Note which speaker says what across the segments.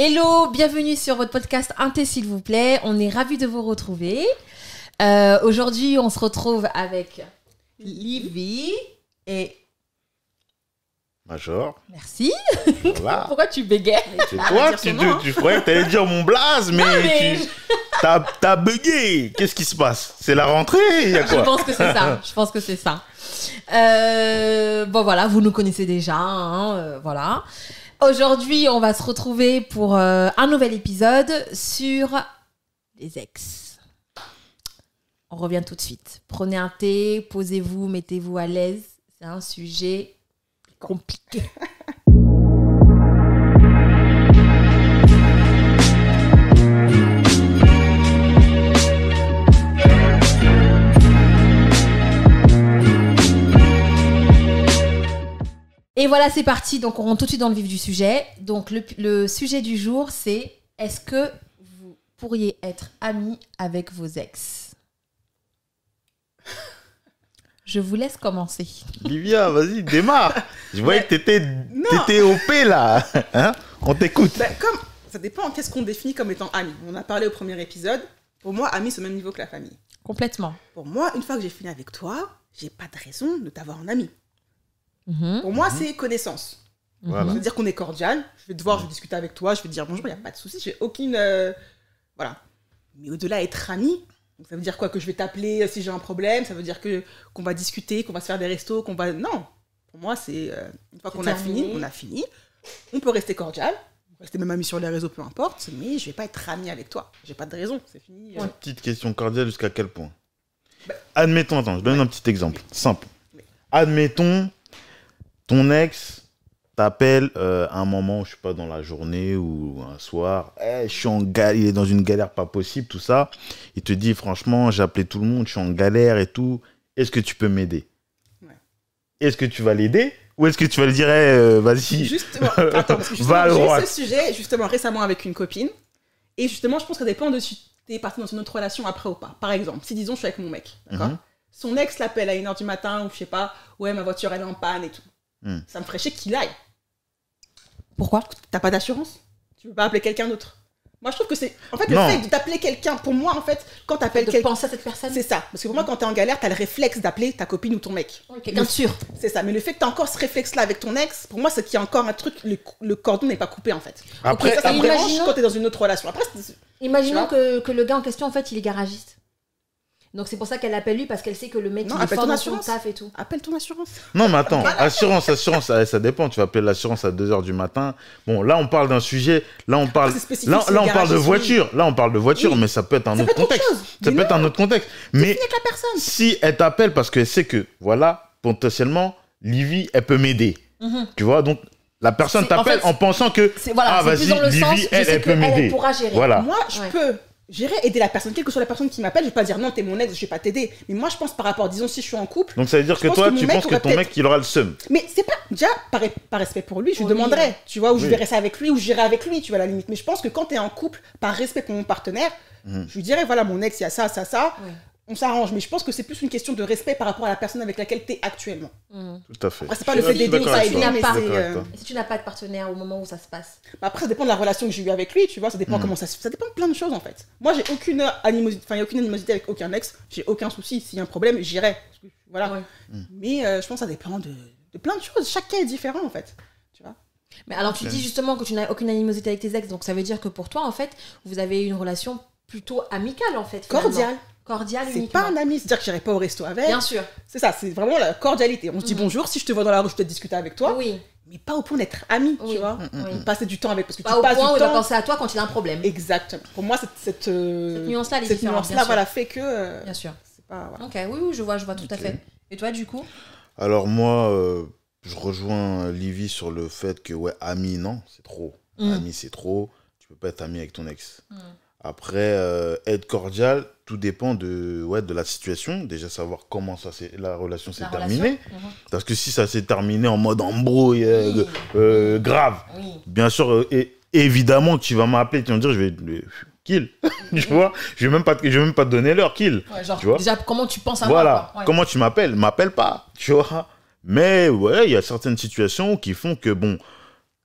Speaker 1: Hello, bienvenue sur votre podcast Un thé s'il vous plaît. On est ravis de vous retrouver. Euh, Aujourd'hui, on se retrouve avec
Speaker 2: Livy et
Speaker 3: Major,
Speaker 1: Merci.
Speaker 3: voilà.
Speaker 1: Pourquoi tu bégayes
Speaker 3: C'est
Speaker 2: Ah,
Speaker 3: toi,
Speaker 2: dire
Speaker 3: tu,
Speaker 2: son
Speaker 3: tu,
Speaker 2: nom, hein.
Speaker 3: tu croyais que t'allais dire mon blaze, mais,
Speaker 1: mais-
Speaker 3: tu t'as, t'as bugué. Qu'est-ce qui se passe C'est la rentrée Il y a
Speaker 1: Je
Speaker 3: quoi
Speaker 1: pense que c'est ça. Je pense que c'est ça. Euh, bon voilà, vous nous connaissez déjà. hein, euh, voilà. Aujourd'hui, on va se retrouver pour euh, un nouvel épisode sur les ex. On revient tout de suite. Prenez un thé, posez-vous, mettez-vous à l'aise. C'est un sujet compliqué. Et voilà, c'est parti. Donc, on rentre tout de suite dans le vif du sujet. Donc, le, le sujet du jour, c'est est-ce que vous pourriez être ami avec vos ex Je vous laisse commencer.
Speaker 3: Livia, vas-y, démarre. Je voyais que t'étais, t'étais OP là. Hein On t'écoute.
Speaker 2: Ben, comme ça dépend qu'est-ce qu'on définit comme étant ami. On a parlé au premier épisode. Pour moi, ami c'est au même niveau que la famille.
Speaker 1: Complètement.
Speaker 2: Pour moi, une fois que j'ai fini avec toi, j'ai pas de raison de t'avoir en ami.
Speaker 1: Mhm.
Speaker 2: Pour moi, c'est connaissance.
Speaker 3: Voilà.
Speaker 2: C'est-à-dire qu'on est cordial. Je vais te voir, je vais discuter avec toi, je vais te dire bonjour, il n'y a pas de souci, j'ai aucune. euh, Voilà. Mais au-delà, être ami, donc ça veut dire quoi Que je vais t'appeler euh, si j'ai un problème, ça veut dire que qu'on va discuter, qu'on va se faire des restos, qu'on va. Non Pour moi, c'est. euh, une fois
Speaker 1: C'est
Speaker 2: qu'on a
Speaker 1: terminé.
Speaker 2: fini, on a fini. On peut rester cordial, rester même ami sur les réseaux, peu importe, mais je vais pas être ami avec toi. J'ai pas de raison, c'est fini. euh.
Speaker 3: Petite question cordiale jusqu'à quel point
Speaker 2: Bah-
Speaker 3: Admettons, attends, je donne un petit exemple, simple.
Speaker 2: Oui.
Speaker 3: Admettons, ton ex t'appelle euh, à un moment, je sais pas, dans la journée ou un soir, Eh, je suis en galère, il est dans une galère pas possible, tout ça. Il te dit, franchement, j'ai appelé tout le monde, je suis en galère et tout, est-ce que tu peux m'aider
Speaker 2: Ouais.
Speaker 3: Est-ce que tu vas l'aider ou est-ce que tu vas le dire, Eh, euh, vas-y,
Speaker 2: Juste, attends, parce que justement,
Speaker 3: Va à
Speaker 2: j'ai eu
Speaker 3: droite.
Speaker 2: ce sujet justement récemment avec une copine. Et justement, je pense que ça dépend de si t'es parti dans une autre relation après ou pas. Par exemple, si disons je suis avec mon mec, d'accord
Speaker 3: Mhm.
Speaker 2: Son ex l'appelle à 1h du matin ou je sais pas, ouais, ma voiture elle est en panne et tout.
Speaker 3: Mhm.
Speaker 2: Ça me ferait chier qu'il aille.
Speaker 1: Pourquoi
Speaker 2: T'as pas d'assurance Tu peux pas appeler quelqu'un d'autre Moi je trouve que c'est. En fait,
Speaker 3: Non.
Speaker 2: le fait d'appeler quelqu'un, pour moi en fait, quand t'appelles
Speaker 1: De
Speaker 2: quelqu'un.
Speaker 1: penser à cette personne
Speaker 2: C'est ça. Parce que pour moi, quand t'es en galère, t'as le réflexe d'appeler ta copine ou ton mec.
Speaker 1: Oui, quelqu'un de sûr.
Speaker 2: C'est ça. Mais le fait que t'as encore ce réflexe-là avec ton ex, pour moi, c'est qu'il y a encore un truc, le, le cordon n'est pas coupé en fait.
Speaker 3: Après,
Speaker 2: ça, ça me
Speaker 1: Et
Speaker 3: après-
Speaker 2: dérange
Speaker 1: imaginons-
Speaker 2: quand t'es dans une autre relation. Après, c'est-
Speaker 1: Imaginons
Speaker 2: Tu
Speaker 1: que, que le gars en question, en fait, il est garagiste. Donc, c'est pour ça qu'elle appelle lui parce qu'elle sait que le mec
Speaker 2: Non,
Speaker 1: il est
Speaker 2: appelle
Speaker 1: fort
Speaker 2: ton
Speaker 1: dans son
Speaker 2: assurance.
Speaker 1: taf et tout.
Speaker 2: appelle ton assurance.
Speaker 3: Non, mais attends, assurance, assurance, eh, ça, ça dépend. Tu vas appeler l'assurance à 2h du matin. Bon, là, on parle d'un sujet. Là, on parle,
Speaker 2: c'est spécifique,
Speaker 3: là,
Speaker 2: c'est
Speaker 3: là, on
Speaker 2: le
Speaker 3: parle de
Speaker 2: garagiste,
Speaker 3: voiture. Là, on parle de voiture,
Speaker 2: Oui.
Speaker 3: mais ça peut être un
Speaker 2: Ça
Speaker 3: autre
Speaker 2: peut être autre
Speaker 3: contexte.
Speaker 2: chose.
Speaker 3: Ça
Speaker 2: Mais
Speaker 3: peut être un autre contexte. Mais
Speaker 2: Avec la personne.
Speaker 3: si elle t'appelle parce qu'elle sait que, voilà, potentiellement, Livy, elle peut m'aider.
Speaker 2: Mhm.
Speaker 3: Tu vois, donc, la personne
Speaker 1: C'est- en
Speaker 3: t'appelle
Speaker 1: fait,
Speaker 3: en, pensant que,
Speaker 1: C'est- Voilà,
Speaker 3: ah,
Speaker 1: c'est plus
Speaker 3: vas-y,
Speaker 1: dans le sens,
Speaker 3: Livy,
Speaker 1: je
Speaker 3: elle,
Speaker 1: sais
Speaker 3: elle
Speaker 1: que
Speaker 3: peut
Speaker 1: elle, elle
Speaker 3: m'aider.
Speaker 1: pourra gérer.
Speaker 3: Voilà.
Speaker 2: Moi, je
Speaker 1: Ouais.
Speaker 2: peux gérer, aider la personne, quelle que soit la personne qui m'appelle. Je vais pas dire non, t'es mon ex, je vais pas t'aider. Mais moi, je pense par rapport, disons, si je suis en couple.
Speaker 3: Donc, ça veut dire
Speaker 2: Je
Speaker 3: que
Speaker 2: pense
Speaker 3: toi,
Speaker 2: que mon
Speaker 3: tu
Speaker 2: mec
Speaker 3: penses que
Speaker 2: aurait
Speaker 3: ton
Speaker 2: peut-être-
Speaker 3: mec, il aura le seum.
Speaker 2: Mais c'est pas. Déjà, par, par respect pour lui, je lui
Speaker 1: Pour lui,
Speaker 2: demanderai.
Speaker 1: hein.
Speaker 2: Tu vois, ou je
Speaker 3: Oui.
Speaker 2: verrai ça avec lui, ou j'irai avec lui, tu vois, à la limite. Mais je pense que quand t'es en couple, par respect pour mon partenaire,
Speaker 3: Mhm.
Speaker 2: je lui dirais, voilà, mon ex, il y a ça, ça, ça.
Speaker 1: Ouais.
Speaker 2: On s'arrange. Mais je pense que c'est plus une question de respect par rapport à la personne avec laquelle t'es actuellement.
Speaker 1: Mhm.
Speaker 3: Tout à fait.
Speaker 2: Après, Ah, c'est pas
Speaker 3: Je
Speaker 2: le
Speaker 3: suis- je suis
Speaker 2: fait d'aider ou
Speaker 3: d'accord
Speaker 2: pas
Speaker 3: avec
Speaker 2: aider,
Speaker 3: toi.
Speaker 1: mais
Speaker 3: Je suis
Speaker 1: c'est,
Speaker 3: d'accord avec
Speaker 2: euh,
Speaker 3: toi.
Speaker 1: Et Si tu n'as pas de partenaire au moment où ça se passe.
Speaker 2: Bah, Après, ça dépend de la relation que j'ai eue avec lui, tu vois,
Speaker 1: Hmm.
Speaker 2: ça dépend
Speaker 3: Mm.
Speaker 2: comment ça se... Ça dépend de plein de choses, en fait. Moi, j'ai aucune animosité, enfin, il y a aucune animosité avec aucun ex, j'ai aucun souci, s'il y a un problème, j'irai. Parce que, Voilà.
Speaker 1: Ouais.
Speaker 2: Mais euh, je pense que ça dépend de, de plein de choses, chaque cas est différent, en fait. Tu vois
Speaker 1: Mais alors tu
Speaker 3: Ok.
Speaker 1: dis justement que tu n'as aucune animosité avec tes ex, donc ça veut dire que pour toi en fait, vous avez une relation plutôt amicale en fait. finalement. Ah,
Speaker 2: Cordial,
Speaker 1: Cordiale
Speaker 2: c'est
Speaker 1: uniquement.
Speaker 2: pas un ami, c'est-à-dire que j'irai pas au resto avec,
Speaker 1: Bien sûr.
Speaker 2: c'est ça, c'est vraiment la cordialité. On se dit
Speaker 1: Mm.
Speaker 2: bonjour, si je te vois dans la rue, je peux te discuter avec toi,
Speaker 1: oui.
Speaker 2: mais pas au point d'être ami,
Speaker 1: Oui.
Speaker 2: tu vois.
Speaker 3: Mm, mm,
Speaker 1: oui.
Speaker 3: mm.
Speaker 2: Passer du temps avec, parce que
Speaker 1: Pas
Speaker 2: tu
Speaker 1: au
Speaker 2: passes
Speaker 1: point où
Speaker 2: du
Speaker 1: il va
Speaker 2: temps...
Speaker 1: penser à toi quand il a un problème.
Speaker 2: Exactement. Pour moi, cette, cette, euh,
Speaker 1: Cette nuance-là, elle est
Speaker 2: cette
Speaker 1: différente,
Speaker 2: nuance-là,
Speaker 1: bien sûr.
Speaker 2: voilà, fait que... euh,
Speaker 1: Bien sûr.
Speaker 2: c'est pas... voilà.
Speaker 1: Ok, oui, oui, je vois, je vois tout à
Speaker 3: Ok.
Speaker 1: fait. Et toi du coup
Speaker 3: Alors moi, euh, je rejoins Livy sur le fait que, ouais, ami, non, c'est trop.
Speaker 1: Mm.
Speaker 3: Ami, c'est trop. Tu peux pas être ami avec ton ex.
Speaker 1: Mm.
Speaker 3: Après, euh, être cordial, tout dépend de, ouais, de la situation. Déjà savoir comment ça s'est- la relation s'est
Speaker 1: La
Speaker 3: terminée.
Speaker 1: relation
Speaker 3: Parce que si ça s'est terminé en mode embrouille euh,
Speaker 1: Oui.
Speaker 3: euh, grave,
Speaker 1: Mhm. Oui.
Speaker 3: bien sûr, euh, et, évidemment, tu vas m'appeler, tu vas me dire, je vais euh, kill. tu vois, je vais même pas, te- je vais même pas te donner l'heure kill.
Speaker 1: Ouais, genre,
Speaker 3: Tu vois
Speaker 1: déjà comment tu penses à
Speaker 3: Voilà.
Speaker 1: moi quoi. Ouais.
Speaker 3: Comment tu m'appelles M'appelle pas, tu vois. Mais ouais, il y a certaines situations qui font que, bon,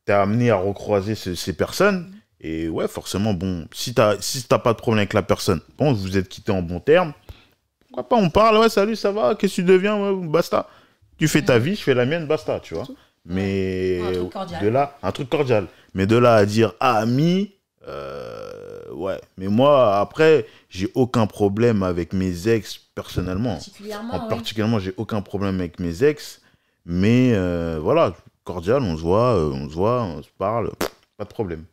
Speaker 3: t'es amené à recroiser ce- ces personnes. Et ouais, forcément, bon, si t'as si t'as pas de problème avec la personne, bon, vous vous êtes quitté en bon terme, pourquoi pas, on parle, ouais, salut, ça va, qu'est-ce que tu deviens, ouais, basta. Tu fais ta vie, je fais la mienne, basta, tu vois. Mais
Speaker 1: Un truc cordial.
Speaker 3: de là, un truc cordial. Mais de là à dire ah, ami, euh, ouais. Mais moi, après, j'ai aucun problème avec mes ex personnellement.
Speaker 1: Particulièrement,
Speaker 3: En
Speaker 1: ouais.
Speaker 3: particulièrement, j'ai aucun problème avec mes ex. Mais euh, voilà, cordial, on se voit, euh, on se voit, on se parle, pff, pas de problème.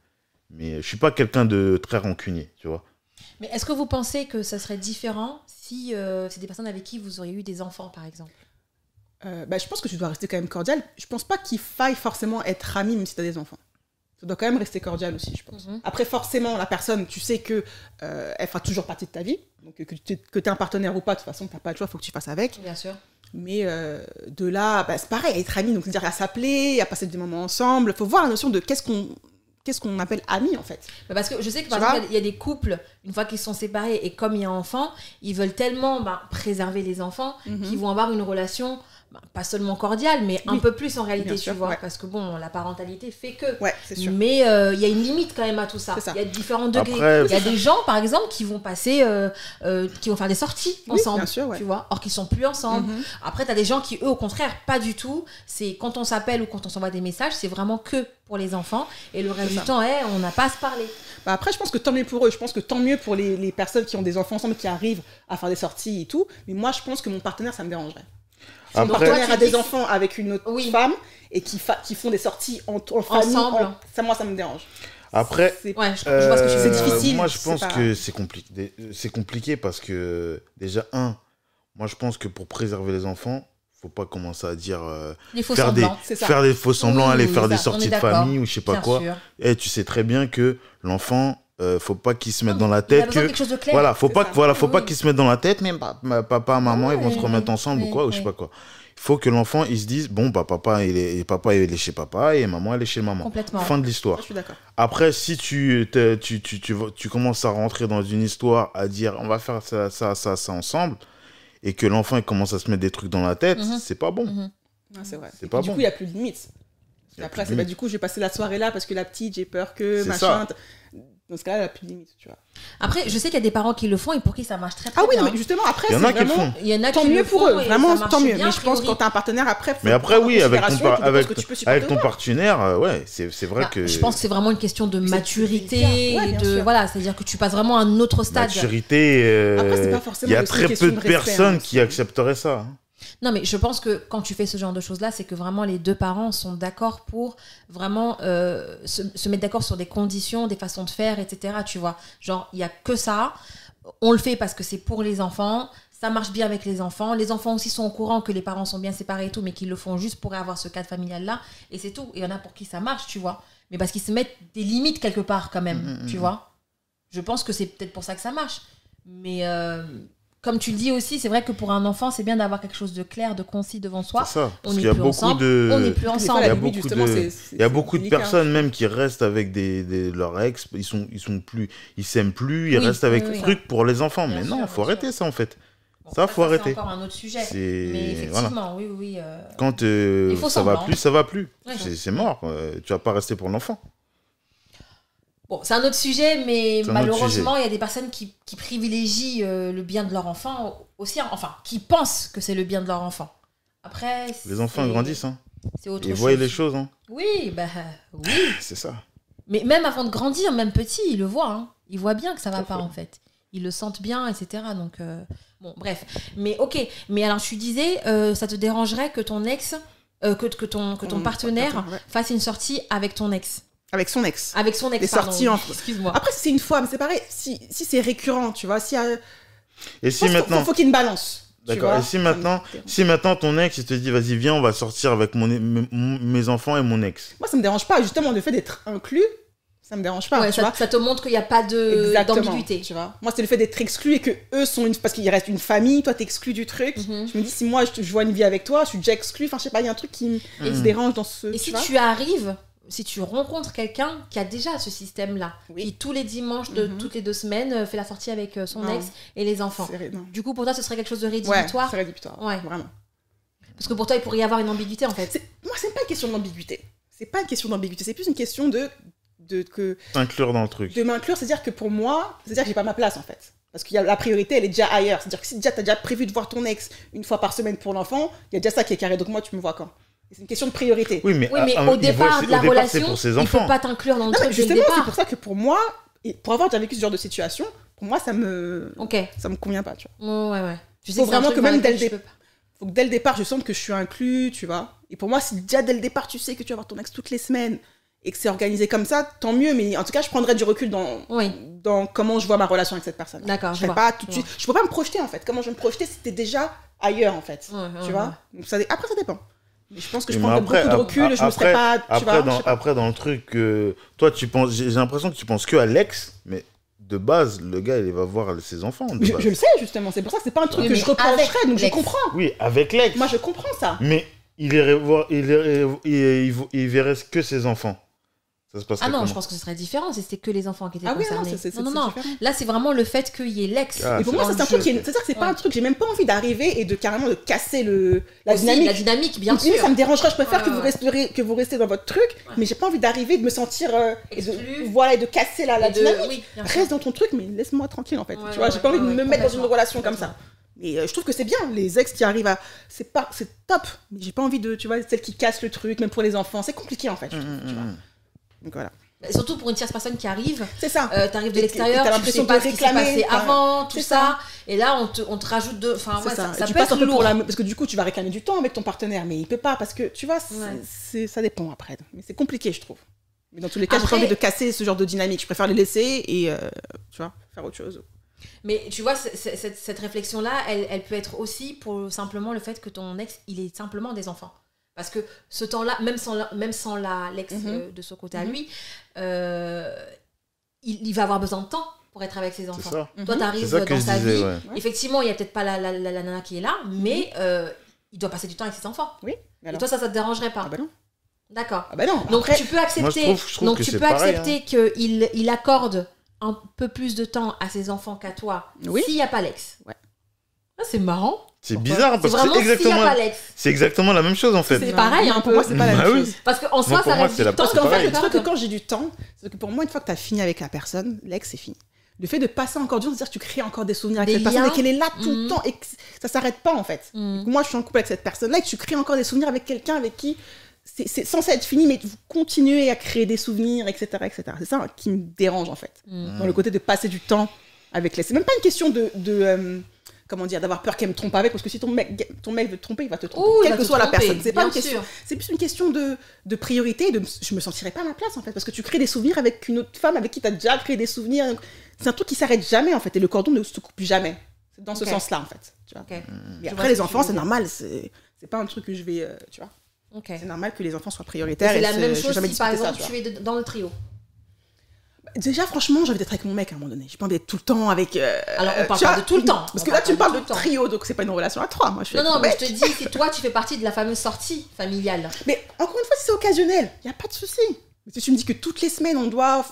Speaker 3: Mais euh, je suis pas quelqu'un de très rancunier, tu vois.
Speaker 1: Mais est-ce que vous pensez que ça serait différent si euh, c'est des personnes avec qui vous auriez eu des enfants, par exemple
Speaker 2: Euh, bah, je pense que tu dois rester quand même cordial. Je pense pas qu'il faille forcément être ami même si t'as des enfants. Tu dois quand même rester cordial aussi, je pense.
Speaker 1: Mhm.
Speaker 2: Après, forcément, la personne, tu sais que euh, elle fera toujours partie de ta vie. Donc, que tu que t'aies un partenaire ou pas, de toute façon, t'as pas le choix, faut que tu fasses avec.
Speaker 1: Bien sûr.
Speaker 2: Mais euh, de là, bah, c'est pareil, être ami, donc c'est-à-dire à s'appeler, à passer des moments ensemble. Faut voir la notion de qu'est-ce qu'on qu'est-ce qu'on appelle ami, en fait.
Speaker 1: Bah, parce que je sais que par
Speaker 2: Tu
Speaker 1: exemple, il y a des couples, une fois qu'ils sont séparés et comme il y a enfants, ils veulent tellement bah, préserver les enfants
Speaker 2: Mhm.
Speaker 1: qu'ils vont avoir une relation bah, pas seulement cordiale, mais un
Speaker 2: Oui.
Speaker 1: peu plus en réalité,
Speaker 2: Bien
Speaker 1: tu
Speaker 2: sûr,
Speaker 1: vois.
Speaker 2: ouais.
Speaker 1: Parce que bon, la parentalité fait que.
Speaker 2: Ouais, c'est sûr.
Speaker 1: Mais euh, il y a une limite quand même à tout ça.
Speaker 2: C'est ça.
Speaker 1: Il y a différents degrés.
Speaker 3: Après-
Speaker 1: il y a des gens, par exemple, qui vont passer, euh, euh, qui vont faire des sorties
Speaker 2: Oui,
Speaker 1: ensemble,
Speaker 2: bien sûr, ouais.
Speaker 1: tu vois, or qu'ils sont plus ensemble.
Speaker 2: Mhm.
Speaker 1: Après, t'as des gens qui, eux, au contraire, pas du tout. C'est quand on s'appelle ou quand on s'envoie des messages, c'est vraiment que pour les enfants. Et le reste
Speaker 2: C'est
Speaker 1: du
Speaker 2: ça.
Speaker 1: temps, eh, on n'a pas à se parler.
Speaker 2: Bah, après, je pense que tant mieux pour eux. Je pense que tant mieux pour les, les personnes qui ont des enfants ensemble, qui arrivent à faire des sorties et tout. Mais moi, je pense que mon partenaire, ça me dérangerait. Mon
Speaker 1: Après-
Speaker 2: partenaire
Speaker 1: Toi,
Speaker 2: a
Speaker 1: tu
Speaker 2: des
Speaker 1: dis-
Speaker 2: enfants avec une autre
Speaker 1: Oui.
Speaker 2: femme et qui, fa- qui font des sorties en, en famille.
Speaker 1: Ensemble.
Speaker 2: en- Ça, moi, ça me dérange.
Speaker 3: Après,
Speaker 2: C'est-
Speaker 1: Ouais, je, je vois ce que tu veux
Speaker 3: Euh,
Speaker 2: C'est
Speaker 1: dire.
Speaker 2: difficile,
Speaker 3: Moi, je
Speaker 2: c'est
Speaker 3: pense
Speaker 2: pas-
Speaker 3: que c'est compliqué. C'est compliqué parce que déjà un, moi, je pense que pour préserver les enfants, faut pas commencer à dire euh,
Speaker 1: Les faux
Speaker 3: faire des
Speaker 1: semblants.
Speaker 2: c'est ça.
Speaker 3: faire des faux semblants,
Speaker 1: Oui,
Speaker 3: aller
Speaker 1: oui,
Speaker 3: faire
Speaker 1: ça,
Speaker 3: des
Speaker 1: on est
Speaker 3: sorties de
Speaker 1: d'accord.
Speaker 3: famille ou je sais pas
Speaker 1: bien
Speaker 3: quoi.
Speaker 1: sûr.
Speaker 3: Et tu sais très bien que l'enfant, euh, faut pas qu'il se mette dans la
Speaker 1: Oh, Il a
Speaker 3: tête
Speaker 1: besoin de
Speaker 3: que
Speaker 1: quelque chose de clair.
Speaker 3: voilà, faut
Speaker 2: C'est
Speaker 3: pas
Speaker 2: ça.
Speaker 3: que- voilà, faut
Speaker 1: Oui,
Speaker 3: pas
Speaker 1: oui.
Speaker 3: qu'ils se mettent dans la tête, même pa- ma- papa, maman, ils vont se
Speaker 1: Ouais,
Speaker 3: remettre ensemble
Speaker 1: ouais,
Speaker 3: ou quoi, ou je sais
Speaker 1: ouais.
Speaker 3: pas quoi. Il faut que l'enfant, il se dise, bon, bah, papa, il est, papa, il est chez papa et maman, elle est chez maman.
Speaker 1: Complètement.
Speaker 3: Fin de l'histoire.
Speaker 2: Je suis d'accord.
Speaker 3: Après, si tu, te- tu, tu, tu, vas- tu commences à rentrer dans une histoire, à dire on va faire ça, ça, ça, ça ensemble, et que l'enfant il commence à se mettre des trucs dans la tête,
Speaker 1: Mhm.
Speaker 3: c'est pas bon.
Speaker 1: Mhm.
Speaker 2: Ouais, c'est vrai.
Speaker 3: C'est
Speaker 2: Et
Speaker 3: pas
Speaker 2: puis, Du
Speaker 3: bon.
Speaker 2: coup, il n'y a plus de limite.
Speaker 3: Y a plus
Speaker 2: Après,
Speaker 3: de
Speaker 2: c'est bah,
Speaker 3: limite.
Speaker 2: du coup, je vais passer la soirée là parce que la petite, j'ai peur que
Speaker 3: C'est
Speaker 2: machin.
Speaker 3: ça.
Speaker 2: t- Dans ce cas-là, il n'y a plus de limite. Tu vois.
Speaker 1: Après, je sais qu'il y a des parents qui le font et pour qui ça marche très très
Speaker 2: Ah oui,
Speaker 1: bien.
Speaker 2: non, mais justement, après,
Speaker 3: Il y
Speaker 2: c'est
Speaker 3: en a qui le
Speaker 2: vraiment.
Speaker 3: font.
Speaker 1: Il y en a
Speaker 2: Tant
Speaker 1: qui le
Speaker 2: mieux pour
Speaker 1: font
Speaker 2: eux,
Speaker 1: et
Speaker 2: vraiment
Speaker 1: ça marche
Speaker 2: tant mieux.
Speaker 1: bien,
Speaker 2: Mais je
Speaker 1: a
Speaker 2: pense
Speaker 1: priori.
Speaker 2: quand t'as un partenaire après, faut
Speaker 3: Mais après,
Speaker 2: prendre en
Speaker 3: oui, avec ton,
Speaker 2: considération
Speaker 3: par-
Speaker 2: que
Speaker 3: avec,
Speaker 2: ce que tu peux supporter
Speaker 3: avec ton
Speaker 2: ou pas.
Speaker 3: partenaire, euh, ouais, c'est c'est vrai
Speaker 1: Bah,
Speaker 3: que
Speaker 1: Je pense que c'est vraiment une question de
Speaker 2: c'est-
Speaker 1: maturité,
Speaker 2: Ouais,
Speaker 1: et
Speaker 2: bien
Speaker 1: de
Speaker 2: sûr.
Speaker 1: voilà, c'est-à-dire que tu passes vraiment à un autre stade.
Speaker 3: maturité, euh,
Speaker 2: Après, c'est pas
Speaker 3: il
Speaker 2: forcément
Speaker 3: y a
Speaker 2: aussi
Speaker 3: très
Speaker 2: question
Speaker 3: peu de,
Speaker 2: respect, hein,
Speaker 3: personnes
Speaker 2: c'est-
Speaker 3: qui accepteraient ça. hein.
Speaker 1: Non, mais je pense que quand tu fais ce genre de choses-là, c'est que vraiment les deux parents sont d'accord pour vraiment euh, se, se mettre d'accord sur des conditions, des façons de faire, etc. Tu vois, genre, il n'y a que ça. On le fait parce que c'est pour les enfants. Ça marche bien avec les enfants. Les enfants aussi sont au courant que les parents sont bien séparés et tout, mais qu'ils le font juste pour avoir ce cadre familial-là. Et c'est tout. Et il y en a pour qui ça marche, tu vois. Mais parce qu'ils se mettent des limites quelque part quand même,
Speaker 3: Mhm,
Speaker 1: tu
Speaker 3: mhm.
Speaker 1: vois. Je pense que c'est peut-être pour ça que ça marche. Mais euh, comme tu le dis aussi, c'est vrai que pour un enfant, c'est bien d'avoir quelque chose de clair, de concis devant soi.
Speaker 3: C'est ça.
Speaker 1: On
Speaker 3: Parce
Speaker 1: n'est
Speaker 3: qu'il y a
Speaker 1: plus
Speaker 3: beaucoup
Speaker 1: ensemble,
Speaker 3: de.
Speaker 1: on n'est plus
Speaker 2: Des fois,
Speaker 1: ensemble.
Speaker 2: la
Speaker 3: Il y a
Speaker 2: limite,
Speaker 3: beaucoup
Speaker 2: justement,
Speaker 3: de-
Speaker 2: c'est- c'est-
Speaker 3: Il y a
Speaker 2: c'est hein.
Speaker 3: beaucoup de
Speaker 2: délicat.
Speaker 3: personnes même qui restent avec des, des- leurs ex, ils sont ils sont plus ils s'aiment plus, ils
Speaker 1: Oui,
Speaker 3: restent avec
Speaker 1: oui,
Speaker 3: le
Speaker 1: oui.
Speaker 3: truc pour les enfants.
Speaker 1: Bien
Speaker 3: mais
Speaker 1: sûr,
Speaker 3: non,
Speaker 1: bien
Speaker 3: faut
Speaker 1: sûr.
Speaker 3: arrêter ça en fait.
Speaker 1: Bon,
Speaker 3: Ça, faut arrêter.
Speaker 1: C'est encore un autre sujet. Mais
Speaker 3: C'est
Speaker 1: effectivement,
Speaker 3: voilà.
Speaker 1: oui, oui. euh,
Speaker 3: Quand euh,
Speaker 1: Il faut
Speaker 3: ça va
Speaker 1: semblant.
Speaker 3: plus, ça va plus.
Speaker 1: Ouais.
Speaker 3: C'est- C'est mort. euh, tu vas pas rester pour l'enfant.
Speaker 1: Bon, c'est un autre sujet, mais
Speaker 3: C'est un autre
Speaker 1: malheureusement, il y a des personnes qui, qui privilégient euh, le bien de leur enfant aussi, hein. enfin, qui pensent que c'est le bien de leur enfant. Après,
Speaker 3: Les enfants
Speaker 1: c'est-
Speaker 3: grandissent, hein.
Speaker 1: C'est autre
Speaker 3: Ils
Speaker 1: chose.
Speaker 3: voient les choses, hein.
Speaker 1: Oui, bah oui.
Speaker 3: C'est ça.
Speaker 1: Mais même avant de grandir, même petit, ils le voient. hein. Ils voient bien que ça va pas, en fait. Ils le sentent bien, etc. Donc, euh, bon, bref. Mais ok. Mais alors, tu disais, euh, ça te dérangerait que ton ex, euh, que, que ton, que ton
Speaker 2: Ton
Speaker 1: partenaire
Speaker 2: partenaire, ouais.
Speaker 1: fasse une sortie avec ton ex.
Speaker 2: Avec son ex.
Speaker 1: Avec son ex,
Speaker 2: Les
Speaker 1: pardon.
Speaker 2: sorties Ah, en-
Speaker 1: Excuse-moi.
Speaker 2: Après, si c'est une fois, mais c'est pareil. Si, si c'est récurrent, tu vois, si y a-
Speaker 3: Et
Speaker 2: je
Speaker 3: si
Speaker 2: pense qu'il
Speaker 3: maintenant,
Speaker 2: faut, faut qu'il y ait une balance. tu
Speaker 3: d'accord.
Speaker 2: vois.
Speaker 3: Et si maintenant,
Speaker 2: Ça me dérange.
Speaker 3: si maintenant ton ex, il te dit, vas-y, viens, on va sortir avec mon, mes- mes enfants et mon ex.
Speaker 2: Moi, ça me dérange pas. Justement, le fait d'être inclus, ça me dérange pas.
Speaker 1: Ouais,
Speaker 2: tu
Speaker 1: ça,
Speaker 2: vois.
Speaker 1: ça te montre qu'il n'y a pas de-
Speaker 2: Exactement,
Speaker 1: d'ambiguïté.
Speaker 2: Tu vois. Moi, c'est le fait d'être exclu et que eux sont une. Parce qu'il reste une famille, toi, t'es exclu du truc.
Speaker 1: Mhm.
Speaker 2: Je me dis, si moi, je, je vois une vie avec toi, je suis déjà exclu. Enfin, je sais pas, il y a un truc qui me qui me
Speaker 3: Mhm.
Speaker 2: dérange dans ce.
Speaker 1: Mm. Et
Speaker 2: tu
Speaker 1: si
Speaker 2: vois.
Speaker 1: tu arrives, si tu rencontres quelqu'un qui a déjà ce système-là,
Speaker 2: Oui.
Speaker 1: qui tous les dimanches, de,
Speaker 2: Mhm.
Speaker 1: toutes les deux semaines, euh, fait la sortie avec euh, son
Speaker 2: Non.
Speaker 1: ex et les enfants.
Speaker 2: C'est ré- non.
Speaker 1: Du coup, pour toi, ce serait quelque chose de
Speaker 2: Ouais,
Speaker 1: rédhibitoire
Speaker 2: c'est rédhibitoire.
Speaker 1: Ouais.
Speaker 2: Vraiment.
Speaker 1: Parce que pour toi, il pourrait y avoir une ambiguïté en fait.
Speaker 2: C'est- Moi, c'est pas une question d'ambiguïté. C'est pas une question d'ambiguïté. C'est plus une question de de, que,
Speaker 3: T'inclure dans le truc.
Speaker 2: de m'inclure, c'est-à-dire que pour moi, c'est-à-dire que j'ai pas ma place en fait. Parce que y a- la priorité, elle est déjà ailleurs. C'est-à-dire que si déjà t'as déjà prévu de voir ton ex une fois par semaine pour l'enfant, il y a déjà ça qui est carré. Donc moi, tu me vois quand Et C'est une question de priorité.
Speaker 3: Oui, mais,
Speaker 1: Oui, mais
Speaker 3: ah, ah,
Speaker 1: au
Speaker 3: il
Speaker 1: départ
Speaker 3: voit-
Speaker 1: de la
Speaker 3: au départ,
Speaker 1: relation,
Speaker 3: c'est pour ses
Speaker 1: il
Speaker 3: enfants.
Speaker 1: faut pas t'inclure dans le
Speaker 2: Non, mais
Speaker 1: truc dès le
Speaker 2: justement, c'est
Speaker 1: départ.
Speaker 2: pour ça que pour moi, et pour avoir déjà vécu ce genre de situation, pour moi, ça me,
Speaker 1: Ok, ouais,
Speaker 2: ça me convient pas. Tu vois.
Speaker 1: ouais, ouais. Tu que c'est
Speaker 2: Faut
Speaker 1: un
Speaker 2: vraiment
Speaker 1: truc
Speaker 2: que
Speaker 1: dans
Speaker 2: même
Speaker 1: lequel
Speaker 2: dès le
Speaker 1: je peux pas.
Speaker 2: Faut que dès le départ, je sente que je suis inclus, tu vois. Et pour moi, si déjà dès le départ, tu sais que tu vas voir ton ex toutes les semaines et que c'est organisé comme ça, tant mieux. Mais en tout cas, je prendrais du recul dans,
Speaker 1: Oui.
Speaker 2: dans comment je vois ma relation avec cette personne.
Speaker 1: D'accord,
Speaker 2: Je
Speaker 1: je
Speaker 2: ne
Speaker 1: vois.
Speaker 2: pas tout de
Speaker 1: je
Speaker 2: suite. Je peux pas me projeter en fait. Comment je vais me projeter si t'es déjà ailleurs en fait,
Speaker 1: Ouais, ouais,
Speaker 2: tu vois. Donc, ça, après, ça dépend. Mais je pense que je
Speaker 3: Oui, mais
Speaker 2: prendrais
Speaker 3: après,
Speaker 2: beaucoup de
Speaker 3: ap-
Speaker 2: recul.
Speaker 3: ap-
Speaker 2: je me serais pas, tu vois.
Speaker 3: Après,
Speaker 2: je
Speaker 3: dans,
Speaker 2: sais pas.
Speaker 3: après, dans le truc, euh, toi, tu penses, j'ai j'ai l'impression que tu penses que à l'ex, mais de base, le gars, il va voir ses enfants. de
Speaker 2: Je,
Speaker 3: base.
Speaker 2: je le sais justement. C'est pour ça que c'est pas un truc
Speaker 1: Oui,
Speaker 2: que
Speaker 1: mais
Speaker 2: je reprocherais.
Speaker 1: avec
Speaker 2: Donc je
Speaker 1: l'ex.
Speaker 2: comprends.
Speaker 3: Oui, avec l'ex.
Speaker 2: Moi, je comprends ça.
Speaker 3: Mais il irait voir, il, irait- il, il, il verrait que ses enfants. Ça se passe
Speaker 1: Ah non, je pense que ce serait différent si c'était que les enfants qui étaient
Speaker 2: Ah oui, non,
Speaker 1: concernés.
Speaker 2: c'est- c'est c'est
Speaker 1: non, non, non.
Speaker 2: différent.
Speaker 1: Là, c'est vraiment le fait qu'il y ait l'ex.
Speaker 3: Ah,
Speaker 2: Et pour
Speaker 3: c'est
Speaker 2: moi,
Speaker 1: dans
Speaker 2: ça, c'est un
Speaker 1: le
Speaker 2: truc
Speaker 1: jeu.
Speaker 2: qui est. C'est-à-dire que c'est
Speaker 1: Ouais.
Speaker 2: pas un truc, j'ai même pas envie d'arriver et de carrément de casser le, la
Speaker 1: Aussi,
Speaker 2: dynamique.
Speaker 1: La dynamique, bien
Speaker 2: Au début,
Speaker 1: sûr.
Speaker 2: ça me dérangerait, je préfère
Speaker 1: Ouais,
Speaker 2: que, vous
Speaker 1: ouais.
Speaker 2: restez, que vous restez dans votre truc, mais j'ai pas envie d'arriver, de me sentir. euh, et de-
Speaker 1: Exclue.
Speaker 2: voilà, et de casser la, la
Speaker 1: Et de-
Speaker 2: dynamique.
Speaker 1: oui, bien sûr.
Speaker 2: Reste dans ton truc, mais laisse-moi tranquille en fait.
Speaker 1: Ouais,
Speaker 2: tu vois,
Speaker 1: ouais,
Speaker 2: j'ai pas envie
Speaker 1: ouais,
Speaker 2: de me
Speaker 1: ouais,
Speaker 2: mettre dans une
Speaker 1: complètement,
Speaker 2: relation comme ça. Mais euh, je trouve que c'est bien, les ex qui arrivent à. C'est pas... c'est top, mais j'ai pas envie de. Tu vois, celles qui cassent le truc, même pour les enfants, c'est compliqué en fait. je
Speaker 1: Hum,
Speaker 2: trouve, tu vois. Donc voilà.
Speaker 1: Bah, Surtout pour une tierce personne qui arrive,
Speaker 2: C'est ça.
Speaker 1: euh, t'arrives de
Speaker 2: Et- et
Speaker 1: l'extérieur, tu
Speaker 2: t'as
Speaker 1: sais
Speaker 2: l'impression
Speaker 1: pas
Speaker 2: de
Speaker 1: ce qui s'est
Speaker 2: réclamer,
Speaker 1: passé
Speaker 2: t'as-
Speaker 1: avant, tout
Speaker 2: c'est
Speaker 1: ça. Et là, on te, on te rajoute de. Enfin,
Speaker 2: C'est
Speaker 1: ouais, ça,
Speaker 2: ça.
Speaker 1: ça
Speaker 2: Tu
Speaker 1: peut
Speaker 2: passes
Speaker 1: être
Speaker 2: un peu
Speaker 1: lourd.
Speaker 2: pour la- Parce que du coup, tu vas réclamer du temps avec ton partenaire, mais il peut pas parce que tu vois, c'est-
Speaker 1: Ouais.
Speaker 2: c'est- ça dépend après. Mais c'est compliqué, je trouve. Mais dans tous les cas, j'ai
Speaker 1: Après-
Speaker 2: pas envie de casser ce genre de dynamique. Je préfère les laisser et euh, tu vois, faire autre chose.
Speaker 1: Mais tu vois, c'est- c'est- cette, cette réflexion-là, elle, elle peut être aussi pour simplement le fait que ton ex, il est simplement des enfants. Parce que ce temps-là, même sans, la- même sans la, l'ex
Speaker 2: Mhm.
Speaker 1: euh, de son côté à
Speaker 2: Mhm.
Speaker 1: lui, euh, il, il va avoir besoin de temps pour être avec ses
Speaker 3: C'est
Speaker 1: enfants.
Speaker 3: ça.
Speaker 1: Toi,
Speaker 2: Mhm.
Speaker 3: C'est
Speaker 1: t'arrives
Speaker 3: ça que
Speaker 1: dans
Speaker 3: je
Speaker 1: sa
Speaker 3: disais,
Speaker 1: vie.
Speaker 3: ouais.
Speaker 2: Ouais. Mhm.
Speaker 1: Effectivement, il n'y a peut-être pas la, la, la- la nana qui est là, mais euh, il doit passer du temps avec ses enfants.
Speaker 2: Oui, mais
Speaker 1: Et
Speaker 2: alors-
Speaker 1: toi, ça, ça te dérangerait pas.
Speaker 2: Ah bah non.
Speaker 1: D'accord.
Speaker 2: Ah bah non.
Speaker 1: Donc
Speaker 2: Après,
Speaker 1: tu peux accepter,
Speaker 3: Moi, je trouve- je trouve
Speaker 1: donc,
Speaker 3: que
Speaker 1: tu
Speaker 3: c'est
Speaker 1: peux
Speaker 3: pareil, hein.
Speaker 1: accepter qu'il il accorde un peu plus de temps à ses enfants qu'à toi
Speaker 2: Oui.
Speaker 1: s'il n'y a pas l'ex.
Speaker 2: Ouais.
Speaker 1: Ah, c'est marrant.
Speaker 3: C'est
Speaker 2: Pourquoi
Speaker 3: bizarre
Speaker 1: C'est
Speaker 3: parce que
Speaker 1: vraiment
Speaker 3: c'est
Speaker 1: s'il n'y a
Speaker 3: exactement,
Speaker 1: pas l'ex.
Speaker 3: c'est exactement la même chose en fait.
Speaker 1: C'est pareil,
Speaker 2: Non,
Speaker 1: un
Speaker 2: pour
Speaker 1: peu.
Speaker 2: moi, c'est pas la
Speaker 3: Bah
Speaker 2: même
Speaker 3: oui.
Speaker 2: chose.
Speaker 1: Parce qu'en soi,
Speaker 3: pour
Speaker 1: ça
Speaker 3: moi,
Speaker 1: reste
Speaker 3: c'est
Speaker 1: du
Speaker 3: la
Speaker 1: temps.
Speaker 3: base,
Speaker 2: Parce qu'en fait, le
Speaker 1: Pardon.
Speaker 2: truc, que quand j'ai du temps, c'est que pour moi, une fois que t'as fini avec la personne, l'ex, c'est fini. Le fait de passer encore du temps, c'est-à-dire que tu crées encore des souvenirs avec
Speaker 1: Des
Speaker 2: cette personne
Speaker 1: liens.
Speaker 2: et qu'elle est là tout
Speaker 1: Mhm.
Speaker 2: le temps et que ça s'arrête pas en fait.
Speaker 1: Mm.
Speaker 2: Moi, je suis en couple avec cette personne-là et tu crées encore des souvenirs avec quelqu'un avec qui c'est c'est censé être fini, mais vous continuez à créer des souvenirs, etc. etc. C'est ça qui me dérange, en fait.
Speaker 1: Mm.
Speaker 2: Dans le côté de passer du temps avec les... C'est même pas une question de... de, euh, comment dire D'avoir peur qu'elle me trompe avec, parce que si ton mec, ton mec veut te tromper, il va te tromper,
Speaker 1: Ouh, il
Speaker 2: quelle
Speaker 1: va
Speaker 2: que
Speaker 1: te
Speaker 2: soit la
Speaker 1: tromper,
Speaker 2: personne. C'est pas
Speaker 1: bien
Speaker 2: une question...
Speaker 1: sûr.
Speaker 2: C'est plus une question de, de priorité, de, je me sentirais pas à ma place, en fait, parce que tu crées des souvenirs avec une autre femme avec qui tu as déjà créé des souvenirs. Donc, C'est un truc qui s'arrête jamais, en fait, et le cordon ne se coupe jamais. C'est dans
Speaker 1: Ok.
Speaker 2: ce sens-là, en fait. Tu vois.
Speaker 1: Ok.
Speaker 2: Mais
Speaker 1: Je vois ce
Speaker 2: après, les
Speaker 1: que tu
Speaker 2: enfants,
Speaker 1: veux
Speaker 2: c'est
Speaker 1: dire.
Speaker 2: normal. C'est c'est pas un truc que je vais. euh, tu vois.
Speaker 1: Ok.
Speaker 2: C'est normal que les enfants soient prioritaires.
Speaker 1: C'est
Speaker 2: et
Speaker 1: la
Speaker 2: c'est-
Speaker 1: même
Speaker 2: je vais
Speaker 1: chose
Speaker 2: jamais
Speaker 1: si par
Speaker 2: discuter ça,
Speaker 1: exemple
Speaker 2: tu
Speaker 1: tu es de- dans le trio.
Speaker 2: vois. Déjà, franchement, j'ai envie d'être avec mon mec à un moment donné. J'ai pas envie d'être tout le temps avec. euh,
Speaker 1: Alors on parle
Speaker 2: tu
Speaker 1: pas
Speaker 2: vois,
Speaker 1: de tout le temps.
Speaker 2: Parce
Speaker 1: On
Speaker 2: que là,
Speaker 1: parle
Speaker 2: tu me
Speaker 1: pas
Speaker 2: parles
Speaker 1: tout
Speaker 2: de
Speaker 1: le temps.
Speaker 2: trio, donc c'est pas une relation à trois. Moi, je suis
Speaker 1: Non,
Speaker 2: avec
Speaker 1: non,
Speaker 2: mon
Speaker 1: mais je
Speaker 2: mec.
Speaker 1: te dis, si toi tu fais partie de la fameuse sortie familiale.
Speaker 2: Mais encore une fois, si c'est occasionnel, y a pas de souci. Mais Si tu me dis que toutes les semaines, on doit.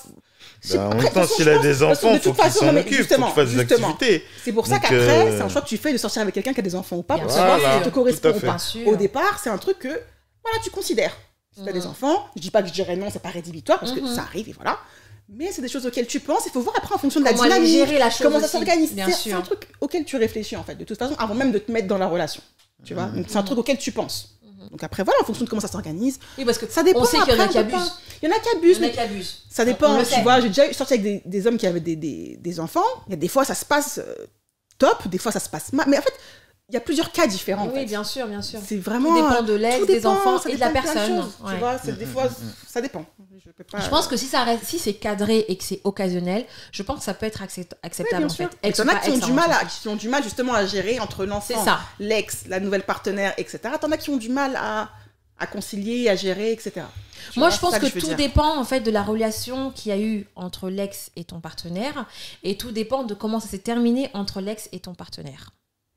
Speaker 2: Je sais
Speaker 3: Bah,
Speaker 2: pas.
Speaker 3: en
Speaker 2: Après,
Speaker 3: même temps,
Speaker 2: attention,
Speaker 3: s'il
Speaker 2: je
Speaker 3: a
Speaker 2: pense-
Speaker 3: des
Speaker 2: parce que
Speaker 3: enfants,
Speaker 2: de
Speaker 3: faut
Speaker 2: toute
Speaker 3: qu'il
Speaker 2: façon, non,
Speaker 3: s'en
Speaker 2: mais
Speaker 3: occupe, faut
Speaker 2: justement,
Speaker 3: qu'il fasse des
Speaker 2: justement.
Speaker 3: activités.
Speaker 2: C'est pour ça
Speaker 3: Donc,
Speaker 2: qu'après,
Speaker 3: euh,
Speaker 2: c'est un choix que tu fais de sortir avec quelqu'un qui a des enfants ou pas,
Speaker 1: Bien
Speaker 2: pour savoir
Speaker 3: Voilà.
Speaker 2: si ça te correspond
Speaker 3: Tout à
Speaker 2: ou
Speaker 3: fait.
Speaker 2: pas.
Speaker 1: Bien sûr.
Speaker 2: Au départ, c'est un truc que, voilà, tu considères. Si t'as
Speaker 1: Mhm.
Speaker 2: des enfants, je dis pas que je dirais non, c'est pas rédhibitoire, parce
Speaker 1: Mhm.
Speaker 2: que ça arrive, et voilà. Mais c'est des choses auxquelles tu penses, il faut voir après en fonction de la
Speaker 1: Comment aller
Speaker 2: dynamique,
Speaker 1: gérer la chose
Speaker 2: comment ça
Speaker 1: aussi,
Speaker 2: s'organise.
Speaker 1: bien
Speaker 2: C'est-
Speaker 1: sûr.
Speaker 2: C'est un truc auquel tu réfléchis, en fait, de toute façon, avant même de te mettre dans la relation. Tu
Speaker 3: Mm-hmm.
Speaker 2: vois Donc, c'est un truc auquel tu penses.
Speaker 1: Mm-hmm.
Speaker 2: Donc après, voilà, en fonction de comment ça s'organise,
Speaker 1: Oui, parce que
Speaker 2: ça dépend.
Speaker 1: on sait qu'il y en a
Speaker 2: après,
Speaker 1: qui
Speaker 2: on peut
Speaker 1: abusent.
Speaker 2: pas- Il y en a qui
Speaker 1: Il
Speaker 2: abusent,
Speaker 1: y en a
Speaker 2: mais
Speaker 1: qui abusent.
Speaker 2: ça
Speaker 1: On- on
Speaker 2: dépend,
Speaker 1: le
Speaker 2: tu
Speaker 1: sait.
Speaker 2: vois, j'ai déjà eu- sorti avec des, des hommes qui avaient des, des- des enfants. Il y a des fois, ça se passe euh, top, des fois, ça se passe mal. Mais en fait, il y a plusieurs cas différents. en
Speaker 1: Oui,
Speaker 2: fait.
Speaker 1: bien sûr, bien sûr.
Speaker 2: C'est
Speaker 1: Tout
Speaker 2: vraiment.
Speaker 1: dépend de
Speaker 2: euh,
Speaker 1: l'ex,
Speaker 2: tout
Speaker 1: des
Speaker 2: dépend,
Speaker 1: enfants
Speaker 2: ça
Speaker 1: et de la
Speaker 2: dépend plein de
Speaker 1: personne.
Speaker 2: choses,
Speaker 1: Ouais.
Speaker 2: Tu vois, c'est- des fois, ça dépend. Je, peux pas-
Speaker 1: Je pense que si ça reste, si c'est cadré et que c'est occasionnel, je pense que ça peut être accept-
Speaker 2: Ouais,
Speaker 1: acceptable
Speaker 2: bien
Speaker 1: en
Speaker 2: sûr.
Speaker 1: fait.
Speaker 2: Il
Speaker 1: Ex
Speaker 2: y en a
Speaker 1: ou pas
Speaker 2: qui ont
Speaker 1: ex,
Speaker 2: du
Speaker 1: on
Speaker 2: mal,
Speaker 1: s'en
Speaker 2: à-
Speaker 1: fiche.
Speaker 2: qui ont du mal justement à gérer entre
Speaker 1: C'est
Speaker 2: l'enfant,
Speaker 1: ça.
Speaker 2: l'ex, la nouvelle partenaire, etc. T'en as qui ont du mal à, à concilier, à gérer, etc. Tu
Speaker 1: Moi,
Speaker 2: vois,
Speaker 1: je
Speaker 2: c'est
Speaker 1: pense
Speaker 2: ça
Speaker 1: que,
Speaker 2: je veux
Speaker 1: tout
Speaker 2: dire.
Speaker 1: dépend en fait de la relation qu'il y a eu entre l'ex et ton partenaire, et tout dépend de comment ça s'est terminé entre l'ex et ton partenaire.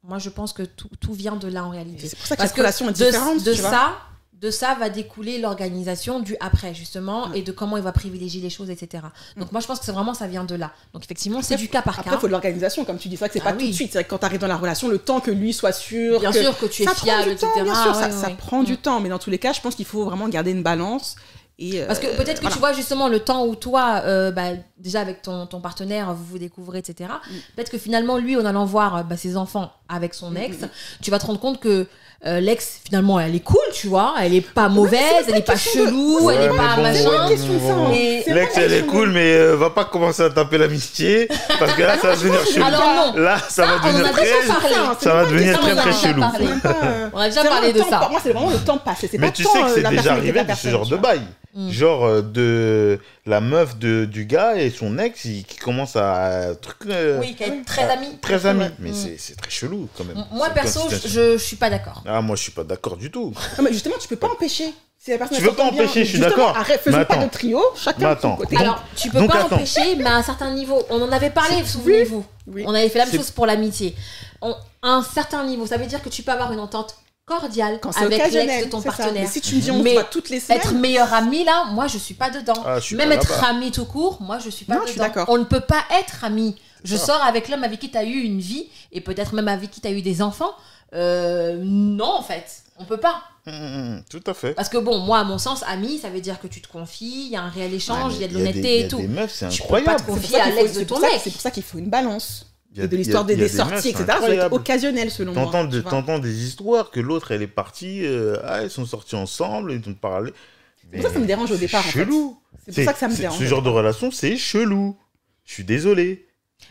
Speaker 1: Moi, je pense que tout, tout vient de là en
Speaker 2: Et
Speaker 1: réalité.
Speaker 2: C'est pour ça que
Speaker 1: Parce
Speaker 2: cette
Speaker 1: que
Speaker 2: relation est différente.
Speaker 1: de, de
Speaker 2: tu vois.
Speaker 1: ça, de ça va découler l'organisation du après justement,
Speaker 2: Ouais.
Speaker 1: et de comment il va privilégier les choses, etc. Donc, moi, je pense que c'est vraiment ça vient de là. Donc, effectivement, c'est
Speaker 2: Après,
Speaker 1: du cas par
Speaker 2: Après,
Speaker 1: cas.
Speaker 2: il faut de l'organisation, comme tu dis. C'est vrai que c'est
Speaker 1: Ah
Speaker 2: pas
Speaker 1: oui.
Speaker 2: tout de suite. C'est vrai que quand t'arrives dans la relation, le temps que lui soit sûr.
Speaker 1: Bien
Speaker 2: que-
Speaker 1: sûr que tu es
Speaker 2: ça prend
Speaker 1: fiable,
Speaker 2: du temps,
Speaker 1: etc. Ah
Speaker 2: bien sûr, ça,
Speaker 1: Ouais, Mm.
Speaker 2: ça
Speaker 1: ouais.
Speaker 2: prend du temps. Mais dans tous les cas, je pense qu'il faut vraiment garder une balance Et,
Speaker 1: Parce que
Speaker 2: euh,
Speaker 1: peut-être que
Speaker 2: voilà.
Speaker 1: tu vois justement le temps où toi, euh, bah, déjà avec ton, ton partenaire, vous vous découvrez, etc.
Speaker 2: Mm.
Speaker 1: Peut-être que finalement, lui, en allant voir euh, bah, ses enfants avec son
Speaker 2: Mm,
Speaker 1: ex,
Speaker 2: mm, mm.
Speaker 1: tu vas te rendre compte que euh, l'ex, finalement, elle est cool, tu vois. Elle est
Speaker 2: Ah,
Speaker 1: pas mauvaise, elle est pas
Speaker 2: question de-
Speaker 1: chelou, elle
Speaker 3: Ouais,
Speaker 1: est pas
Speaker 3: mais bon,
Speaker 2: C'est
Speaker 1: machin.
Speaker 2: pas une question de ça. hein.
Speaker 1: Et-
Speaker 2: C'est
Speaker 3: Lex,
Speaker 2: pas une
Speaker 3: elle est
Speaker 2: question de-
Speaker 3: cool, mais euh, va pas commencer à taper l'amitié, parce que là, ça va devenir chelou.
Speaker 1: Alors non,
Speaker 3: Là, ça va
Speaker 1: on en a
Speaker 3: devenir très...
Speaker 1: déjà parlé.
Speaker 2: Ça, c'est
Speaker 3: Ça va
Speaker 2: même pas une
Speaker 3: devenir
Speaker 2: question
Speaker 3: très,
Speaker 2: de
Speaker 3: très
Speaker 2: ça.
Speaker 3: chelou.
Speaker 2: C'est même pas, euh,
Speaker 1: On a déjà
Speaker 2: c'est
Speaker 1: parlé de
Speaker 2: vraiment le temps
Speaker 1: ça.
Speaker 2: pa- Moi, c'est vraiment le temps passé. C'est
Speaker 3: Mais
Speaker 2: pas
Speaker 3: tu
Speaker 2: tant,
Speaker 3: sais que
Speaker 2: euh,
Speaker 3: c'est
Speaker 2: la
Speaker 3: déjà
Speaker 2: personne qui est
Speaker 3: arrivé de
Speaker 2: la
Speaker 3: ce
Speaker 2: personne,
Speaker 3: genre
Speaker 2: tu
Speaker 3: de
Speaker 2: vois.
Speaker 3: bail.
Speaker 1: Mm.
Speaker 3: Genre euh, de la meuf de, du gars et son ex il- qui commence à truc euh,
Speaker 1: Oui, qu'elle est très amie.
Speaker 3: très amis.
Speaker 2: Ouais.
Speaker 3: Mais
Speaker 1: Mm.
Speaker 3: c'est- c'est très chelou quand même.
Speaker 1: Moi,
Speaker 3: C'est
Speaker 1: perso,
Speaker 3: comme si
Speaker 1: je,
Speaker 3: t'as-
Speaker 1: je suis pas d'accord.
Speaker 3: Ah moi je suis pas d'accord du tout.
Speaker 2: Non, mais justement, tu peux pas empêcher. Si la personne
Speaker 3: Tu
Speaker 2: elle
Speaker 3: veux pas
Speaker 2: s'entend bien,
Speaker 3: empêcher, je suis
Speaker 2: justement,
Speaker 3: d'accord.
Speaker 2: Arrête,
Speaker 3: Mais
Speaker 2: faisons pas
Speaker 3: attends.
Speaker 2: de trio, chacun
Speaker 3: Mais
Speaker 2: de son
Speaker 3: attends.
Speaker 2: côté.
Speaker 3: Donc-
Speaker 1: Alors, tu peux
Speaker 3: donc
Speaker 1: pas
Speaker 3: attends.
Speaker 1: empêcher, mais à un certain niveau, on en avait parlé, souvenez-vous.
Speaker 2: Oui.
Speaker 1: On avait fait la même
Speaker 3: C'est-
Speaker 1: chose pour l'amitié. On- À un certain niveau, ça veut dire que tu peux avoir une entente cordiale
Speaker 2: Quand c'est
Speaker 1: avec l'ex
Speaker 2: occasionnel,
Speaker 1: de ton
Speaker 2: c'est ça.
Speaker 1: partenaire.
Speaker 2: Mais si tu me dis on
Speaker 1: Mais
Speaker 2: se voit toutes les semaines,
Speaker 1: Être meilleur ami, là, moi, je suis pas dedans.
Speaker 3: Ah, je suis
Speaker 1: Même
Speaker 3: pas
Speaker 1: être
Speaker 3: là-bas.
Speaker 1: ami tout court, moi, je suis pas
Speaker 2: Non,
Speaker 1: dedans.
Speaker 2: je suis d'accord.
Speaker 1: On ne peut pas être ami. Je
Speaker 3: ça.
Speaker 1: sors avec l'homme avec qui tu as eu une vie, et peut-être même avec qui tu as eu des enfants. Euh, non, en fait. On peut pas.
Speaker 3: Mm, mm, mm, tout à fait.
Speaker 1: Parce que bon, moi, à mon sens, ami, ça veut dire que tu te confies, il y a un réel échange,
Speaker 3: Ouais,
Speaker 1: il y a de
Speaker 3: mais
Speaker 1: l'honnêteté
Speaker 3: des-
Speaker 1: et tout.
Speaker 3: Il y a des meufs c'est
Speaker 1: Tu peux pas
Speaker 3: incroyable.
Speaker 1: te
Speaker 2: c'est pour
Speaker 1: confier
Speaker 2: ça
Speaker 1: à
Speaker 2: qu'il faut-
Speaker 1: l'ex de
Speaker 2: c'est pour
Speaker 1: ton
Speaker 2: ça-
Speaker 1: mec.
Speaker 2: c'est pour ça qu'il faut une balance.
Speaker 3: Il y a-
Speaker 2: Et de
Speaker 3: il y a-
Speaker 2: l'histoire des,
Speaker 3: il y a
Speaker 2: des sorties,
Speaker 3: meufs, c'est
Speaker 2: etc. Ça doit être
Speaker 3: incroyable.
Speaker 2: occasionnel selon moi.
Speaker 3: T'entends de-
Speaker 2: tu vois.
Speaker 3: t'entends des histoires que l'autre elle est partie, euh, ah ils sont sortis ensemble, ils ont parlé.
Speaker 2: pour ça que ça me dérange au
Speaker 3: c'est
Speaker 2: départ, en fait.
Speaker 3: Chelou.
Speaker 2: C'est pour ça que ça me
Speaker 3: c'est-
Speaker 2: dérange.
Speaker 3: Ce genre de relation c'est chelou. Je suis désolé.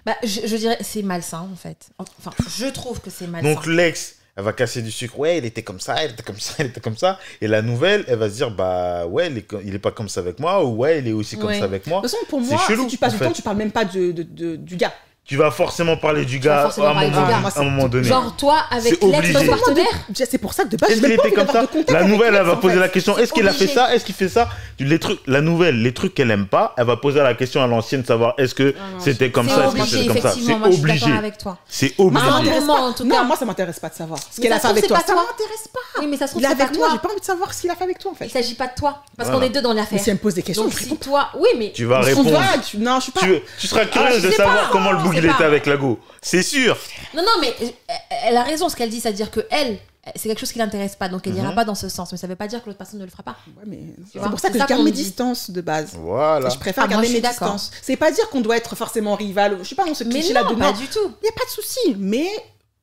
Speaker 1: Bah, je, je dirais c'est malsain en fait. Enfin, je trouve que c'est malsain.
Speaker 3: Donc l'ex, elle va casser du sucre. Ouais, il était comme ça, il était comme ça, il était comme ça. Et la nouvelle, elle va se dire bah ouais, il est, co- il est pas comme ça avec moi ou ouais, il est aussi comme
Speaker 1: Ouais.
Speaker 3: ça avec moi.
Speaker 2: De toute façon, pour
Speaker 3: C'est
Speaker 2: moi,
Speaker 3: chelou,
Speaker 2: si tu passes
Speaker 3: en
Speaker 2: du
Speaker 3: fait.
Speaker 2: temps, tu parles même pas de- de- de- du gars.
Speaker 3: Tu vas forcément parler du gars
Speaker 1: forcément
Speaker 3: à un
Speaker 1: parler du
Speaker 3: moment,
Speaker 1: gars.
Speaker 3: à
Speaker 2: Moi,
Speaker 3: un
Speaker 2: c'est-
Speaker 3: moment donné.
Speaker 1: Genre toi avec
Speaker 3: C'est
Speaker 1: l'ex de
Speaker 3: obligé.
Speaker 1: ton partenaire,
Speaker 2: Déjà, C'est pour ça que de base,
Speaker 3: Est-ce
Speaker 2: je
Speaker 3: qu'il
Speaker 2: n'ai pas
Speaker 3: était
Speaker 2: envie
Speaker 3: comme
Speaker 2: d'avoir
Speaker 3: ça
Speaker 2: de contact
Speaker 3: La
Speaker 2: avec
Speaker 3: nouvelle,
Speaker 2: lui,
Speaker 3: elle va
Speaker 2: en
Speaker 3: poser
Speaker 2: fait.
Speaker 3: la question
Speaker 1: C'est
Speaker 3: est-ce qu'il a fait
Speaker 1: obligé.
Speaker 3: ça Est-ce qu'il fait ça Les trucs, la nouvelle, les trucs qu'elle aime pas, elle va poser la question à l'ancienne, savoir est-ce que
Speaker 2: Ah non,
Speaker 3: c'était comme
Speaker 1: c'est
Speaker 3: ça, est-ce que
Speaker 1: obligé
Speaker 3: c'était comme ça.
Speaker 1: effectivement.
Speaker 3: C'est
Speaker 1: Moi, je suis
Speaker 3: obligé.
Speaker 1: d'accord avec toi.
Speaker 3: C'est
Speaker 1: Mais
Speaker 2: Ça
Speaker 1: Ah,
Speaker 3: obligé.
Speaker 2: m'intéresse
Speaker 1: moment,
Speaker 2: pas.
Speaker 1: en tout
Speaker 2: Non,
Speaker 1: cas.
Speaker 2: moi, ça m'intéresse pas de savoir ce
Speaker 1: Mais
Speaker 2: qu'elle
Speaker 1: ça
Speaker 2: a
Speaker 1: se trouve,
Speaker 2: fait avec
Speaker 1: c'est
Speaker 2: toi.
Speaker 1: pas
Speaker 2: Ça
Speaker 1: toi.
Speaker 2: m'intéresse pas.
Speaker 1: Oui, mais ça se trouve
Speaker 2: Il est
Speaker 1: c'est pas
Speaker 2: avec moi,
Speaker 1: toi.
Speaker 2: j'ai pas envie de savoir ce qu'il a fait avec toi en
Speaker 1: Il
Speaker 2: fait.
Speaker 1: s'agit pas de toi parce
Speaker 3: Voilà.
Speaker 1: qu'on est deux dans
Speaker 2: Mais
Speaker 1: l'affaire.
Speaker 2: si elle me pose des questions,
Speaker 1: Donc
Speaker 2: je
Speaker 1: si
Speaker 2: réponds.
Speaker 1: toi, oui mais
Speaker 3: Tu vas
Speaker 2: Ils sont
Speaker 3: répondre.
Speaker 2: vagues. Non, je suis pas.
Speaker 3: Tu, tu seras
Speaker 2: Ah,
Speaker 3: curieuse
Speaker 1: je
Speaker 3: de
Speaker 1: sais
Speaker 3: savoir
Speaker 1: pas,
Speaker 3: comment le
Speaker 1: je
Speaker 3: bouc
Speaker 1: sais
Speaker 3: il était
Speaker 1: pas.
Speaker 3: avec l'ago. C'est sûr.
Speaker 1: non non mais euh, elle a raison ce qu'elle dit, c'est-à-dire que elle c'est quelque chose qui l'intéresse pas, donc elle n'ira
Speaker 3: Mhm.
Speaker 1: pas dans ce sens. Mais ça veut pas dire que l'autre personne ne le fera pas.
Speaker 2: Ouais, mais
Speaker 1: vois,
Speaker 2: C'est pour ça
Speaker 1: c'est
Speaker 2: que je
Speaker 1: ça
Speaker 2: garde
Speaker 1: qu'on
Speaker 2: mes
Speaker 1: dit.
Speaker 2: distances de base.
Speaker 3: Voilà.
Speaker 2: Je préfère
Speaker 1: Ah, moi,
Speaker 2: garder
Speaker 1: je
Speaker 2: mes
Speaker 1: suis d'accord.
Speaker 2: distances. C'est pas dire qu'on doit être forcément rival. Je sais pas, on se
Speaker 1: Mais
Speaker 2: cliché
Speaker 1: non,
Speaker 2: là de
Speaker 1: pas
Speaker 2: non.
Speaker 1: du tout.
Speaker 2: Il n'y a pas de souci, mais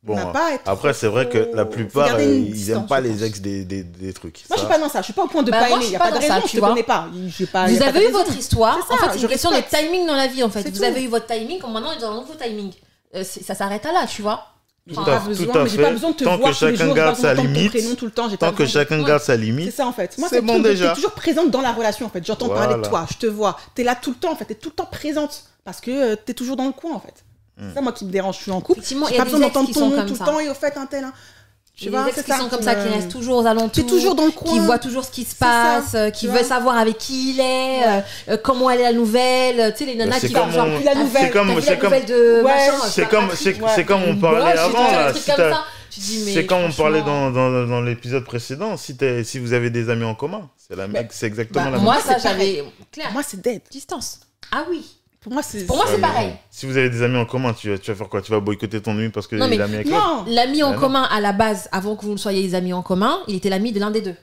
Speaker 2: on
Speaker 3: Bon,
Speaker 2: n'a pas à être.
Speaker 3: Après, c'est vrai que la
Speaker 2: Faut
Speaker 3: plupart,
Speaker 2: garder
Speaker 3: euh,
Speaker 2: une
Speaker 3: ils
Speaker 2: distance,
Speaker 3: n'aiment pas
Speaker 2: je pense.
Speaker 3: les ex des, des, des trucs.
Speaker 2: Moi, je
Speaker 3: Ça,
Speaker 2: suis pas dans ça. Je suis pas au point de
Speaker 1: Bah,
Speaker 2: pas
Speaker 1: moi,
Speaker 2: aimer.
Speaker 1: je
Speaker 2: Il
Speaker 1: suis
Speaker 2: n'y a
Speaker 1: pas
Speaker 2: pas de
Speaker 1: dans ça,
Speaker 2: raison.
Speaker 1: tu
Speaker 2: Je te
Speaker 1: vois.
Speaker 2: connais pas. J'ai pas- Ah, y
Speaker 1: Vous
Speaker 2: a pas de
Speaker 1: avez eu
Speaker 2: raison.
Speaker 1: votre histoire.
Speaker 2: C'est
Speaker 1: en
Speaker 2: ça,
Speaker 1: fait, c'est
Speaker 2: je
Speaker 1: une question de
Speaker 2: respecte.
Speaker 1: timing dans la vie en fait.
Speaker 2: C'est
Speaker 1: Vous
Speaker 2: tout.
Speaker 1: avez eu votre timing, comme maintenant on est dans un nouveau timing. Euh, c'est- ça s'arrête à là, tu vois.
Speaker 2: J'ai
Speaker 1: Tout
Speaker 2: pas
Speaker 3: à-
Speaker 2: besoin,
Speaker 3: tout à
Speaker 2: mais j'ai pas
Speaker 3: fait.
Speaker 2: besoin de te
Speaker 3: Tant
Speaker 2: voir
Speaker 3: que
Speaker 2: tous les
Speaker 3: chacun
Speaker 2: jours, j'ai pas
Speaker 3: garde
Speaker 2: besoin
Speaker 3: sa
Speaker 2: d'entendre ton
Speaker 3: limite,
Speaker 2: prénom tout le temps. j'ai pas
Speaker 3: Tant que
Speaker 2: besoin de-
Speaker 3: chacun garde sa limite.
Speaker 2: C'est ça en fait. Moi,
Speaker 3: C'est
Speaker 2: c'est le
Speaker 3: bon
Speaker 2: truc de-
Speaker 3: déjà.
Speaker 2: T'es toujours présente dans la relation en fait. J'entends parler de
Speaker 3: Voilà.
Speaker 2: toi, je te vois. T'es là tout le temps en fait. T'es tout le temps présente parce que euh, t'es toujours dans le coin en fait.
Speaker 3: Hmm.
Speaker 2: C'est ça moi qui me dérange. Je suis en couple.
Speaker 1: Effectivement, il
Speaker 2: J'ai
Speaker 1: y a
Speaker 2: pas
Speaker 1: des
Speaker 2: besoin
Speaker 1: ex
Speaker 2: d'entendre
Speaker 1: qui
Speaker 2: ton
Speaker 1: sont
Speaker 2: nom
Speaker 1: comme
Speaker 2: tout le
Speaker 1: ça.
Speaker 2: temps et au fait un tel. hein.
Speaker 1: Tu
Speaker 2: Tu vois,
Speaker 1: ex
Speaker 2: c'est
Speaker 1: qui
Speaker 2: ça
Speaker 1: sont comme
Speaker 2: qui
Speaker 1: ça,
Speaker 2: me-
Speaker 1: qui restent toujours aux alentours.
Speaker 2: T'es toujours dans le coin.
Speaker 1: qui voient toujours ce qui se
Speaker 2: C'est ça,
Speaker 1: passe, euh, qui
Speaker 2: tu
Speaker 1: veulent
Speaker 2: vois.
Speaker 1: savoir avec qui il est, euh, euh, comment elle est la nouvelle, euh, tu sais les nanas
Speaker 3: Bah, c'est
Speaker 1: qui vont
Speaker 3: comme
Speaker 1: genre
Speaker 3: on-
Speaker 2: Puis la
Speaker 1: t'as vu-
Speaker 3: c'est
Speaker 2: nouvelle.
Speaker 1: t'as
Speaker 3: comme,
Speaker 1: vu
Speaker 3: c'est
Speaker 1: la
Speaker 3: comme,
Speaker 1: nouvelle de
Speaker 2: Ouais,
Speaker 1: machin, je sais
Speaker 3: c'est
Speaker 1: pas,
Speaker 3: comme,
Speaker 1: Patrick,
Speaker 3: c'est
Speaker 2: ouais.
Speaker 3: c'est comme on
Speaker 1: Bois,
Speaker 3: parlait
Speaker 1: je sais
Speaker 3: avant
Speaker 1: pas, un
Speaker 3: là.
Speaker 1: truc
Speaker 3: si
Speaker 1: comme
Speaker 3: t'as-
Speaker 1: ça. Tu dis, mais
Speaker 3: C'est comme on
Speaker 1: franchement,
Speaker 3: parlait dans, dans, dans l'épisode précédent. Si, t'es- si vous avez des amis en commun, c'est la
Speaker 2: Mais-
Speaker 3: c'est exactement
Speaker 2: bah,
Speaker 3: la même
Speaker 1: Moi
Speaker 2: Moi,
Speaker 1: ça
Speaker 2: c'est pareil.
Speaker 1: j'avais clair
Speaker 2: Pour moi, c'est dead.
Speaker 1: distance. Ah oui.
Speaker 2: Pour moi, c'est.
Speaker 1: Pour moi c'est
Speaker 3: Ouais,
Speaker 1: pareil.
Speaker 3: Euh, Si vous avez des amis en commun, tu, vas- tu vas faire quoi Tu vas boycotter ton ami parce que
Speaker 1: Non,
Speaker 3: il
Speaker 1: mais-
Speaker 3: est ami avec l'autre
Speaker 2: Non.
Speaker 1: L'ami
Speaker 3: Bah,
Speaker 1: en
Speaker 3: non.
Speaker 1: commun à la base, avant que vous ne soyez les amis en commun, il était l'ami de l'un des deux.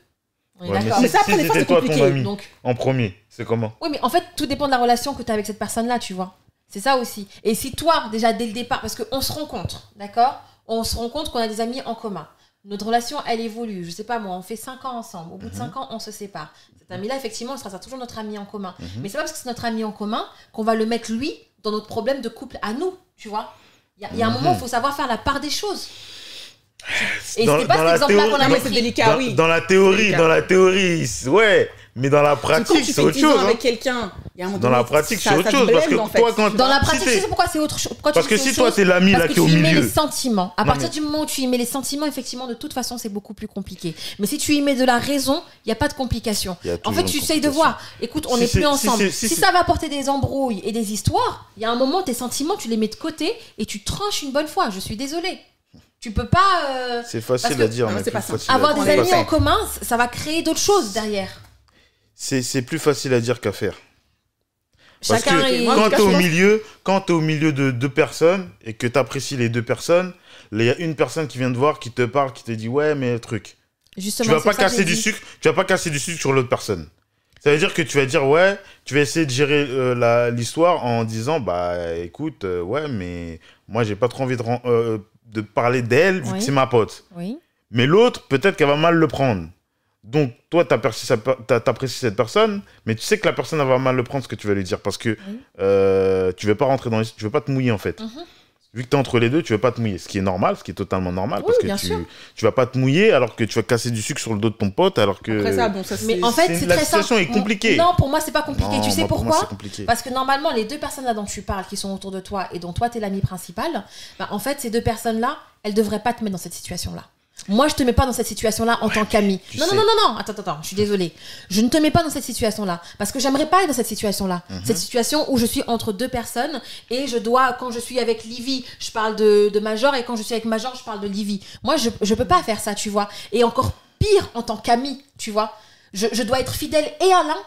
Speaker 1: On est
Speaker 3: Ouais, mais
Speaker 1: d'accord.
Speaker 3: si,
Speaker 2: Mais ça, après,
Speaker 3: si
Speaker 2: des fois,
Speaker 3: c'était
Speaker 2: c'est
Speaker 3: toi ton
Speaker 2: compliqué,
Speaker 3: ami
Speaker 1: Donc
Speaker 3: en premier, c'est comment
Speaker 1: Oui, mais en fait, tout dépend de la relation que tu as avec cette personne-là, tu vois. C'est ça aussi. Et si toi, déjà dès le départ, parce qu'on se rencontre, d'accord On se rend compte qu'on a des amis en commun. Notre relation, elle évolue. Je sais pas moi, on fait 5 ans ensemble. Au bout de
Speaker 3: Mhm.
Speaker 1: 5 ans, on se sépare. Cet ami-là, effectivement, ce sera toujours notre ami en commun.
Speaker 3: Mhm.
Speaker 1: Mais c'est pas parce que c'est notre ami en commun qu'on va le mettre, lui, dans notre problème de couple à nous, tu vois Il y, a- il y a un
Speaker 3: Mhm.
Speaker 1: moment, il faut savoir faire la part des choses. Et
Speaker 3: Dans-
Speaker 1: c'est pas
Speaker 3: dans
Speaker 1: cet
Speaker 3: la
Speaker 1: exemple-là
Speaker 3: théo-
Speaker 1: qu'on
Speaker 2: Non,
Speaker 1: a
Speaker 2: mais c'est
Speaker 1: pris.
Speaker 2: délicat,
Speaker 3: dans,
Speaker 2: oui.
Speaker 3: dans la théorie,
Speaker 2: Délicat.
Speaker 3: dans la théorie, c'est- ouais, mais dans la
Speaker 2: Parce que quand
Speaker 3: pratique,
Speaker 2: tu
Speaker 3: c'est
Speaker 2: fais
Speaker 3: autre
Speaker 2: 10 ans
Speaker 3: chose. hein.
Speaker 2: avec quelqu'un, il y a un moment
Speaker 3: Dans la
Speaker 2: donné,
Speaker 3: pratique,
Speaker 2: ça-
Speaker 3: c'est autre
Speaker 2: ça te
Speaker 3: chose, parce que
Speaker 2: blende, en fait,
Speaker 3: toi, quand-
Speaker 2: tu
Speaker 1: Dans
Speaker 2: vois.
Speaker 1: la
Speaker 3: Bah, Si
Speaker 1: pratique,
Speaker 3: t'es-
Speaker 1: tu sais pourquoi c'est autre chose. Pourquoi tu
Speaker 3: Parce
Speaker 1: dis
Speaker 3: que
Speaker 1: c'est
Speaker 3: si
Speaker 1: autre
Speaker 3: toi
Speaker 1: chose
Speaker 3: t'es l'ami là
Speaker 1: Parce
Speaker 3: qui
Speaker 1: que
Speaker 3: est au
Speaker 1: tu y mets les
Speaker 3: milieu,
Speaker 1: sentiments. À
Speaker 3: Non,
Speaker 1: partir
Speaker 3: mais-
Speaker 1: du moment où tu y mets les sentiments, effectivement, de toute façon, c'est beaucoup plus compliqué. Mais si tu y mets de la raison, il n'y a pas de complication.
Speaker 3: Il y a
Speaker 1: En
Speaker 3: toujours
Speaker 1: fait,
Speaker 3: une
Speaker 1: tu essayes de
Speaker 3: complication.
Speaker 1: voir. Écoute, on
Speaker 3: Si
Speaker 1: n'est
Speaker 3: c'est-
Speaker 1: plus
Speaker 3: si
Speaker 1: ensemble. Si,
Speaker 3: c'est- si c'est-
Speaker 1: ça va apporter des embrouilles et des histoires, il y a un moment, tes sentiments, tu les mets de côté et tu tranches une bonne fois. Je suis désolée. Tu peux pas euh,
Speaker 3: c'est
Speaker 1: Parce
Speaker 3: facile
Speaker 1: que-
Speaker 3: à dire,
Speaker 2: non,
Speaker 3: mais
Speaker 2: c'est
Speaker 3: plus
Speaker 2: pas ça.
Speaker 3: facile à-
Speaker 1: avoir
Speaker 2: on
Speaker 1: des
Speaker 2: est
Speaker 1: amis
Speaker 2: pas
Speaker 1: en
Speaker 2: fait.
Speaker 1: commun. Ça va créer d'autres choses derrière.
Speaker 3: c'est c'est plus facile à dire qu'à faire. Parce
Speaker 1: Chacun
Speaker 3: que
Speaker 1: est. hein.
Speaker 2: moi, en
Speaker 3: quand
Speaker 2: tout cas,
Speaker 3: t'es
Speaker 2: je
Speaker 3: au
Speaker 2: pense-
Speaker 3: milieu, quand t'es au milieu de deux personnes et que t'apprécies les deux personnes, il y a une personne qui vient te voir, qui te parle, qui te dit ouais mais truc.
Speaker 1: Justement,
Speaker 3: tu vas
Speaker 1: c'est
Speaker 3: pas
Speaker 1: ça que j'ai
Speaker 3: casser du
Speaker 1: dit.
Speaker 3: sucre, tu vas pas casser du sucre sur l'autre personne. Ça veut dire que tu vas dire, ouais, tu vas essayer de gérer euh, la- l'histoire en disant, bah écoute, euh, ouais, mais moi j'ai pas trop envie de, ren- euh, de parler d'elle vu
Speaker 1: Oui.
Speaker 3: que c'est ma pote.
Speaker 1: Oui.
Speaker 3: Mais l'autre, peut-être qu'elle va mal le prendre. Donc toi, t'apprécies sa per- t'a- t'apprécies cette personne, mais tu sais que la personne elle va mal le prendre ce que tu vas lui dire parce que
Speaker 1: Oui.
Speaker 3: euh, tu veux pas rentrer dans les- tu veux pas te mouiller en fait.
Speaker 1: Mhm.
Speaker 3: Vu que t'es entre les deux, tu veux pas te mouiller, ce qui est normal, ce qui est totalement normal
Speaker 1: Oui,
Speaker 3: parce
Speaker 1: bien
Speaker 3: que tu,
Speaker 1: sûr.
Speaker 3: tu vas pas te mouiller alors que tu vas casser du sucre sur le dos de ton pote alors que
Speaker 2: Après ça, bon, ça c'est.
Speaker 1: Mais en fait,
Speaker 3: c'est-
Speaker 1: c'est
Speaker 3: la
Speaker 1: très simple.
Speaker 3: situation est compliquée.
Speaker 1: Non, pour moi, c'est pas compliqué.
Speaker 3: Non,
Speaker 1: tu sais
Speaker 3: moi, pour moi,
Speaker 1: pourquoi
Speaker 3: c'est compliqué.
Speaker 1: Parce que normalement, les deux personnes là dont tu parles, qui sont autour de toi et dont toi t'es l'ami principal, bah, en fait, ces deux personnes-là, elles devraient pas te mettre dans cette situation-là. Moi, je te mets pas dans cette situation-là en tant qu'ami.
Speaker 3: tu
Speaker 1: Non, non,
Speaker 3: sais.
Speaker 1: non, non, non. Attends, attends, attends, je suis désolée. Je ne te mets pas dans cette situation-là parce que j'aimerais pas être dans cette situation-là.
Speaker 3: Mhm.
Speaker 1: Cette situation où je suis entre deux personnes et je dois, quand je suis avec Livy, je parle de, de Major et quand je suis avec Major, je parle de Livy. Moi, je, je peux pas faire ça, tu vois. Et encore pire en tant qu'ami, tu vois. Je, je dois être fidèle et à l'un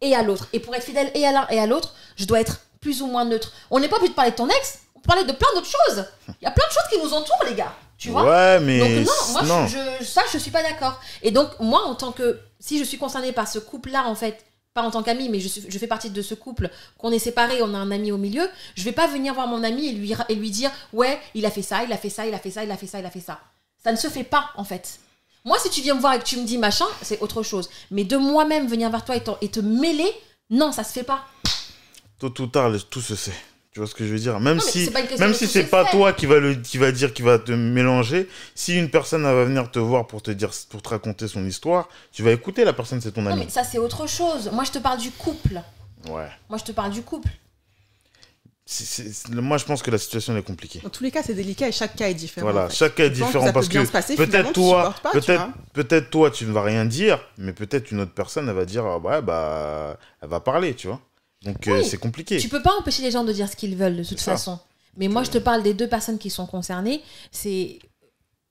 Speaker 1: et à l'autre. Et pour être fidèle et à l'un et à l'autre, je dois être plus ou moins neutre. On n'est pas obligé de parler de ton ex, on peut parler de plein d'autres choses. Il y a plein de choses qui nous entourent, les gars. Tu vois
Speaker 3: ouais, mais
Speaker 1: donc non, moi,
Speaker 3: non.
Speaker 1: Je, je- ça, je suis pas d'accord. Et donc, moi, en tant que... Si je suis concernée par ce couple-là, en fait, pas en tant qu'ami, mais je, suis- je fais partie de ce couple, qu'on est séparés, on a un ami au milieu, je vais pas venir voir mon ami et lui, ra- et lui dire, ouais, il a fait ça, il a fait ça, il a fait ça, il a fait ça, il a fait ça. Ça ne se fait pas, en fait. Moi, si tu viens me voir et que tu me dis machin, c'est autre chose. Mais de moi-même venir vers toi et, t'en- et te mêler, non, ça se fait pas.
Speaker 3: Tôt ou tard, tout se sait. Tu vois ce que je veux dire Même
Speaker 1: mais
Speaker 3: si,
Speaker 1: c'est pas une question
Speaker 3: même
Speaker 1: de
Speaker 3: si
Speaker 1: tout
Speaker 3: c'est
Speaker 1: se
Speaker 3: pas
Speaker 1: fait.
Speaker 3: toi qui va le, qui va dire, qui va te mélanger, si une personne elle va venir te voir pour te dire, pour te raconter son histoire, tu vas écouter la personne, c'est ton
Speaker 1: Non,
Speaker 3: ami.
Speaker 1: mais ça, c'est autre chose. Moi, je te parle du couple.
Speaker 3: Ouais.
Speaker 1: Moi, je te parle du couple.
Speaker 3: C'est- c'est- c'est- moi, je pense que la situation elle est compliquée.
Speaker 2: Dans tous les cas, c'est délicat et chaque cas est différent.
Speaker 3: Voilà,
Speaker 2: en fait.
Speaker 3: chaque cas est
Speaker 2: Je pense que
Speaker 3: différent
Speaker 2: ça
Speaker 3: parce
Speaker 2: peut bien
Speaker 3: que
Speaker 2: se passer,
Speaker 3: peut-être
Speaker 2: finalement, tu
Speaker 3: toi,
Speaker 2: supportes pas, tu
Speaker 3: peut-être,
Speaker 2: vois.
Speaker 3: peut-être toi, tu ne vas rien dire, mais peut-être une autre personne, elle va dire, ah, ouais, bah, elle va parler, tu vois. Donc euh,
Speaker 1: Oui.
Speaker 3: c'est compliqué.
Speaker 1: Tu peux pas empêcher les gens de dire ce qu'ils veulent de toute
Speaker 3: C'est ça.
Speaker 1: façon. Mais moi, je te parle des deux personnes qui sont concernées. C'est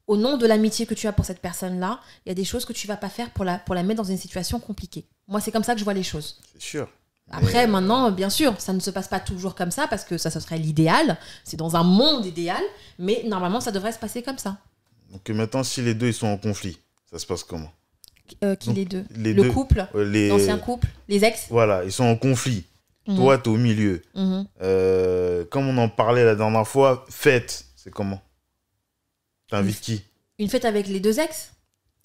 Speaker 1: au nom de l'amitié que tu as pour cette personne-là, il y a des choses que tu vas pas faire pour la, pour la mettre dans une situation compliquée. Moi, c'est comme ça que je vois les choses.
Speaker 3: C'est sûr. euh,
Speaker 1: Après, maintenant, bien sûr, ça ne se passe pas toujours comme ça parce que ça, ce serait l'idéal. C'est dans un monde idéal, mais normalement, ça devrait se passer comme ça.
Speaker 3: Donc euh, maintenant, si les deux ils sont en conflit, ça se passe comment
Speaker 1: Euh, qui
Speaker 3: Donc,
Speaker 1: les deux
Speaker 3: les
Speaker 1: Le
Speaker 3: deux-
Speaker 1: couple,
Speaker 3: Euh, les...
Speaker 1: l'ancien couple, les ex.
Speaker 3: Voilà, ils sont en conflit.
Speaker 1: Mhm.
Speaker 3: Toi, t'es au milieu.
Speaker 1: Mhm.
Speaker 3: Euh, comme on en parlait la dernière fois, fête, c'est comment T'invites qui
Speaker 1: Une fête avec les deux ex.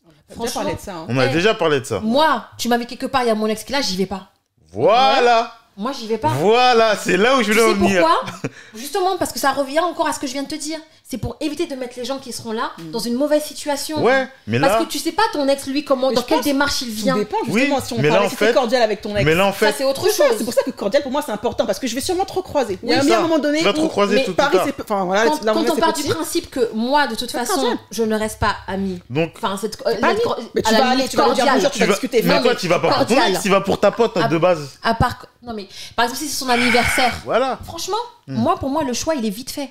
Speaker 2: On peut déjà parler de ça. hein.
Speaker 3: On a
Speaker 1: Eh.
Speaker 3: déjà parlé de ça.
Speaker 1: Moi, tu m'avais quelque part, il y a mon ex qui est là, j'y vais pas.
Speaker 3: Voilà
Speaker 1: Moi, j'y vais pas.
Speaker 3: Voilà, c'est là où
Speaker 1: Tu
Speaker 3: je voulais
Speaker 1: sais
Speaker 3: en venir.
Speaker 1: pourquoi Justement parce que ça revient encore à ce que je viens de te dire. C'est pour éviter de mettre les gens qui seront là
Speaker 2: Mm.
Speaker 1: dans une mauvaise situation.
Speaker 3: Ouais, mais
Speaker 1: Parce
Speaker 3: là,
Speaker 1: que tu sais pas ton ex lui comment,
Speaker 2: Mais
Speaker 1: dans
Speaker 2: je
Speaker 1: quelle
Speaker 2: pense
Speaker 1: démarche il
Speaker 2: Tout
Speaker 1: vient.
Speaker 2: dépend
Speaker 3: Oui,
Speaker 2: justement si on
Speaker 3: mais là, en
Speaker 2: parlait si
Speaker 3: fait-
Speaker 2: t'es cordial avec ton ex.
Speaker 3: mais là en
Speaker 1: Ça
Speaker 3: fait,
Speaker 1: c'est autre
Speaker 2: C'est ça,
Speaker 1: chose.
Speaker 2: C'est pour ça que cordial pour moi c'est important parce que je vais sûrement trop croiser. Il y
Speaker 3: Oui,
Speaker 2: a un- il y a
Speaker 3: ça.
Speaker 2: un moment donné
Speaker 3: tu vas te
Speaker 2: où-
Speaker 3: recroiser
Speaker 1: mais
Speaker 3: tout à
Speaker 2: Paris,
Speaker 3: l'heure.
Speaker 2: c'est enfin
Speaker 3: Ah,
Speaker 2: voilà,
Speaker 1: Quand,
Speaker 2: là, on
Speaker 1: quand
Speaker 2: est,
Speaker 1: on
Speaker 2: c'est
Speaker 1: part
Speaker 2: petit.
Speaker 1: du principe que moi, de toute
Speaker 2: Pas
Speaker 1: façon,
Speaker 2: cordial.
Speaker 1: je ne reste pas amie.
Speaker 3: Donc,
Speaker 1: Enfin, cette euh,
Speaker 2: Pas amie. Mais tu vas aller, tu vas lui dire bonjour,
Speaker 3: tu
Speaker 2: tu vas
Speaker 3: vas,
Speaker 2: discuter.
Speaker 3: mais
Speaker 1: Non,
Speaker 3: toi,
Speaker 1: mais
Speaker 3: tu vas pas pour ton
Speaker 1: cordial.
Speaker 3: ex, tu vas pour ta pote
Speaker 1: Ah.
Speaker 3: de base.
Speaker 1: À part, non mais par exemple si c'est
Speaker 2: Ah.
Speaker 1: son anniversaire,
Speaker 3: Voilà.
Speaker 1: Franchement,
Speaker 3: Hmm.
Speaker 1: moi, pour moi, le choix, il est vite fait.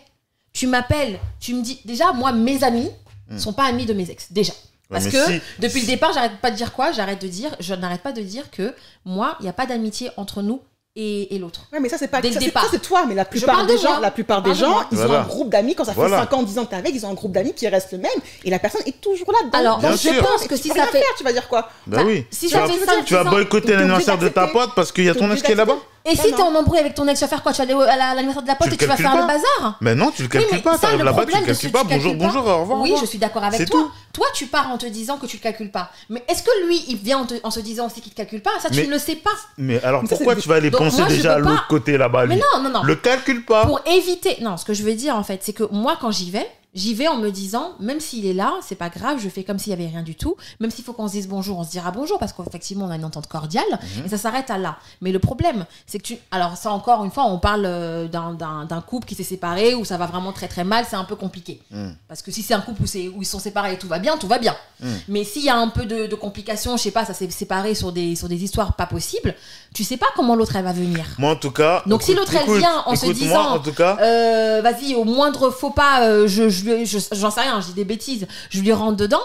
Speaker 1: Tu m'appelles, tu me dis. Déjà, moi, mes amis sont pas amis de mes ex. Déjà. Parce
Speaker 3: Hmm. mais
Speaker 1: que
Speaker 3: si-
Speaker 1: depuis
Speaker 3: si-
Speaker 1: le départ, j'arrête pas de dire quoi J'arrête de dire, je n'arrête pas de dire que moi, il n'y a pas d'amitié entre nous et, et l'autre.
Speaker 2: Ouais, mais ça c'est pas
Speaker 1: Dès le
Speaker 2: ça, c'est-
Speaker 1: départ.
Speaker 2: ça, c'est toi mais la plupart
Speaker 1: parle
Speaker 2: des
Speaker 1: de moi.
Speaker 2: gens, la plupart des
Speaker 1: Je parle de
Speaker 2: gens,
Speaker 1: moi.
Speaker 2: ils ont
Speaker 3: Voilà.
Speaker 2: un groupe d'amis quand ça fait
Speaker 3: Voilà.
Speaker 2: 5 ans, 10 ans que t'es avec, ils ont un groupe d'amis qui reste le même et la personne est toujours là dedans.
Speaker 1: Alors,
Speaker 3: Bien
Speaker 1: je
Speaker 3: sûr.
Speaker 1: pense
Speaker 2: Et
Speaker 1: que
Speaker 2: Ah, tu
Speaker 1: si
Speaker 2: peux
Speaker 1: ça
Speaker 2: rien
Speaker 1: fait.
Speaker 2: faire, tu vas dire quoi
Speaker 3: Bah oui.
Speaker 1: Si
Speaker 3: Tu
Speaker 1: ça
Speaker 3: vas-
Speaker 1: fait 5
Speaker 3: tu vas boycotter l'anniversaire de ta
Speaker 2: d'accepter.
Speaker 3: pote parce qu'il y a
Speaker 2: T'es
Speaker 3: ton ex
Speaker 2: obligé
Speaker 3: qui est là-bas
Speaker 1: Et si
Speaker 2: Non,
Speaker 1: t'es en
Speaker 2: non.
Speaker 1: embrouille avec ton ex, tu vas faire quoi Tu vas aller au- à la- à l'anniversaire de la pote
Speaker 3: Tu
Speaker 1: et tu
Speaker 3: le
Speaker 1: vas
Speaker 3: calcules
Speaker 1: faire le
Speaker 3: pas.
Speaker 1: bazar
Speaker 3: Mais non, tu le calcules
Speaker 1: Oui, mais
Speaker 3: pas,
Speaker 1: ça,
Speaker 3: t'arrives
Speaker 1: le
Speaker 3: là-bas, tu
Speaker 1: problème
Speaker 3: le
Speaker 1: de
Speaker 3: calcules
Speaker 1: ce
Speaker 3: pas,
Speaker 1: tu
Speaker 3: bonjour,
Speaker 1: calcules pas.
Speaker 3: bonjour, au revoir. au
Speaker 1: Oui,
Speaker 3: revoir.
Speaker 1: je suis d'accord
Speaker 3: C'est
Speaker 1: avec toi.
Speaker 3: tout.
Speaker 1: Toi, tu pars en te disant que tu le calcules pas. Mais est-ce que lui, il vient en, te- en se disant aussi qu'il te calcule pas Ça, tu
Speaker 3: Mais-
Speaker 1: ne le sais pas.
Speaker 3: Mais alors
Speaker 2: Mais ça,
Speaker 3: pourquoi
Speaker 2: c'est-
Speaker 3: tu vas aller
Speaker 1: Donc,
Speaker 3: penser
Speaker 1: moi, je
Speaker 3: déjà
Speaker 1: peux
Speaker 3: à
Speaker 1: pas.
Speaker 3: l'autre côté là-bas,
Speaker 1: Mais
Speaker 3: Ah, lui
Speaker 1: non, non, non.
Speaker 3: Le calcule pas
Speaker 1: pour éviter. Non, ce que je veux dire en fait, c'est que moi quand j'y vais, j'y vais en me disant, même s'il est là, c'est pas grave, je fais comme s'il y avait rien du tout. Même s'il faut qu'on se dise bonjour, on se dira bonjour parce qu'effectivement on a une entente cordiale
Speaker 3: Mhm.
Speaker 1: et ça s'arrête à là. Mais le problème, c'est que tu. Alors ça encore une fois, on parle euh, d'un- d'un d'un couple qui s'est séparé où ça va vraiment très très mal, c'est un peu compliqué.
Speaker 3: Mhm.
Speaker 1: Parce que si c'est un couple où, c'est- où ils sont séparés et tout va bien, tout va bien.
Speaker 3: Mhm.
Speaker 1: Mais s'il y a un peu de, de complications, je sais pas, ça s'est séparé sur des, sur des histoires pas possibles, tu sais pas comment l'autre elle va venir.
Speaker 3: Moi en tout cas.
Speaker 1: Donc, si l'autre, elle vient en se
Speaker 3: écoute,
Speaker 1: disant-
Speaker 3: Moi en tout cas.
Speaker 1: Euh, vas-y, au moindre faux pas, euh, je, je, lui- je- j'en sais rien, je dis des bêtises, je lui rentre dedans.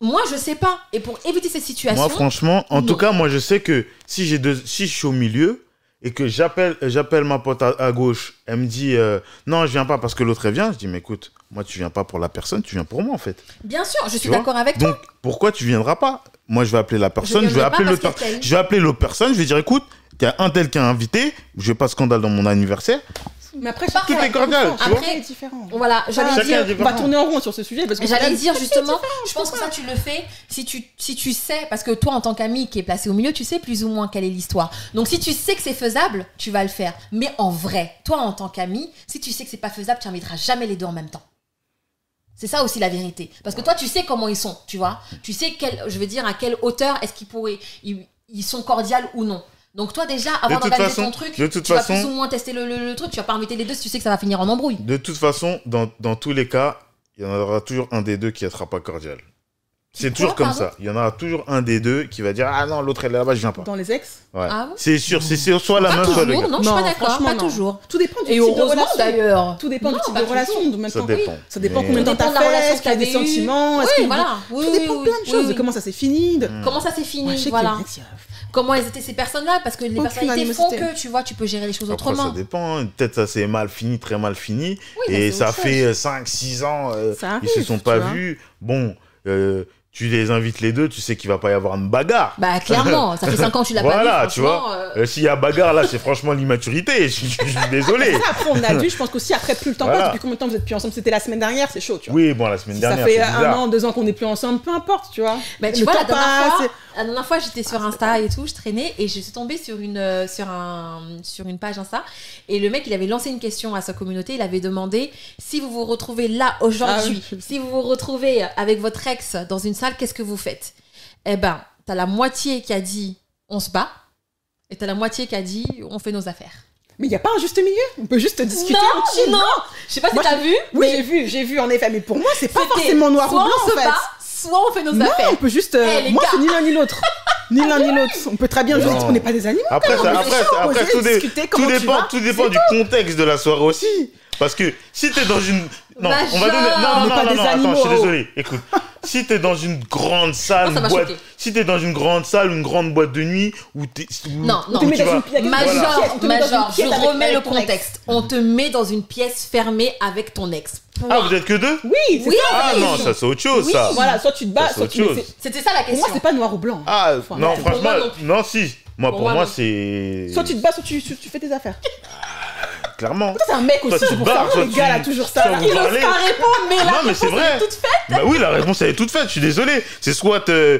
Speaker 1: Moi, je sais pas. Et pour éviter ces situations,
Speaker 3: Moi franchement, en
Speaker 1: Non.
Speaker 3: tout cas, moi je sais que si j'ai deux, si je suis au milieu et que j'appelle, j'appelle ma pote à, à gauche, elle me dit euh, non, je viens pas parce que l'autre elle vient. Je dis mais écoute, moi tu viens pas pour la personne, tu viens pour moi en fait.
Speaker 1: bien sûr, je suis
Speaker 3: vois
Speaker 1: d'accord avec toi.
Speaker 3: Donc pourquoi tu viendras pas Moi, je vais appeler la personne, je, vais
Speaker 1: viendrai pas
Speaker 3: appeler l'autre
Speaker 1: parce qu'il y a
Speaker 3: per-
Speaker 1: eu-
Speaker 3: je vais appeler l'autre personne, je vais dire écoute, il y a un tel qui a invité, je vais pas scandale dans mon anniversaire.
Speaker 2: Mais après,
Speaker 1: Parfait.
Speaker 2: chacun-
Speaker 1: Tout
Speaker 3: est cordial, tu
Speaker 2: Après,
Speaker 1: vois.
Speaker 2: c'est différent.
Speaker 1: Voilà, j'allais
Speaker 3: Chacun
Speaker 1: dire.
Speaker 3: est
Speaker 2: On va
Speaker 3: différent.
Speaker 2: tourner en rond sur ce sujet parce que
Speaker 1: J'allais
Speaker 2: Madame-
Speaker 1: dire justement, je pense que ça tu le fais si tu, si tu sais, parce que toi en tant qu'ami qui est placé au milieu, tu sais plus ou moins quelle est l'histoire. Donc si tu sais que c'est faisable, tu vas le faire. Mais en vrai, toi en tant qu'ami, si tu sais que c'est pas faisable, tu inviteras jamais les deux en même temps. C'est ça aussi la vérité. Parce que toi tu sais comment ils sont, tu vois. Tu sais, quel, je veux dire, à quelle hauteur est-ce qu'ils pourraient, ils, ils sont cordiales ou non. Donc toi déjà, avant
Speaker 3: De toute
Speaker 1: d'organiser
Speaker 3: façon-
Speaker 1: ton truc,
Speaker 3: de toute
Speaker 1: tu
Speaker 3: façon-
Speaker 1: vas plus ou moins tester le, le- le truc, tu vas pas inviter les deux si tu sais que ça va finir en embrouille.
Speaker 3: De toute façon, dans, dans tous les cas, il y en aura toujours un des deux qui ne sera pas cordial. C'est
Speaker 1: crois,
Speaker 3: toujours comme
Speaker 1: pardon
Speaker 3: ça. Il y en aura toujours un des deux qui va dire Ah non, l'autre elle est là-bas, je viens pas.
Speaker 2: dans les ex.
Speaker 3: Ouais.
Speaker 1: Ah bon
Speaker 3: c'est sûr, c'est sûr, soit la
Speaker 1: Pas
Speaker 3: meuf, soit le
Speaker 1: toujours,
Speaker 3: gars.
Speaker 1: non, je suis pas
Speaker 2: Non,
Speaker 1: d'accord,
Speaker 2: franchement,
Speaker 1: pas
Speaker 2: non.
Speaker 1: toujours.
Speaker 2: Tout dépend du
Speaker 1: Et
Speaker 2: type de
Speaker 1: heureusement
Speaker 2: relation.
Speaker 1: d'ailleurs.
Speaker 2: Tout dépend
Speaker 1: Non,
Speaker 2: du type
Speaker 1: pas
Speaker 2: de
Speaker 1: toujours.
Speaker 2: relation. de même
Speaker 3: Ça
Speaker 2: temps.
Speaker 3: dépend.
Speaker 2: Ça dépend
Speaker 3: Mais-
Speaker 2: combien de temps
Speaker 1: dépend
Speaker 2: t'as
Speaker 1: de la relation
Speaker 2: fait, est-ce
Speaker 1: que
Speaker 2: qu'il y a
Speaker 1: t'avais
Speaker 2: des
Speaker 1: eue.
Speaker 2: sentiments, est-ce
Speaker 1: Oui,
Speaker 2: qu'il y a-
Speaker 1: voilà. Oui,
Speaker 2: Tout
Speaker 1: oui,
Speaker 2: dépend de
Speaker 1: oui,
Speaker 2: plein de
Speaker 1: oui,
Speaker 2: choses, de
Speaker 1: oui.
Speaker 2: comment ça s'est fini.
Speaker 3: Mm.
Speaker 2: de-
Speaker 1: Comment ça s'est fini,
Speaker 2: Moi, je sais qu'il y a
Speaker 1: voilà.
Speaker 2: des ex, il y a-
Speaker 1: Comment elles étaient ces personnes-là Parce que les
Speaker 2: Aucune
Speaker 1: personnalités font
Speaker 2: animosité.
Speaker 1: que, tu vois, tu peux gérer les choses
Speaker 3: Après, ça
Speaker 1: autrement.
Speaker 3: dépend. hein. Peut-être ça s'est mal fini, très mal fini.
Speaker 2: bah,
Speaker 1: Oui,
Speaker 3: et
Speaker 1: c'est
Speaker 3: ça
Speaker 1: autre
Speaker 3: fait 5-6 ans, euh,
Speaker 2: Ça arrive,
Speaker 3: ils se sont
Speaker 2: tu
Speaker 3: pas
Speaker 2: vois.
Speaker 3: vus. Bon, euh, tu les invites les deux, tu sais qu'il va pas y avoir une bagarre.
Speaker 1: Bah clairement, ça fait 5 ans que tu l'as
Speaker 3: voilà,
Speaker 1: pas vu.
Speaker 3: tu
Speaker 1: franchement,
Speaker 3: vois.
Speaker 1: euh,
Speaker 3: Euh, S'il y a bagarre, là, c'est franchement l'immaturité. Je suis- je suis désolé.
Speaker 2: euh, Ça, Après, on a dû, je pense qu'aussi, après, plus le temps
Speaker 3: Voilà.
Speaker 2: passe, depuis combien de temps vous êtes plus ensemble C'était la semaine dernière, c'est chaud, tu vois.
Speaker 3: Oui, bon, la semaine
Speaker 2: Si
Speaker 3: dernière,
Speaker 2: ça fait
Speaker 3: c'est
Speaker 2: un
Speaker 3: bizarre.
Speaker 2: an, deux ans qu'on n'est plus ensemble, peu importe, tu vois.
Speaker 1: bah, tu
Speaker 2: Le
Speaker 1: vois, la
Speaker 2: temps
Speaker 1: dernière,
Speaker 2: passe,
Speaker 1: fois, la dernière fois, j'étais
Speaker 2: Ah,
Speaker 1: sur Insta et tout, je traînais et je suis tombée sur une, euh, sur, un, sur une page Insta. Et le mec, il avait lancé une question à sa communauté. Il avait demandé si vous vous retrouvez là aujourd'hui,
Speaker 2: Ah oui.
Speaker 1: si vous vous retrouvez avec votre ex dans une salle, qu'est-ce que vous faites Eh ben, t'as la moitié qui a dit on se bat et t'as la moitié qui a dit on fait nos affaires.
Speaker 2: Mais il n'y a pas un juste milieu. On peut juste discuter
Speaker 1: Non,
Speaker 2: en chill.
Speaker 1: non. Je sais pas si
Speaker 2: Moi,
Speaker 1: t'as vu.
Speaker 2: Oui, j'ai vu, j'ai vu en effet. Mais pour moi, c'est pas
Speaker 1: C'était
Speaker 2: forcément noir ou
Speaker 1: soit
Speaker 2: blanc
Speaker 1: on se
Speaker 2: en fait.
Speaker 1: bat, soit on fait nos
Speaker 2: Non,
Speaker 1: affaires.
Speaker 2: on peut juste. euh,
Speaker 1: Eh, les
Speaker 2: moi,
Speaker 1: gars.
Speaker 2: c'est ni l'un ni l'autre. Ni l'un ni l'autre. On peut très bien juste
Speaker 3: Non.
Speaker 2: dire qu'on n'est pas des animaux.
Speaker 3: Après,
Speaker 2: Non,
Speaker 3: ça-
Speaker 2: mais
Speaker 3: après,
Speaker 2: c'est chaud,
Speaker 3: après,
Speaker 2: poser,
Speaker 3: tout, dé-
Speaker 2: discuter,
Speaker 3: tout
Speaker 2: comment tu
Speaker 3: dépend,
Speaker 2: vas,
Speaker 3: tout dépend du contexte de la soirée aussi. Parce que si t'es dans une. Non, on va
Speaker 1: Major.
Speaker 3: donner.
Speaker 1: On
Speaker 3: Non, non, non,
Speaker 2: n'est pas
Speaker 3: non,
Speaker 2: des
Speaker 3: non, attends,
Speaker 2: animaux,
Speaker 3: je suis
Speaker 2: oh.
Speaker 3: désolé. Écoute. Si t'es dans une grande salle,
Speaker 1: Moi, ça
Speaker 3: une
Speaker 1: m'a
Speaker 3: boîte,
Speaker 1: choqué.
Speaker 3: si t'es dans une grande salle, une grande boîte de nuit, où t'es, où-
Speaker 1: Non,
Speaker 3: où
Speaker 1: non.
Speaker 2: On te
Speaker 1: Où
Speaker 2: met
Speaker 3: tu
Speaker 2: dans
Speaker 3: vas-
Speaker 2: une pièce- dans une
Speaker 1: Major,
Speaker 2: pièce, on te met dans une
Speaker 1: Major, je
Speaker 2: pièce avec-
Speaker 1: remets le
Speaker 2: avec ton ex.
Speaker 1: contexte. On te met dans une pièce fermée avec ton ex. Point.
Speaker 3: Ah, vous êtes que deux
Speaker 2: Oui, c'est
Speaker 1: Oui.
Speaker 2: ça.
Speaker 3: Ah non, ça c'est autre chose,
Speaker 1: Oui.
Speaker 3: ça.
Speaker 2: Voilà, soit tu te bats,
Speaker 3: Ça, c'est
Speaker 2: soit
Speaker 3: autre
Speaker 2: tu. mais
Speaker 3: chose.
Speaker 2: c'est-
Speaker 1: C'était ça la
Speaker 2: Pour moi,
Speaker 1: question.
Speaker 2: c'est pas noir ou blanc.
Speaker 3: Ah, non,
Speaker 2: arrêter.
Speaker 3: franchement,
Speaker 1: Pour moi,
Speaker 3: non, si. Moi, pour,
Speaker 1: moi,
Speaker 3: moi,
Speaker 1: non.
Speaker 3: c'est.
Speaker 2: Soit tu te bats, soit tu, tu- tu fais tes affaires.
Speaker 3: Clairement.
Speaker 2: C'est un mec
Speaker 3: Soit
Speaker 2: aussi,
Speaker 3: tu
Speaker 2: c'est
Speaker 3: te
Speaker 2: pour
Speaker 3: barres,
Speaker 2: ça.
Speaker 3: soit
Speaker 2: Les
Speaker 3: tu-
Speaker 2: gars, là, toujours
Speaker 3: soit
Speaker 2: ça.
Speaker 3: vous
Speaker 1: Il n'ose
Speaker 3: parlez.
Speaker 1: pas répondre, mais là,
Speaker 3: Non, mais c'est vrai.
Speaker 1: toute faite.
Speaker 3: Bah oui, la réponse elle est toute faite. Je suis désolé. C'est soit euh,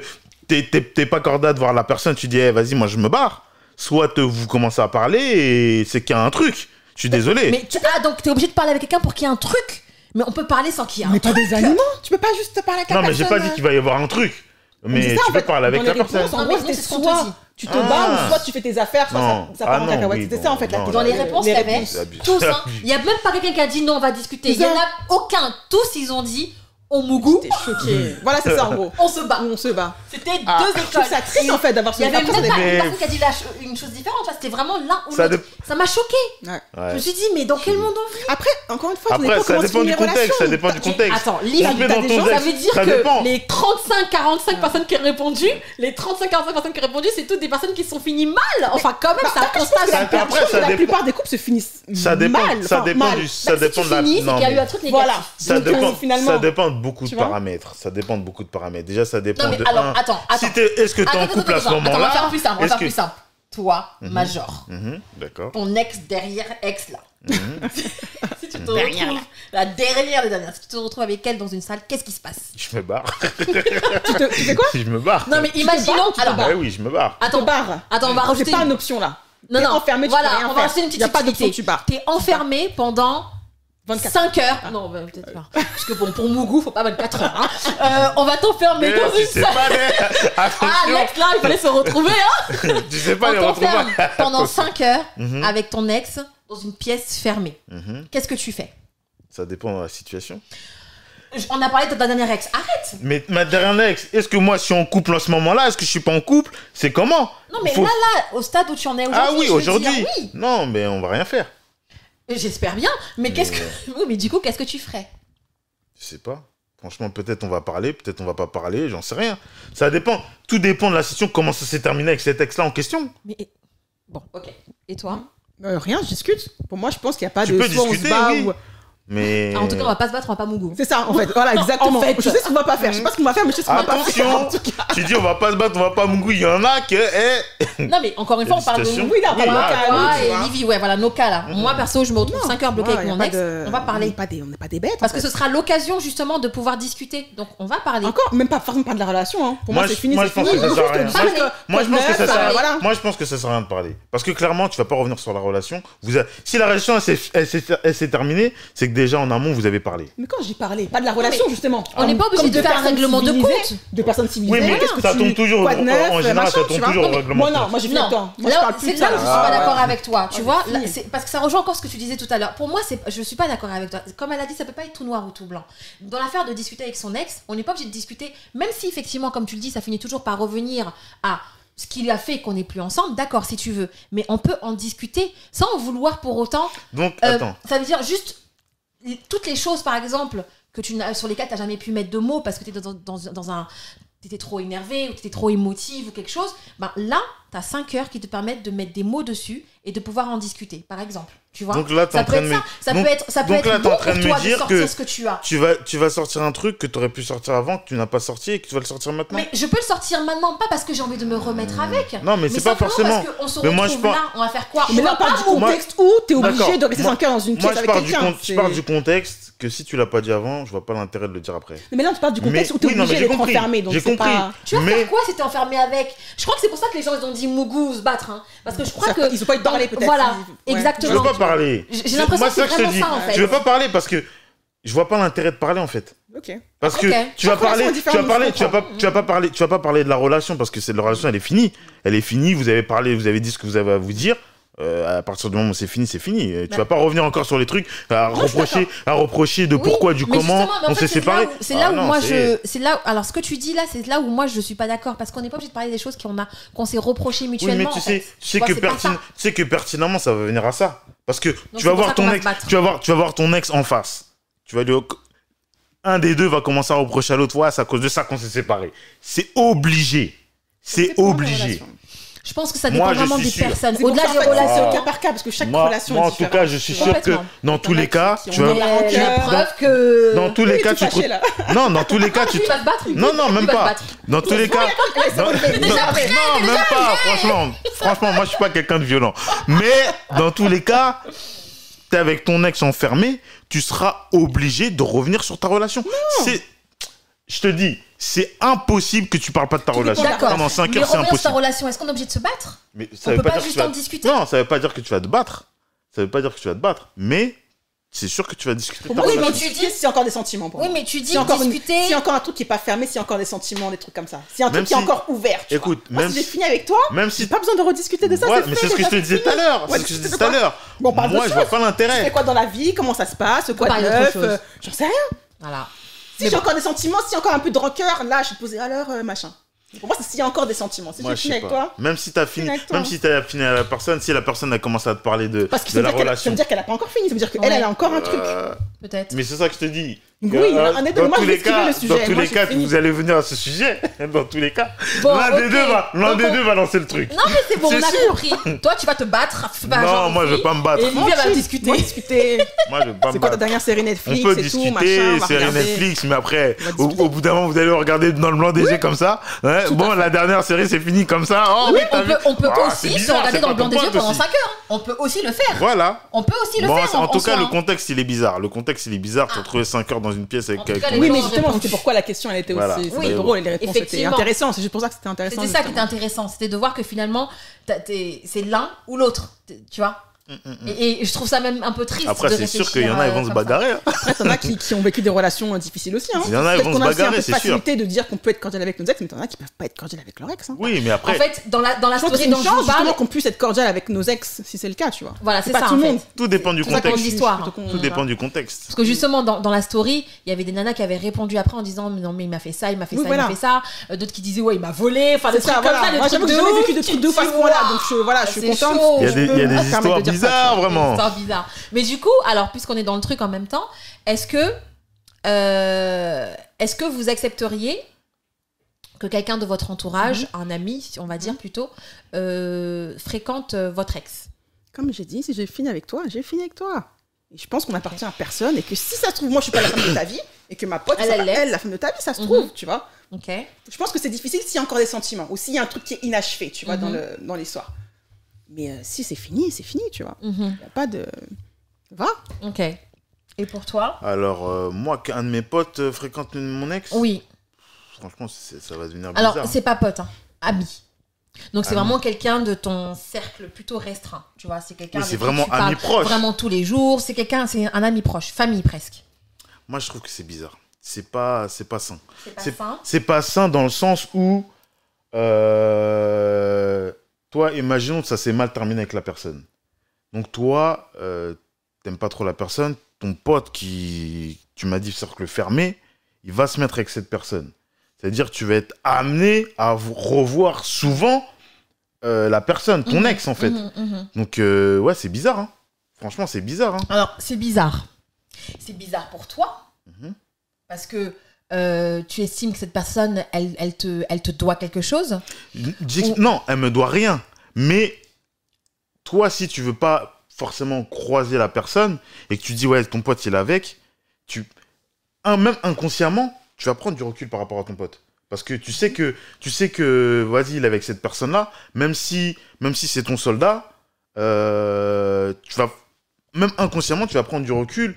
Speaker 3: t'es t'es- t'es pas cordat de voir la personne, tu dis Eh, vas-y, moi je me barre. Soit euh, vous commencez à parler et c'est qu'il y a un truc. Je suis désolé.
Speaker 1: Mais tu... Ah, donc t'es obligé de parler avec quelqu'un pour qu'il y ait un truc. Mais on peut parler sans qu'il y ait
Speaker 2: On n'est
Speaker 1: un
Speaker 2: pas
Speaker 1: truc.
Speaker 2: des animaux. Tu peux pas juste te parler à
Speaker 3: non,
Speaker 2: la
Speaker 3: mais j'ai pas dit
Speaker 1: euh,
Speaker 3: qu'il va y avoir un truc.
Speaker 2: dit
Speaker 3: Mais
Speaker 2: ça,
Speaker 3: tu
Speaker 2: en
Speaker 3: peux
Speaker 2: fait,
Speaker 3: parler avec
Speaker 2: dans
Speaker 3: la
Speaker 2: les réponses,
Speaker 3: personne.
Speaker 2: En
Speaker 1: Non,
Speaker 2: gros,
Speaker 1: mais nous,
Speaker 2: c'était
Speaker 1: c'est ce qu'on
Speaker 2: soit
Speaker 1: te dit.
Speaker 2: tu te
Speaker 3: Ah.
Speaker 2: bats ou soit tu fais tes affaires, soit
Speaker 3: Non.
Speaker 2: ça- ça
Speaker 3: Ah
Speaker 2: part en
Speaker 3: non,
Speaker 2: cacahuète.
Speaker 3: oui,
Speaker 2: C'était
Speaker 3: bon,
Speaker 2: ça en fait la
Speaker 3: non,
Speaker 1: Dans les
Speaker 3: Les
Speaker 1: réponses qu'il y
Speaker 2: les
Speaker 1: avait,
Speaker 2: réponses.
Speaker 3: réponses.
Speaker 1: tous, hein. il n'y a même pas quelqu'un qui a dit non, on va discuter. Il n'y en a aucun. Tous, ils ont dit on mougou,
Speaker 2: T'es choqué. Voilà, c'est ça en gros.
Speaker 1: on se bat.
Speaker 2: Où on se bat.
Speaker 1: C'était
Speaker 3: Ah.
Speaker 1: deux
Speaker 2: Je trouve ça
Speaker 1: écoles.
Speaker 2: triste en fait d'avoir ce
Speaker 1: Il y avait même
Speaker 2: Après,
Speaker 1: pas
Speaker 2: ça
Speaker 1: une
Speaker 2: dépend.
Speaker 3: Mais-
Speaker 1: personne qui a dit la cho- une chose différente. tu vois, C'était vraiment l'un ou
Speaker 3: Ça
Speaker 1: l'autre. Ça m'a choqué.
Speaker 2: Ouais.
Speaker 1: Je
Speaker 3: Ouais.
Speaker 1: me suis dit, mais dans quel monde on vit
Speaker 2: Après, encore une fois, tout
Speaker 3: Après,
Speaker 2: dépend
Speaker 3: ça
Speaker 2: comment se
Speaker 3: dépend du
Speaker 2: finit les
Speaker 3: contexte. Ça
Speaker 2: relations.
Speaker 3: dépend du contexte.
Speaker 1: Attends,
Speaker 3: On
Speaker 1: livre,
Speaker 3: se met
Speaker 2: t'as
Speaker 3: dans
Speaker 2: des
Speaker 3: ton
Speaker 2: gens,
Speaker 1: ça
Speaker 3: texte.
Speaker 1: veut dire
Speaker 3: Ça
Speaker 1: que
Speaker 3: dépend.
Speaker 1: les 35-45 personnes qui ont répondu, les 35-45 personnes qui ont répondu, c'est toutes des personnes qui se sont finies mal. Enfin, quand
Speaker 2: bah,
Speaker 1: même, c'est un constat.
Speaker 3: la
Speaker 1: Ça
Speaker 3: personne-
Speaker 2: Après,
Speaker 3: Après, ça
Speaker 2: la
Speaker 3: dépend.
Speaker 2: plupart des couples se finissent
Speaker 3: Ça dépend.
Speaker 2: mal.
Speaker 3: ça
Speaker 2: enfin,
Speaker 3: dépend
Speaker 2: mal.
Speaker 3: du. Ça dépend de la.
Speaker 1: finis, c'est
Speaker 3: non,
Speaker 1: qu'il y a eu
Speaker 3: mais-
Speaker 1: un euh, truc négatif.
Speaker 2: Voilà.
Speaker 3: Ça
Speaker 2: Donc,
Speaker 3: dépend,
Speaker 2: finalement.
Speaker 3: ça dépend de beaucoup
Speaker 2: Tu
Speaker 3: de
Speaker 2: vois
Speaker 3: paramètres. Ça dépend de beaucoup de paramètres. Déjà, ça dépend
Speaker 1: Non, mais
Speaker 3: de.
Speaker 1: alors,
Speaker 3: un,
Speaker 1: attends,
Speaker 3: si
Speaker 1: attends.
Speaker 3: t'es- est-ce que t'es en couple à ce
Speaker 1: attends, on va faire
Speaker 3: moment-là
Speaker 1: plus simple. On va
Speaker 3: Est-ce
Speaker 1: faire
Speaker 3: que-
Speaker 1: plus simple. Toi, Major,
Speaker 3: Mhm, D'accord.
Speaker 1: ton ex derrière ex là.
Speaker 3: Mhm.
Speaker 1: si tu te retrouves, la dernière des dernières, si tu te retrouves avec elle dans une salle, qu'est-ce qui se passe
Speaker 3: Je me barre.
Speaker 2: Tu te- tu fais quoi
Speaker 3: je me barre.
Speaker 1: Non, mais
Speaker 2: te barres,
Speaker 1: imaginons.
Speaker 2: tu te
Speaker 1: Alors,
Speaker 3: Bah oui, je me barre.
Speaker 2: Ton
Speaker 1: attends,
Speaker 2: barre.
Speaker 1: attends, on va rajouter
Speaker 2: C'est pas
Speaker 1: une-
Speaker 2: une option là.
Speaker 1: Non,
Speaker 2: T'es
Speaker 1: non,
Speaker 2: enfermé, tu
Speaker 1: voilà,
Speaker 2: peux rien
Speaker 1: on va
Speaker 2: faire.
Speaker 1: rajouter une petite
Speaker 2: Y a pas
Speaker 1: utilité.
Speaker 2: d'option, tu barres.
Speaker 1: T'es enfermé pendant
Speaker 2: 24.
Speaker 1: 5 heures. Non, bah, peut-être pas. Parce que bon, pour Mougou, faut pas 24 heures. hein. Euh, on va t'enfermer
Speaker 3: D'ailleurs,
Speaker 1: dans
Speaker 3: tu
Speaker 1: une
Speaker 3: sais
Speaker 1: salle.
Speaker 3: pas les...
Speaker 1: Ah,
Speaker 3: Attention,
Speaker 1: Alex, là, il fallait se retrouver. Hein.
Speaker 3: tu sais pas
Speaker 1: On
Speaker 3: les
Speaker 1: t'enferme
Speaker 3: retrouvailles.
Speaker 1: pendant 5 heures
Speaker 3: Mhm.
Speaker 1: avec ton ex dans une pièce fermée.
Speaker 3: Mhm.
Speaker 1: Qu'est-ce que tu fais
Speaker 3: Ça dépend de la situation.
Speaker 1: Je- On a parlé de ta dernière ex. Arrête
Speaker 3: Mais ma dernière ex, est-ce que moi je suis en couple en ce moment-là Est-ce que je suis pas en couple C'est comment
Speaker 1: Non, mais
Speaker 3: Faut-
Speaker 1: là, là, au stade où tu en es aujourd'hui.
Speaker 3: Ah oui,
Speaker 1: je veux dire,
Speaker 3: aujourd'hui.
Speaker 1: Oui,
Speaker 3: Non, mais on va rien faire.
Speaker 1: j'espère bien. Mais, euh. qu'est-ce que. Oui, mais du coup, qu'est-ce que tu ferais
Speaker 3: Je sais pas. Franchement, peut-être on va parler, peut-être on va pas parler, j'en sais rien. Ça dépend. Tout dépend de la situation, comment ça s'est terminé avec cet ex-là en question.
Speaker 1: mais... Bon, ok. Et toi
Speaker 2: Euh, Rien, je discute. Pour moi, je pense qu'il n'y a pas
Speaker 3: Tu
Speaker 2: de
Speaker 3: peux
Speaker 2: soit on se
Speaker 3: discuter,
Speaker 2: bat
Speaker 3: oui.
Speaker 2: ou.
Speaker 3: Mais.
Speaker 1: Ah, en tout cas, on va pas se battre, on va pas Mougou.
Speaker 2: C'est ça, en fait. Voilà, exactement.
Speaker 1: fait.
Speaker 2: Je sais ce qu'on va pas faire. Je sais pas ce qu'on va faire, mais je sais ce qu'on va pas faire.
Speaker 3: Attention Tu dis on va pas se battre, on va pas Mungu. Il y en a que. eh,
Speaker 1: Non, mais encore une fois, on parle de
Speaker 3: Félicitations.
Speaker 1: Mougou.
Speaker 2: Oui, là, on parle de
Speaker 3: là,
Speaker 2: Mougou,
Speaker 1: Moi
Speaker 3: Ah, tu
Speaker 1: et
Speaker 3: vois. Mhm.
Speaker 1: Livy, ouais, voilà, nos cas là. Moi, perso, je me retrouve 5 heures bloquée
Speaker 2: Voilà,
Speaker 1: avec
Speaker 2: y a
Speaker 1: mon
Speaker 2: pas
Speaker 1: ex.
Speaker 2: de-
Speaker 1: On va
Speaker 2: On
Speaker 1: parler.
Speaker 2: n'est pas des, on n'est pas des bêtes.
Speaker 1: Parce
Speaker 2: en
Speaker 1: que
Speaker 2: fait.
Speaker 1: ce sera l'occasion justement de pouvoir discuter. Donc, on va parler.
Speaker 2: Encore, même pas forcément pas de la relation. hein. Pour moi,
Speaker 3: Moi,
Speaker 2: c'est
Speaker 3: je-
Speaker 2: fini.
Speaker 3: moi,
Speaker 2: c'est
Speaker 3: je pense
Speaker 2: fini.
Speaker 3: que ça sert à rien.
Speaker 2: Juste, euh,
Speaker 3: Moi, je pense que ça
Speaker 2: neuf,
Speaker 3: sert à
Speaker 2: euh,
Speaker 1: rien.
Speaker 2: Voilà.
Speaker 3: Moi, je pense que ça sert à rien de parler. Parce que clairement, tu vas pas revenir sur la relation. Vous avez- Si la relation elle s'est- elle s'est elle s'est terminée, c'est que déjà en amont, vous avez parlé.
Speaker 2: Mais quand j'ai parlé, pas de la relation, justement.
Speaker 1: On n'est pas obligé
Speaker 2: Comme
Speaker 1: de
Speaker 2: deux
Speaker 1: faire un
Speaker 2: personnes
Speaker 1: règlement de
Speaker 2: civilisées,
Speaker 1: compte.
Speaker 2: Deux personnes civilisées.
Speaker 3: Oui, mais
Speaker 2: qu'est-ce que
Speaker 3: ça
Speaker 2: tu-
Speaker 3: tombe toujours.
Speaker 2: quoi de
Speaker 3: au-
Speaker 2: neuf,
Speaker 3: en général,
Speaker 2: machin,
Speaker 3: ça
Speaker 2: tu
Speaker 3: tombe
Speaker 2: vois.
Speaker 3: toujours
Speaker 2: Non,
Speaker 3: au
Speaker 2: mais-
Speaker 3: règlement.
Speaker 2: Moi, non, moi j'ai fait
Speaker 1: Non,
Speaker 2: le temps. Moi, je
Speaker 1: là,
Speaker 2: parle plus
Speaker 1: c'est
Speaker 2: de
Speaker 1: là
Speaker 2: ça.
Speaker 1: où je suis
Speaker 2: là.
Speaker 1: pas
Speaker 3: Ah,
Speaker 1: d'accord avec toi. Tu
Speaker 2: Ouais,
Speaker 1: vois,
Speaker 2: c'est
Speaker 1: là,
Speaker 2: fini.
Speaker 1: c'est- parce que ça rejoint encore ce que tu disais tout à l'heure. Pour moi, c'est, je suis pas d'accord avec toi. Comme elle a dit, ça peut pas être tout noir ou tout blanc. Dans l'affaire de discuter avec son ex, on n'est pas obligé de discuter, même si effectivement, comme tu le dis, ça finit toujours par revenir à ce qu'il a fait qu'on n'est plus ensemble. D'accord, si tu veux, mais on peut en discuter sans vouloir pour autant
Speaker 3: Donc,
Speaker 1: euh,
Speaker 3: attends.
Speaker 1: ça veut dire juste les- toutes les choses, par exemple, que tu n'as- sur lesquelles tu n'as jamais pu mettre de mots parce que tu étais dans, dans, dans un. T'étais trop énervé ou t'étais trop émotive ou quelque chose, ben là, t'as 5 heures qui te permettent de mettre des mots dessus et de pouvoir en discuter, par exemple. Tu vois
Speaker 3: Donc là, t'es
Speaker 1: ça
Speaker 3: en
Speaker 1: peut
Speaker 3: train de
Speaker 1: être
Speaker 3: me.
Speaker 1: ça, ça
Speaker 3: donc-
Speaker 1: peut être, ça peut
Speaker 3: donc
Speaker 1: être
Speaker 3: là, t'es
Speaker 1: bon
Speaker 3: en train de
Speaker 1: pour
Speaker 3: me
Speaker 1: toi
Speaker 3: dire
Speaker 1: de sortir
Speaker 3: que-
Speaker 1: ce que tu as.
Speaker 3: Tu vas, tu vas sortir un truc que tu aurais pu sortir avant, que tu n'as pas sorti et que tu vas le sortir maintenant.
Speaker 1: Mais je peux le sortir maintenant, pas parce que j'ai envie de me remettre avec.
Speaker 3: Mmh. Non, mais c'est pas
Speaker 1: simplement
Speaker 3: forcément.
Speaker 1: Parce qu'on se
Speaker 3: Mais
Speaker 1: retrouve
Speaker 3: moi, je pense-
Speaker 1: là, on va faire quoi
Speaker 2: Mais
Speaker 1: On
Speaker 2: là,
Speaker 1: va
Speaker 2: on parle du
Speaker 1: pas où
Speaker 2: contexte où t'es obligé
Speaker 3: D'accord.
Speaker 2: de rester
Speaker 3: Moi-
Speaker 2: 5 heures dans une
Speaker 3: Moi,
Speaker 2: pièce
Speaker 3: je
Speaker 2: avec
Speaker 3: pars, du
Speaker 2: quelqu'un.
Speaker 3: con- je
Speaker 2: c'est-
Speaker 3: pars du contexte que si tu l'as pas dit avant, je vois pas l'intérêt de le dire après.
Speaker 2: Mais là, tu parles du contexte où t'es
Speaker 3: oui, non,
Speaker 2: obligé
Speaker 3: j'ai
Speaker 2: d'être
Speaker 3: compris.
Speaker 2: enfermé. donc
Speaker 3: J'ai
Speaker 2: c'est
Speaker 3: compris.
Speaker 2: pas-
Speaker 1: Tu vas
Speaker 3: Mais
Speaker 1: faire quoi si t'es enfermé avec Je crois que c'est pour ça que les gens ils ont dit Mougou se battre. hein. Parce que je crois
Speaker 2: Ça-
Speaker 1: que.
Speaker 2: ils ont pas eu de parler, peut-être.
Speaker 1: Voilà,
Speaker 2: Ils- ouais.
Speaker 3: tu
Speaker 1: exactement.
Speaker 3: veux pas parler.
Speaker 1: J'ai- j'ai l'impression
Speaker 3: Moi,
Speaker 1: que c'est
Speaker 3: ça je te
Speaker 1: vraiment
Speaker 3: dis.
Speaker 1: ça, en fait.
Speaker 3: Tu veux pas parler parce que je vois pas l'intérêt de parler en fait.
Speaker 2: Ok.
Speaker 3: Parce que
Speaker 1: Ok.
Speaker 3: tu vas
Speaker 2: Chaque relation
Speaker 3: parler,
Speaker 2: est
Speaker 3: tu vas
Speaker 2: différente,
Speaker 3: parler,
Speaker 2: je
Speaker 3: tu vas pas, tu vas pas parler, tu vas pas parler de la relation parce que c'est la relation, elle est finie, elle est finie. Vous avez parlé, vous avez dit ce que vous avez à vous dire. Euh, à partir du moment où c'est fini, c'est fini. Euh,
Speaker 1: Bah.
Speaker 3: Tu vas pas revenir encore sur les trucs à
Speaker 2: je suis
Speaker 3: reprocher, à reprocher de
Speaker 1: Oui,
Speaker 3: pourquoi, du
Speaker 1: mais
Speaker 3: comment
Speaker 1: justement, mais en
Speaker 3: on
Speaker 1: fait,
Speaker 3: s'est
Speaker 1: c'est là
Speaker 3: séparés.
Speaker 1: où- C'est là
Speaker 3: Ah
Speaker 1: où
Speaker 3: non,
Speaker 1: moi
Speaker 3: c'est-
Speaker 1: je, c'est là. Alors ce que tu dis là, c'est là où moi je suis pas d'accord parce qu'on n'est pas obligé de parler des choses qu'on a, qu'on s'est reproché
Speaker 3: Oui,
Speaker 1: mutuellement.
Speaker 3: mais
Speaker 1: en
Speaker 3: tu
Speaker 1: fait.
Speaker 3: sais, tu sais
Speaker 1: vois,
Speaker 3: que
Speaker 1: c'est pas
Speaker 3: pertin-
Speaker 1: ça.
Speaker 3: tu sais que pertinemment, ça va venir à ça, parce que
Speaker 1: c'est
Speaker 3: tu vas
Speaker 1: pour
Speaker 3: voir
Speaker 1: ça qu'on
Speaker 3: ton
Speaker 1: va
Speaker 3: ex,
Speaker 1: se battre.
Speaker 3: tu vas voir, tu vas voir ton ex en face. Tu vas lui, un des deux va commencer à reprocher à l'autre, ouais, c'est à cause de ça qu'on s'est séparés. C'est obligé, c'est
Speaker 2: dépend de la
Speaker 3: obligé.
Speaker 2: relation.
Speaker 1: Je pense que ça dépend
Speaker 3: Moi, je
Speaker 1: vraiment
Speaker 3: suis
Speaker 1: des
Speaker 3: sûr.
Speaker 1: personnes.
Speaker 2: C'est pour
Speaker 1: Au-delà
Speaker 2: ça, en
Speaker 1: des
Speaker 2: fait, c'est
Speaker 1: relations.
Speaker 2: au cas par cas, parce que chaque
Speaker 3: Moi,
Speaker 2: relation
Speaker 3: moi,
Speaker 2: est
Speaker 3: en tout
Speaker 2: différente.
Speaker 3: cas, je suis sûr que
Speaker 1: Complètement.
Speaker 3: dans tous les cas,
Speaker 2: qui
Speaker 3: tu
Speaker 2: ont
Speaker 3: vas.
Speaker 1: Mais euh,
Speaker 2: vois, la
Speaker 1: la
Speaker 2: rancœur.
Speaker 1: preuve que.
Speaker 3: Dans tous
Speaker 2: Oui,
Speaker 3: les
Speaker 2: tout
Speaker 3: cas, tu
Speaker 2: fâché,
Speaker 3: te-
Speaker 2: là.
Speaker 3: Non, dans tous les cas, tu
Speaker 1: Lui,
Speaker 3: te-
Speaker 1: il va se battre. lui.
Speaker 3: Non, non,
Speaker 1: Lui
Speaker 3: même
Speaker 1: va se
Speaker 3: pas.
Speaker 1: battre.
Speaker 3: Dans tous les cas.
Speaker 1: Laisse-le,
Speaker 3: dans-
Speaker 1: il est déjà
Speaker 3: dans-
Speaker 1: prêt,
Speaker 3: Non, même pas, franchement. Franchement, moi, je suis pas quelqu'un de violent. Mais dans tous les cas, t'es avec ton ex enfermé, tu seras obligé de revenir sur ta relation. C'est. Je te dis, c'est impossible que tu parles pas de ta relation.
Speaker 1: D'accord.
Speaker 3: Pendant 5
Speaker 1: Mais revenir
Speaker 3: heures, c'est
Speaker 1: sur ta
Speaker 3: impossible.
Speaker 1: relation, est-ce qu'on est obligé de se battre
Speaker 3: Mais
Speaker 1: On peut pas
Speaker 3: que
Speaker 1: juste
Speaker 3: tu vas-
Speaker 1: en discuter.
Speaker 3: Non, ça veut pas dire que tu vas te battre. Ça veut pas dire que tu vas te battre. Mais c'est sûr que tu vas discuter de ta
Speaker 2: Pour moi,
Speaker 1: Oui, mais
Speaker 3: relation.
Speaker 1: tu
Speaker 2: discuter, c'est encore des sentiments pour
Speaker 1: Oui,
Speaker 2: moi.
Speaker 1: mais tu dis
Speaker 2: Si encore, une-
Speaker 1: discuter.
Speaker 2: s'il y a encore un truc qui est pas fermé, s'il y a encore des sentiments, des trucs comme ça. S'il y a un
Speaker 3: Même
Speaker 2: truc qui est
Speaker 3: si-
Speaker 2: encore ouvert. tu vois.
Speaker 3: Écoute,
Speaker 2: Moi,
Speaker 3: même
Speaker 2: si j'ai
Speaker 3: si-
Speaker 2: fini avec toi,
Speaker 3: Même
Speaker 2: j'ai
Speaker 3: si
Speaker 2: pas besoin de rediscuter de ça.
Speaker 3: Ouais,
Speaker 2: c'est
Speaker 3: mais
Speaker 2: fait,
Speaker 3: c'est ce que je
Speaker 2: déjà,
Speaker 3: te
Speaker 2: c'est
Speaker 3: disais tout
Speaker 2: fini.
Speaker 3: à l'heure.
Speaker 2: Ouais,
Speaker 3: C'est ce que je
Speaker 2: tu
Speaker 3: te disais
Speaker 2: fais
Speaker 3: tout à
Speaker 2: quoi
Speaker 3: l'heure.
Speaker 2: Bon, on parle
Speaker 3: Moi,
Speaker 2: d'autre
Speaker 3: je vois
Speaker 2: chose.
Speaker 3: pas
Speaker 2: Tu fais
Speaker 3: l'intérêt.
Speaker 2: quoi dans la vie Comment ça se passe Quoi
Speaker 1: parler
Speaker 2: de
Speaker 1: d'autre
Speaker 2: neuf
Speaker 1: chose.
Speaker 2: Euh, J'en sais rien.
Speaker 1: Voilà.
Speaker 2: Si j'ai encore des sentiments, si y a encore un peu de rancœur, là, je suis posée à l'heure, euh, machin. Pour moi, c'est s'il y a encore des sentiments. Si
Speaker 3: Moi,
Speaker 2: j'ai
Speaker 3: je
Speaker 2: fini
Speaker 3: sais
Speaker 2: avec
Speaker 3: pas.
Speaker 2: toi,
Speaker 3: Même si t'as fini,
Speaker 2: Fini avec toi.
Speaker 3: même si t'as fini à la personne, si la personne a commencé à te parler de,
Speaker 2: parce que
Speaker 3: de
Speaker 2: ça veut
Speaker 3: la
Speaker 2: dire qu'elle- ça
Speaker 3: relation.
Speaker 2: veut dire qu'elle a pas encore fini. Ça veut dire qu'elle,
Speaker 1: Ouais.
Speaker 2: elle a encore un truc.
Speaker 3: Euh,
Speaker 1: Peut-être.
Speaker 3: mais c'est ça que je te dis.
Speaker 2: Oui,
Speaker 3: Que, euh,
Speaker 2: honnêtement,
Speaker 3: dans
Speaker 2: moi,
Speaker 3: tous
Speaker 2: je vais
Speaker 3: les
Speaker 2: esquiver
Speaker 3: cas,
Speaker 2: le
Speaker 3: dans
Speaker 2: sujet.
Speaker 3: tous
Speaker 2: Moi,
Speaker 3: les
Speaker 2: j'ai
Speaker 3: cas,
Speaker 2: fini.
Speaker 3: vous allez venir à ce sujet. Dans tous les cas,
Speaker 1: Bon,
Speaker 3: l'un des
Speaker 1: ok.
Speaker 3: deux va, l'un
Speaker 1: Donc,
Speaker 3: des
Speaker 1: on-
Speaker 3: deux va lancer le truc.
Speaker 1: Non, mais c'est bon,
Speaker 3: C'est
Speaker 1: on a
Speaker 3: sûr.
Speaker 1: compris. Toi, tu vas te battre. fais pas genre
Speaker 3: Non, moi je
Speaker 1: ici.
Speaker 3: veux pas me battre.
Speaker 1: Et Olivia va discuter.
Speaker 2: Moi, discuter.
Speaker 3: Moi je veux pas me
Speaker 2: C'est quoi ta
Speaker 3: battre.
Speaker 2: dernière série
Speaker 3: On
Speaker 2: Netflix
Speaker 3: peut
Speaker 2: et tout, machin. on
Speaker 3: discuter,
Speaker 2: va
Speaker 3: série
Speaker 2: regarder.
Speaker 3: Netflix, mais après,
Speaker 2: On va
Speaker 3: au,
Speaker 2: discuter.
Speaker 3: au bout d'un moment, vous allez regarder dans le blanc des yeux comme ça. hein. Bon, la dernière série, c'est fini comme ça. Oh,
Speaker 1: Oui,
Speaker 3: mais t'as
Speaker 1: on
Speaker 3: vu-
Speaker 1: peut, on peut
Speaker 3: Ah, c'est
Speaker 1: aussi se
Speaker 3: bizarre,
Speaker 1: regarder
Speaker 3: c'est
Speaker 1: dans
Speaker 3: pas
Speaker 1: le blanc
Speaker 3: ton
Speaker 1: des yeux
Speaker 3: pote
Speaker 1: pendant
Speaker 3: aussi.
Speaker 1: 5 heures. On peut aussi le faire.
Speaker 3: Voilà.
Speaker 1: On peut aussi le
Speaker 3: Bon,
Speaker 1: faire.
Speaker 3: en, tout
Speaker 1: soi,
Speaker 3: cas, le
Speaker 1: hein. Ah.
Speaker 3: contexte, il est bizarre. Le contexte, il est bizarre. Tu retrouves 5 heures dans une pièce avec
Speaker 1: En tout
Speaker 3: avec
Speaker 1: cas,
Speaker 3: ton
Speaker 1: les
Speaker 2: Oui,
Speaker 3: ex.
Speaker 1: gens
Speaker 2: mais
Speaker 1: ont
Speaker 2: justement,
Speaker 1: répondu.
Speaker 2: c'était pourquoi la question, elle était
Speaker 3: Voilà.
Speaker 2: aussi. C'était
Speaker 3: Oui.
Speaker 2: drôle, et les réponses étaient
Speaker 1: Effectivement.
Speaker 2: intéressantes. C'est juste pour ça que c'était intéressant.
Speaker 1: C'était ça qui était
Speaker 2: justement.
Speaker 1: intéressant. C'était de voir que finalement, t'as- t'es- c'est l'un ou l'autre. t'es- Tu vois et, et je trouve ça même un peu triste.
Speaker 3: Mm, Après,
Speaker 1: de
Speaker 3: c'est sûr qu'il
Speaker 1: réfléchir,
Speaker 3: y en a, ils vont
Speaker 1: euh,
Speaker 3: se
Speaker 1: comme ça.
Speaker 3: bagarrer. hein.
Speaker 2: Après, t'en as qui, qui ont vécu des relations euh, difficiles aussi. Hein.
Speaker 3: Il y en a, ils vont
Speaker 2: Peut-être qu'on
Speaker 3: se
Speaker 2: a aussi
Speaker 3: bagarrer,
Speaker 2: un peu de
Speaker 3: c'est sûr.
Speaker 2: facilité de dire qu'on peut être cordial avec nos ex, mais t'en as qui peuvent pas être cordial avec leur ex. Hein.
Speaker 3: Oui, mais
Speaker 1: En
Speaker 3: après,
Speaker 1: fait, dans la, dans la
Speaker 2: Je pense que c'est
Speaker 1: story
Speaker 2: une
Speaker 1: dont je
Speaker 2: chance
Speaker 1: vous
Speaker 2: justement
Speaker 1: parle,
Speaker 2: qu'on puisse être cordial avec nos ex, si c'est le cas, tu vois.
Speaker 1: voilà,
Speaker 2: C'est
Speaker 1: c'est
Speaker 2: pas
Speaker 1: ça
Speaker 2: tout
Speaker 1: en
Speaker 2: le
Speaker 1: fait.
Speaker 2: monde.
Speaker 3: tout dépend du
Speaker 1: c'est pour ça qu'on
Speaker 3: contexte.
Speaker 1: dit- l'histoire,
Speaker 3: Tout dépend du contexte.
Speaker 1: Parce que justement, dans, dans la story, il y avait des nanas qui avaient répondu après en disant Mais non, mais il m'a fait ça, il m'a fait
Speaker 2: Oui,
Speaker 1: ça,
Speaker 2: voilà.
Speaker 1: il m'a fait ça. Euh, D'autres qui disaient Ouais, il m'a volé. Enfin, des
Speaker 2: C'est
Speaker 1: trucs
Speaker 2: ça,
Speaker 1: comme
Speaker 2: voilà.
Speaker 1: ça. des
Speaker 2: Moi,
Speaker 1: trucs
Speaker 2: j'avoue que
Speaker 1: de
Speaker 2: j'ai jamais
Speaker 1: ouf
Speaker 2: vécu de
Speaker 1: qui-
Speaker 2: trucs de
Speaker 1: tu
Speaker 2: face là
Speaker 1: vois.
Speaker 2: donc je, voilà, je suis
Speaker 1: C'est
Speaker 2: contente.
Speaker 1: chaud.
Speaker 3: Il y a
Speaker 2: Je
Speaker 3: des,
Speaker 2: peux
Speaker 3: il y a
Speaker 2: me
Speaker 3: des
Speaker 2: permettre de
Speaker 3: histoires
Speaker 2: dire ça, tu vois.
Speaker 3: bizarres, Ah, vraiment.
Speaker 1: Histoire bizarre. Mais du coup, alors, puisqu'on est dans le truc en même temps, est-ce que, euh, est-ce que vous accepteriez que quelqu'un de votre entourage,
Speaker 2: Mhm.
Speaker 1: un ami, on va dire plutôt, euh, fréquente euh, votre ex
Speaker 2: Comme j'ai dit, si j'ai fini avec toi, j'ai fini avec toi. Et Et je pense qu'on appartient à personne et que si ça se trouve, moi, je suis pas la femme de ta vie et que ma pote,
Speaker 1: Elle,
Speaker 2: elle,
Speaker 1: elle l'est.
Speaker 2: elle, la femme de ta vie, ça se
Speaker 1: Mhm.
Speaker 2: trouve, tu vois.
Speaker 1: Ok.
Speaker 2: Je pense que c'est difficile s'il y a encore des sentiments ou s'il y a un truc qui est inachevé, tu
Speaker 1: Mhm.
Speaker 2: vois, dans le dans l'histoire. Mais euh, si c'est fini, c'est fini, tu vois.
Speaker 1: Mhm.
Speaker 2: Il n'y a pas de. Va.
Speaker 1: Ok. Et pour toi
Speaker 3: Alors, euh, moi, qu'un de mes potes euh, fréquente une- mon ex,
Speaker 1: Oui.
Speaker 3: franchement, c'est- ça va devenir bizarre.
Speaker 1: Alors, c'est pas pote, hein. ami. Donc, c'est
Speaker 3: Ami.
Speaker 1: vraiment quelqu'un de ton cercle plutôt restreint. Tu vois, c'est quelqu'un.
Speaker 3: Oui,
Speaker 1: avec
Speaker 3: c'est
Speaker 1: qui
Speaker 3: vraiment
Speaker 1: tu
Speaker 3: ami
Speaker 1: parles
Speaker 3: proche.
Speaker 1: Vraiment tous les jours. C'est quelqu'un, c'est un ami proche, famille presque.
Speaker 3: Moi, je trouve que c'est bizarre. C'est pas, c'est pas sain.
Speaker 1: C'est pas ça.
Speaker 3: C'est pas sain dans le sens où, euh, toi, imaginons que ça s'est mal terminé avec la personne. Donc toi, euh, t'aimes pas trop la personne, ton pote qui, tu m'as dit cercle fermé, il va se mettre avec cette personne. C'est-à-dire que tu vas être amené à vous revoir souvent euh, la personne, ton
Speaker 1: Mhm,
Speaker 3: ex en fait.
Speaker 1: Mhm, mhm.
Speaker 3: Donc euh, ouais, c'est bizarre. hein. Franchement, c'est bizarre. hein.
Speaker 1: Alors, c'est bizarre. C'est bizarre pour toi
Speaker 3: Mhm.
Speaker 1: parce que euh, tu estimes que cette personne, elle, elle, te, elle te doit quelque chose.
Speaker 3: J'ex-
Speaker 1: Ou-
Speaker 3: Non, elle me doit rien. Mais toi, si tu veux pas forcément croiser la personne et que tu dis ouais ton pote il est avec, tu un, même inconsciemment tu vas prendre du recul par rapport à ton pote parce que tu sais que tu sais que vas-y il est avec cette personne là, même si même si c'est ton soldat, euh, tu vas même inconsciemment tu vas prendre du recul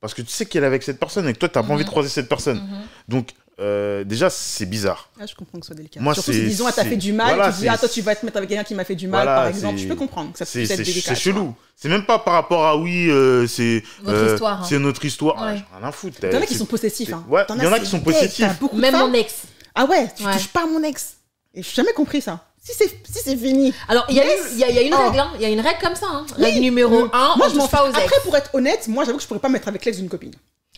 Speaker 3: parce que tu sais qu'elle est avec cette personne et que toi t'as pas envie de croiser cette
Speaker 1: Mm.
Speaker 3: personne. Donc euh, déjà c'est bizarre.
Speaker 2: Ah, je comprends que ce soit délicat.
Speaker 3: Moi,
Speaker 2: Surtout
Speaker 3: c'est-
Speaker 2: si disons, elle t'a
Speaker 3: c'est-
Speaker 2: fait du mal,
Speaker 3: voilà,
Speaker 2: tu te
Speaker 3: c'est-
Speaker 2: dis, ah, toi, tu vas te mettre avec quelqu'un qui m'a fait du mal,
Speaker 3: Voilà,
Speaker 2: par exemple.
Speaker 3: c'est-
Speaker 2: Je peux comprendre que ça
Speaker 3: C'est
Speaker 2: puisse être
Speaker 3: c'est-
Speaker 2: délicat.
Speaker 3: c'est
Speaker 2: tu vois.
Speaker 3: chelou. C'est même pas par rapport à oui, euh, c'est
Speaker 1: Votre histoire, hein.
Speaker 3: c'est notre histoire. Ah,
Speaker 1: Ouais.
Speaker 3: j'en ai rien à foutre.
Speaker 2: T'en as qui
Speaker 3: C'est-
Speaker 2: sont possessifs. Hein.
Speaker 3: Ouais,
Speaker 2: T'en
Speaker 3: il y en a qui
Speaker 2: c'est
Speaker 3: sont
Speaker 2: bête,
Speaker 3: possessifs.
Speaker 2: t'as beaucoup de
Speaker 1: Même
Speaker 2: femmes.
Speaker 1: mon ex.
Speaker 2: Ah ouais, tu
Speaker 1: Ouais.
Speaker 2: touches pas à mon ex. Et j'ai jamais compris ça. Si c'est si c'est fini.
Speaker 1: Alors, il y, a
Speaker 2: Yes.
Speaker 1: une- il y a- il y a une
Speaker 2: Oh.
Speaker 1: règle, hein. il y a une règle comme ça. hein.
Speaker 2: Oui.
Speaker 1: Règle numéro
Speaker 2: Mm.
Speaker 1: 1,
Speaker 2: Moi,
Speaker 1: on
Speaker 2: je m'en
Speaker 1: touche
Speaker 2: fous.
Speaker 1: pas aux ex.
Speaker 2: Après, pour être honnête, moi, j'avoue que je pourrais pas me mettre avec l'ex d'une copine.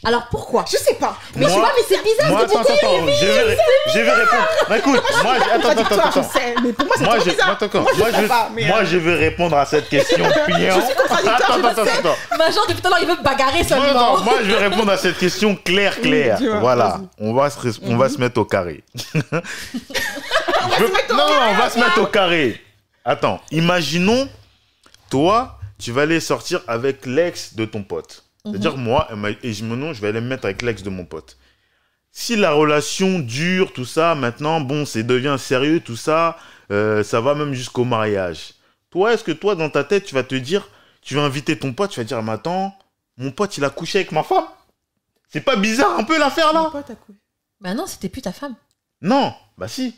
Speaker 1: Alors, pourquoi
Speaker 2: Je sais pas.
Speaker 1: Mais
Speaker 3: Moi-
Speaker 1: tu vois, mais c'est bizarre. ce que tu
Speaker 3: Moi, attends,
Speaker 1: dis.
Speaker 3: attends, attends, je vais, je vais répondre. Bah, Écoute, moi, j'ai- attends, attends,
Speaker 2: Contradictoire,
Speaker 3: attends,
Speaker 2: je sais. Mais pour moi, c'est
Speaker 3: Moi,
Speaker 2: trop
Speaker 3: je,
Speaker 2: bizarre.
Speaker 3: attends, attends.
Speaker 2: Moi, je
Speaker 3: Moi,
Speaker 2: sais
Speaker 3: je-
Speaker 2: pas, mais,
Speaker 3: moi,
Speaker 2: euh,
Speaker 3: je vais répondre à cette question client.
Speaker 2: Je suis contradictoire,
Speaker 3: Attends,
Speaker 2: je le
Speaker 3: attends,
Speaker 2: sais.
Speaker 3: attends.
Speaker 1: Ma genre, depuis tout à l'heure, il veut bagarrer
Speaker 3: Non, non,
Speaker 1: seulement.
Speaker 3: moi, je vais répondre à cette question claire, claire.
Speaker 2: tu vois,
Speaker 3: voilà,
Speaker 2: vas-y.
Speaker 3: on va se, res- on va se mettre au carré. Je veux-
Speaker 2: mettre au
Speaker 3: non,
Speaker 2: carré,
Speaker 3: on va se mettre au carré. Attends, imaginons, toi, tu vas aller sortir avec l'ex de ton pote.
Speaker 2: Mhm.
Speaker 3: C'est-à-dire, moi, elle m'a- et je me non, je vais aller me mettre avec l'ex de mon pote. Si la relation dure, tout ça, maintenant, bon, c'est devient sérieux, tout ça, euh, ça va même jusqu'au mariage. Toi, est-ce que toi, dans ta tête, tu vas te dire, tu vas inviter ton pote, tu vas dire, mais attends, mon pote, il a couché avec ma femme C'est pas bizarre un peu l'affaire
Speaker 2: mon
Speaker 3: là
Speaker 2: pote a coupé.
Speaker 1: Bah non, c'était plus ta femme.
Speaker 3: Non, bah si.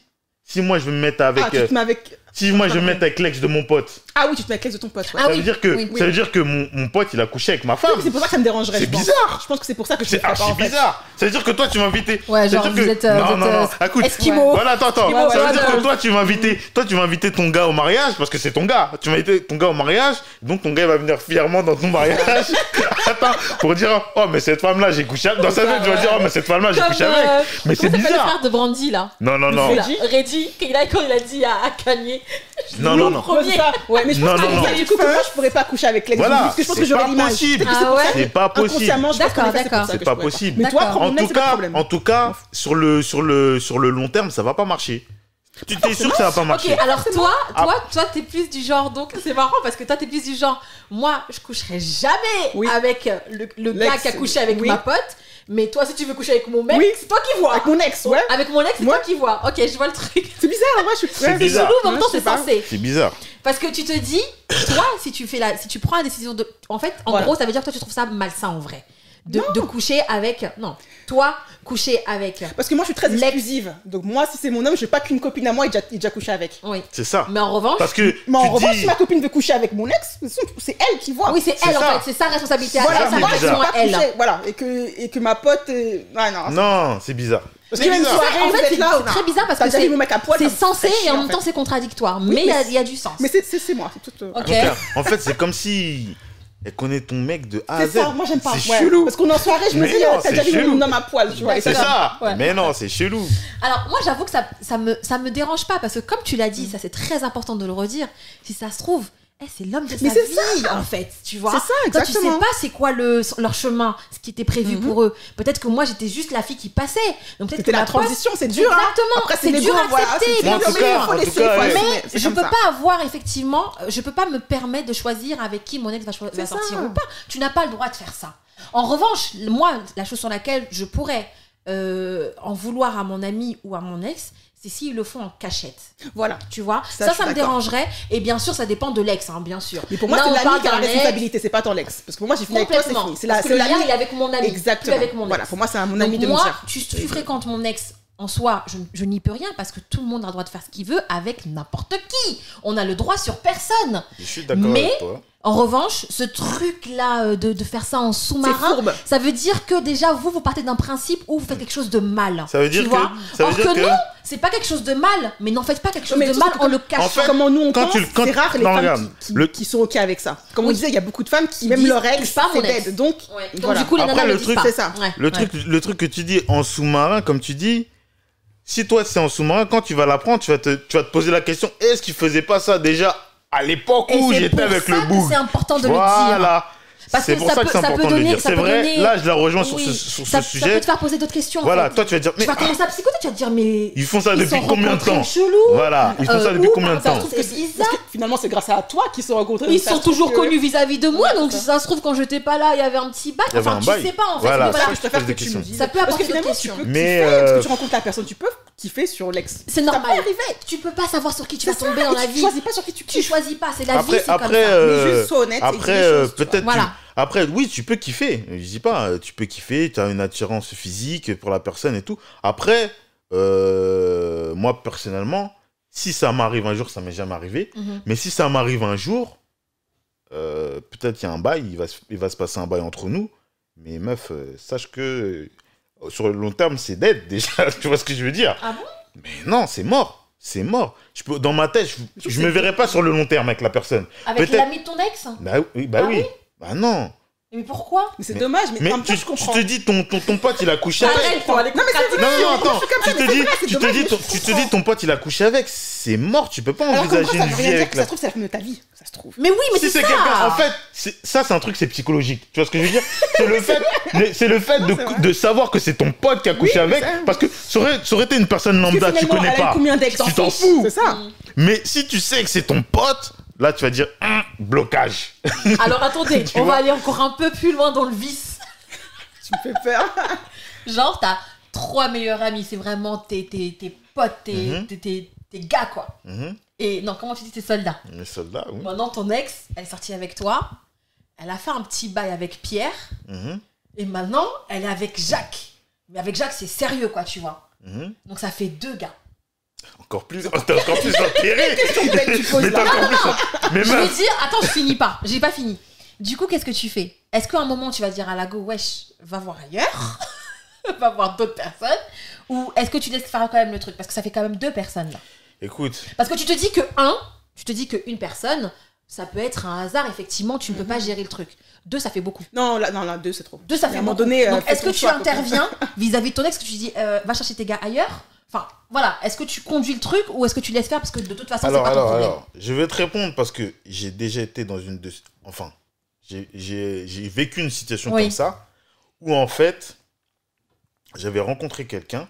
Speaker 3: Si moi je vais me mettre avec,
Speaker 2: Ah, tu
Speaker 3: euh,
Speaker 2: te mets avec.
Speaker 3: si moi je vais me mettre avec l'ex de mon pote,
Speaker 2: Ah oui, tu te mets avec l'ex de ton pote. ouais.
Speaker 1: Ah
Speaker 3: ça
Speaker 1: oui,
Speaker 3: veut dire que
Speaker 1: oui, oui.
Speaker 3: ça veut dire que mon, mon pote il a couché avec ma
Speaker 2: Oui,
Speaker 3: femme.
Speaker 2: mais C'est pour ça que ça me dérangerait.
Speaker 3: C'est
Speaker 2: je pense.
Speaker 3: bizarre.
Speaker 2: Je pense que c'est pour ça que je
Speaker 3: C'est
Speaker 2: le fais pas,
Speaker 3: archi
Speaker 2: en fait.
Speaker 3: bizarre. Ça veut dire que toi tu m'invitais.
Speaker 1: Ouais, genre, vous êtes, euh,
Speaker 3: non,
Speaker 1: vous êtes,
Speaker 3: non, non. Écoute,
Speaker 1: Esquimaux.
Speaker 3: Voilà, attends, attends.
Speaker 2: Esquimaux,
Speaker 3: ça veut
Speaker 2: ouais,
Speaker 3: dire
Speaker 2: ouais.
Speaker 3: que toi tu vas inviter, toi tu vas inviter ton gars au mariage parce que c'est ton gars. Tu vas inviter ton gars au mariage, donc ton gars il va venir fièrement dans ton mariage. attends, pour dire oh mais cette femme là j'ai couché avec- dans sa tête tu vas dire oh mais cette femme là j'ai
Speaker 1: Comme,
Speaker 3: couché
Speaker 1: euh,
Speaker 3: avec. Mais c'est
Speaker 1: Comment s'appelle le
Speaker 3: bizarre.
Speaker 1: frère de Brandy, là
Speaker 3: Non non non.
Speaker 2: Reddy.
Speaker 1: Là, Reddy, quand il a- quand il a dit à à Kanye.
Speaker 3: Non non non.
Speaker 2: Ouais, c'est ça. Ouais, mais je
Speaker 3: Non,
Speaker 2: pense que
Speaker 3: non,
Speaker 2: ça,
Speaker 3: non.
Speaker 2: du coup, que moi, je pourrais pas coucher avec l'ex.
Speaker 3: Voilà,
Speaker 2: parce que je pense
Speaker 3: c'est
Speaker 2: que j'aurais
Speaker 3: pas
Speaker 2: l'image.
Speaker 3: possible.
Speaker 2: Peut-être que c'est
Speaker 1: Ah
Speaker 2: pour ça
Speaker 1: ouais
Speaker 2: que-
Speaker 3: C'est pas possible.
Speaker 2: Inconsciemment, je pense
Speaker 1: D'accord,
Speaker 2: qu'on est fait,
Speaker 1: d'accord.
Speaker 2: pour ça que
Speaker 3: C'est
Speaker 2: je
Speaker 3: pas
Speaker 2: pourrais
Speaker 3: possible.
Speaker 2: Mais toi,
Speaker 1: D'accord.
Speaker 2: prendre
Speaker 3: En
Speaker 2: mon
Speaker 3: tout
Speaker 2: ex, c'est pas de
Speaker 3: cas,
Speaker 2: problème.
Speaker 3: en tout cas, sur le sur le sur le long terme, ça va pas marcher. Tu t'es sûr que ça va pas
Speaker 1: Ok,
Speaker 3: marcher.
Speaker 1: alors toi, toi, toi, t'es plus du genre, donc c'est marrant parce que toi, t'es plus du genre, moi, je coucherai jamais
Speaker 2: Oui.
Speaker 1: avec euh, le, le
Speaker 2: L'ex,
Speaker 1: gars qui a couché avec
Speaker 2: oui.
Speaker 1: ma pote, mais toi, si tu veux coucher avec mon mec,
Speaker 2: Oui.
Speaker 1: c'est toi qui vois.
Speaker 2: Avec mon ex, ouais.
Speaker 1: Avec mon ex, c'est
Speaker 2: Moi-
Speaker 1: toi qui vois. Ok, je vois le truc.
Speaker 2: C'est bizarre, ouais, je suis
Speaker 3: C'est
Speaker 1: C'est
Speaker 3: bizarre.
Speaker 1: chelou, mais en même
Speaker 2: Ouais,
Speaker 1: temps,
Speaker 2: je
Speaker 1: c'est
Speaker 2: sais pas.
Speaker 1: censé.
Speaker 3: C'est bizarre.
Speaker 1: Parce que tu te dis, toi, si tu fais la, si tu prends la décision de, en fait, en
Speaker 2: Voilà.
Speaker 1: gros, ça veut dire que toi, tu trouves ça malsain en vrai, de, de coucher avec, non, toi, coucher avec,
Speaker 2: Parce que moi, je suis très
Speaker 1: L'ex.
Speaker 2: exclusive. Donc, moi, si c'est mon homme, je veux pas qu'une copine à moi ait déjà, ait déjà couché avec.
Speaker 1: oui.
Speaker 3: C'est ça.
Speaker 1: Mais en revanche,
Speaker 3: Parce que
Speaker 2: Oh, Mais en
Speaker 3: tu
Speaker 2: revanche,
Speaker 3: dis-
Speaker 2: si ma copine veut coucher avec mon ex, Ah, c'est elle qui voit.
Speaker 1: oui, c'est
Speaker 3: c'est
Speaker 1: elle en
Speaker 3: ça.
Speaker 1: fait, c'est sa responsabilité, à
Speaker 2: Voilà,
Speaker 1: elle,
Speaker 3: ça,
Speaker 1: sa
Speaker 3: c'est
Speaker 2: c'est moi, je veux
Speaker 1: relation à
Speaker 2: pas
Speaker 1: elle. hein.
Speaker 2: coucher. Voilà, et que, et que ma pote. euh, Ah non.
Speaker 3: non, c'est bizarre.
Speaker 2: Parce
Speaker 3: C'est
Speaker 2: que même
Speaker 3: bizarre.
Speaker 2: soirée,
Speaker 1: En
Speaker 2: vous
Speaker 1: fait,
Speaker 2: êtes
Speaker 1: c'est
Speaker 2: là,
Speaker 1: c'est très bizarre parce
Speaker 2: t'as
Speaker 1: que
Speaker 2: déjà
Speaker 1: c'est
Speaker 2: vu mon mec à poil,
Speaker 1: c'est
Speaker 2: ça me fait
Speaker 1: censé
Speaker 2: chier,
Speaker 1: et en
Speaker 2: en
Speaker 1: même
Speaker 2: fait.
Speaker 1: temps c'est contradictoire.
Speaker 2: Oui,
Speaker 1: mais il y, a-
Speaker 2: mais
Speaker 1: il y a du sens.
Speaker 2: Mais c'est- c'est c'est moi, c'est tout. euh,
Speaker 1: Ok.
Speaker 3: Donc, euh, en fait, c'est comme si elle connaît ton mec de A à
Speaker 2: C'est
Speaker 3: Z.
Speaker 2: ça, moi j'aime pas.
Speaker 3: Ah, C'est
Speaker 2: ouais.
Speaker 3: chelou.
Speaker 2: Parce qu'on est en soirée, je me
Speaker 3: Mais
Speaker 2: dis,
Speaker 3: non,
Speaker 2: euh, t'as
Speaker 3: c'est
Speaker 2: déjà vu
Speaker 3: chelou.
Speaker 2: mon homme à poil, tu vois. et
Speaker 3: C'est
Speaker 2: ça-
Speaker 3: ça.
Speaker 1: Ouais.
Speaker 3: Mais non, c'est chelou.
Speaker 1: Alors moi
Speaker 2: Mm.
Speaker 1: j'avoue que ça, ça, me, ça me dérange pas parce que comme tu l'as dit, ça c'est très important de le redire, si ça se trouve, Eh, c'est l'homme de
Speaker 2: Mais
Speaker 1: sa
Speaker 2: c'est
Speaker 1: vie, en fait, tu vois.
Speaker 2: C'est ça,
Speaker 1: Toi, tu sais
Speaker 2: exactement.
Speaker 1: pas c'est quoi le, leur chemin, ce qui était prévu
Speaker 2: Mhm.
Speaker 1: pour eux. Peut-être que moi, j'étais juste la fille qui passait. Donc peut-être que
Speaker 2: C'était la
Speaker 1: prof-
Speaker 2: transition, c'est dur. hein.
Speaker 1: Exactement,
Speaker 2: Après,
Speaker 1: c'est
Speaker 2: les
Speaker 1: dur
Speaker 2: grands,
Speaker 1: à
Speaker 2: voilà,
Speaker 1: accepter,
Speaker 2: c'est-
Speaker 1: bien
Speaker 2: mais
Speaker 1: sûr.
Speaker 2: il faut
Speaker 3: En tout
Speaker 2: laisser,
Speaker 3: cas, euh,
Speaker 2: il faut
Speaker 3: ouais.
Speaker 2: assumer,
Speaker 1: Mais
Speaker 2: c'est
Speaker 1: je
Speaker 2: comme
Speaker 1: peux
Speaker 2: ça.
Speaker 1: pas avoir effectivement, euh, je peux pas me permettre de choisir avec qui mon ex va, cho- va
Speaker 2: C'est
Speaker 1: sortir
Speaker 2: ça.
Speaker 1: ou pas. Tu n'as pas le droit de faire ça. En revanche, moi, la chose sur laquelle je pourrais euh, en vouloir à mon ami ou à mon ex, c'est s'ils le font en cachette.
Speaker 2: Voilà.
Speaker 1: Tu vois, ça,
Speaker 2: Ça,
Speaker 1: ça,
Speaker 2: je suis
Speaker 1: me
Speaker 2: d'accord.
Speaker 1: dérangerait. Et bien sûr, ça dépend de l'ex, hein, bien sûr.
Speaker 2: Mais pour moi,
Speaker 1: Là,
Speaker 2: c'est
Speaker 1: on
Speaker 2: l'ami
Speaker 1: parle
Speaker 2: qui a la
Speaker 1: d'un ex.
Speaker 2: responsabilité, c'est pas ton ex. Parce que pour moi, j'ai fini avec toi, c'est
Speaker 1: Complètement.
Speaker 2: fini. C'est la-
Speaker 1: Parce que
Speaker 2: c'est
Speaker 1: le lien,
Speaker 2: l'ami.
Speaker 1: il est avec mon ami, plus
Speaker 2: Exactement.
Speaker 1: avec mon ex.
Speaker 2: Voilà, pour moi, c'est à mon
Speaker 1: Donc
Speaker 2: ami de me
Speaker 1: moi,
Speaker 2: dire.
Speaker 1: tu, tu fréquentes mon ex. En soi, je, je n'y peux rien parce que tout le monde a le droit de faire ce qu'il veut avec n'importe qui. On a le droit sur personne.
Speaker 3: Je suis d'accord
Speaker 1: Mais-
Speaker 3: avec toi.
Speaker 1: En revanche, ce truc-là euh, de, de faire ça en
Speaker 2: C'est
Speaker 1: sous-marin,
Speaker 2: fourbe.
Speaker 1: ça veut dire que déjà vous, vous partez d'un principe où vous faites quelque chose de mal.
Speaker 3: Ça veut
Speaker 1: Tu
Speaker 3: dire que-
Speaker 1: vois
Speaker 3: ça veut
Speaker 1: Or
Speaker 3: dire
Speaker 1: que,
Speaker 3: que-
Speaker 1: non, c'est pas quelque chose de mal, mais n'en faites pas quelque chose
Speaker 2: Mais
Speaker 1: de
Speaker 2: tout
Speaker 1: mal
Speaker 2: ça,
Speaker 1: en le cachant.
Speaker 3: En fait,
Speaker 2: Comment nous on
Speaker 3: quand
Speaker 2: pense,
Speaker 3: tu le- quand-
Speaker 2: c'est rare les
Speaker 3: non,
Speaker 2: femmes
Speaker 3: regarde,
Speaker 2: qui, qui-
Speaker 3: le-
Speaker 2: qui sont ok avec ça. Comme on
Speaker 1: Oui.
Speaker 2: disait, il y a beaucoup de femmes qui,
Speaker 1: Qui
Speaker 2: même
Speaker 1: disent,
Speaker 2: leur ex,
Speaker 1: touche pas
Speaker 2: c'est
Speaker 1: mon ex.
Speaker 2: dead. Donc,
Speaker 1: Ouais. Donc
Speaker 2: voilà.
Speaker 1: du coup, les
Speaker 3: Après,
Speaker 1: nanas
Speaker 3: le
Speaker 1: le disent
Speaker 3: truc,
Speaker 1: pas.
Speaker 2: c'est ça.
Speaker 1: Ouais,
Speaker 3: Le,
Speaker 1: ouais.
Speaker 3: truc, le truc que tu dis en sous-marin, comme tu dis, si toi c'est en sous-marin, quand tu vas l'apprendre, tu, vas te- tu vas te poser la question est-ce qu'il faisait pas ça déjà à l'époque
Speaker 1: Et
Speaker 3: où
Speaker 1: c'est
Speaker 3: j'étais
Speaker 1: pour
Speaker 3: avec
Speaker 1: ça
Speaker 3: le
Speaker 1: que
Speaker 3: boug
Speaker 1: C'est important de le dire.
Speaker 3: Voilà
Speaker 1: Parce
Speaker 3: C'est
Speaker 1: que
Speaker 3: pour
Speaker 1: ça
Speaker 3: ça que
Speaker 1: peut-
Speaker 3: c'est
Speaker 1: ça peut
Speaker 3: important de le
Speaker 1: donner-
Speaker 3: dire.
Speaker 1: ça
Speaker 3: C'est
Speaker 1: peut
Speaker 3: vrai,
Speaker 1: donner-
Speaker 3: là je la rejoins sur ce,
Speaker 1: Oui.
Speaker 3: sur
Speaker 1: ça, ça
Speaker 3: ce
Speaker 1: peut
Speaker 3: sujet.
Speaker 1: te faire poser d'autres questions. en
Speaker 3: Voilà,
Speaker 1: fait.
Speaker 3: toi tu vas dire
Speaker 1: tu
Speaker 3: mais
Speaker 1: vas commencer à psychoter, tu vas te dire mais
Speaker 3: ils font ça
Speaker 1: ils
Speaker 3: depuis
Speaker 1: sont
Speaker 3: combien de
Speaker 1: rencontrés
Speaker 3: temps
Speaker 1: Chelou.
Speaker 3: Voilà, ils font
Speaker 1: Euh,
Speaker 3: ça depuis
Speaker 1: ou
Speaker 3: combien de
Speaker 1: par
Speaker 3: temps
Speaker 1: exemple,
Speaker 2: Parce que-
Speaker 1: C'est
Speaker 2: parce
Speaker 1: bizarre.
Speaker 2: que finalement, c'est grâce à toi qu'ils se sont rencontrés.
Speaker 1: Ils
Speaker 2: Donc, ça
Speaker 1: sont
Speaker 2: se trouve
Speaker 1: toujours
Speaker 2: que-
Speaker 1: connus vis-à-vis de moi,
Speaker 2: Ouais,
Speaker 1: donc
Speaker 2: c'est
Speaker 1: si ça se trouve quand j'étais pas là, il y avait un petit bac.
Speaker 3: Il y avait
Speaker 1: Enfin,
Speaker 3: un
Speaker 1: tu
Speaker 3: bail.
Speaker 1: sais pas en fait.
Speaker 3: Voilà,
Speaker 1: mais voilà.
Speaker 3: ça,
Speaker 2: je préfère
Speaker 3: pose
Speaker 2: que
Speaker 3: des
Speaker 2: tu
Speaker 3: questions.
Speaker 2: me dises.
Speaker 1: Ça peut
Speaker 2: Parce
Speaker 1: apporter
Speaker 2: que
Speaker 1: des
Speaker 2: finalement, tu
Speaker 1: questions.
Speaker 2: peux
Speaker 3: Mais,
Speaker 2: kiffer, parce
Speaker 3: euh,
Speaker 2: que tu rencontres la personne, tu peux kiffer sur l'ex.
Speaker 1: C'est
Speaker 2: Ça peut
Speaker 1: normal.
Speaker 2: arriver.
Speaker 1: Tu peux pas savoir sur qui tu
Speaker 2: C'est
Speaker 1: vas
Speaker 2: ça,
Speaker 1: tomber dans
Speaker 2: et
Speaker 1: la
Speaker 2: tu
Speaker 1: vie.
Speaker 2: choisis pas sur qui tu
Speaker 1: Tu
Speaker 2: kiffes.
Speaker 1: choisis pas, c'est la vie,
Speaker 3: après,
Speaker 1: c'est comme
Speaker 3: après,
Speaker 1: ça.
Speaker 3: euh,
Speaker 2: Mais juste sois honnête et dis
Speaker 3: après,
Speaker 2: les
Speaker 3: euh,
Speaker 2: choses, tu vois.
Speaker 3: peut-être, tu-
Speaker 1: Voilà.
Speaker 3: après, oui, tu peux kiffer. Je dis pas, euh, tu peux kiffer. Tu as une attirance physique pour la personne et tout. Après, euh, moi personnellement, si ça m'arrive un jour, ça m'est jamais arrivé.
Speaker 1: Mhm.
Speaker 3: Mais si ça m'arrive un jour, euh, peut-être il y a un bail, il va, se, il va se passer un bail entre nous. Mais meuf, euh, sache que euh, sur le long terme, c'est dead déjà. tu vois ce que je veux dire
Speaker 1: Ah bon
Speaker 3: Mais non, c'est mort. C'est mort. Je peux, dans ma tête, je, je me
Speaker 2: C'est-
Speaker 3: verrai pas sur le long terme avec la personne.
Speaker 1: Avec
Speaker 3: peut-être-
Speaker 1: l'ami de ton ex
Speaker 3: Bah oui, bah
Speaker 1: Ah
Speaker 3: oui.
Speaker 1: oui
Speaker 3: Bah non.
Speaker 1: Mais pourquoi
Speaker 2: Mais c'est
Speaker 3: Mais-
Speaker 2: dommage, mais
Speaker 3: Mais
Speaker 2: en même temps,
Speaker 3: tu,
Speaker 2: je
Speaker 3: tu
Speaker 2: comprends.
Speaker 3: te dis, ton, ton, ton pote, il a couché avec.
Speaker 1: Arrête, toi, les
Speaker 2: Non, mais c'est
Speaker 1: contradictions.
Speaker 3: Non, non, non, attends.
Speaker 2: Je suis comme
Speaker 3: Tu
Speaker 2: ça, mais
Speaker 3: te dis,
Speaker 2: c'est vrai,
Speaker 3: tu
Speaker 2: c'est
Speaker 3: te
Speaker 2: dommage,
Speaker 3: dis,
Speaker 2: mais
Speaker 3: ton,
Speaker 2: je
Speaker 3: tu te
Speaker 2: comprends.
Speaker 3: dis, ton pote, il a couché avec. C'est mort. Tu peux pas
Speaker 2: Alors qu'en vrai,
Speaker 3: envisager
Speaker 2: ça
Speaker 3: une
Speaker 2: veut
Speaker 3: vie
Speaker 2: rien dire
Speaker 3: avec
Speaker 2: que ça
Speaker 3: la
Speaker 2: se trouve, c'est la fin de ta vie. Ça se trouve.
Speaker 1: Mais oui, mais
Speaker 3: si
Speaker 1: c'est
Speaker 3: c'est quelqu'un,
Speaker 1: ça.
Speaker 3: en fait, c'est- ça c'est un truc, c'est psychologique. Tu vois ce que je veux dire C'est le fait, mais c'est le fait
Speaker 2: Non,
Speaker 3: de,
Speaker 2: c'est vrai.
Speaker 3: de savoir que c'est ton pote qui a couché avec,
Speaker 2: c'est vrai.
Speaker 3: parce que ça aurait, ça aurait été une personne
Speaker 2: Parce que
Speaker 3: lambda, tu
Speaker 2: finalement,
Speaker 3: connais
Speaker 2: elle a eu
Speaker 3: pas.
Speaker 2: combien d'ex
Speaker 3: Tu t'en fous.
Speaker 2: C'est ça.
Speaker 3: Mais si tu sais que c'est ton pote, là tu vas dire Hum, blocage.
Speaker 1: Alors attendez,
Speaker 3: Tu
Speaker 1: on
Speaker 3: vois
Speaker 1: va aller encore un peu plus loin dans le vice.
Speaker 2: Tu me fais peur.
Speaker 1: Genre, t'as trois meilleurs amis, c'est vraiment tes, tes, tes potes, tes,
Speaker 3: Mhm.
Speaker 1: tes, tes- tes gars, quoi.
Speaker 3: Mhm.
Speaker 1: Et non, comment tu dis tes soldats
Speaker 3: Mais celle-là, oui.
Speaker 1: Maintenant, ton ex, elle est sortie avec toi, elle a fait un petit bail avec Pierre,
Speaker 3: Mhm,
Speaker 1: et maintenant, elle est avec Jacques. Mais avec Jacques, c'est sérieux, quoi, tu vois.
Speaker 3: mhm.
Speaker 1: Donc ça fait deux gars.
Speaker 3: Encore plus, oh, t'es encore plus enterré.
Speaker 2: bête, tu poses,
Speaker 3: mais t'es
Speaker 2: là.
Speaker 3: encore plus. Mais
Speaker 1: Je vais
Speaker 3: meuf,
Speaker 1: dire, attends, je finis pas, j'ai pas fini. Du coup, qu'est-ce que tu fais Est-ce qu'à un moment, tu vas dire à la go, wesh, va voir ailleurs, va voir d'autres personnes Ou est-ce que tu laisses faire quand même le truc Parce que ça fait quand même deux personnes, là.
Speaker 3: écoute,
Speaker 1: Parce que tu te dis que un, tu te dis que une personne, ça peut être un hasard, effectivement, tu ne peux pas gérer le truc. Deux, ça fait beaucoup.
Speaker 2: Non, là, non, là, deux, c'est trop.
Speaker 1: Deux, ça
Speaker 2: Mais
Speaker 1: fait
Speaker 2: à un moment
Speaker 1: beaucoup.
Speaker 2: donné, euh,
Speaker 1: Donc,
Speaker 2: fais
Speaker 1: est-ce que
Speaker 2: ton
Speaker 1: tu
Speaker 2: choix, quoi.
Speaker 1: interviens vis-à-vis de ton ex que tu dis, euh, va chercher tes gars ailleurs Enfin, voilà, est-ce que tu conduis le truc ou est-ce que tu laisses faire parce que de toute façon, c'est pas
Speaker 3: alors,
Speaker 1: ton
Speaker 3: alors,
Speaker 1: problème
Speaker 3: alors, je vais te répondre parce que j'ai déjà été dans une de. Enfin, j'ai- j'ai j'ai vécu une situation
Speaker 1: Oui.
Speaker 3: comme ça où en fait, j'avais rencontré quelqu'un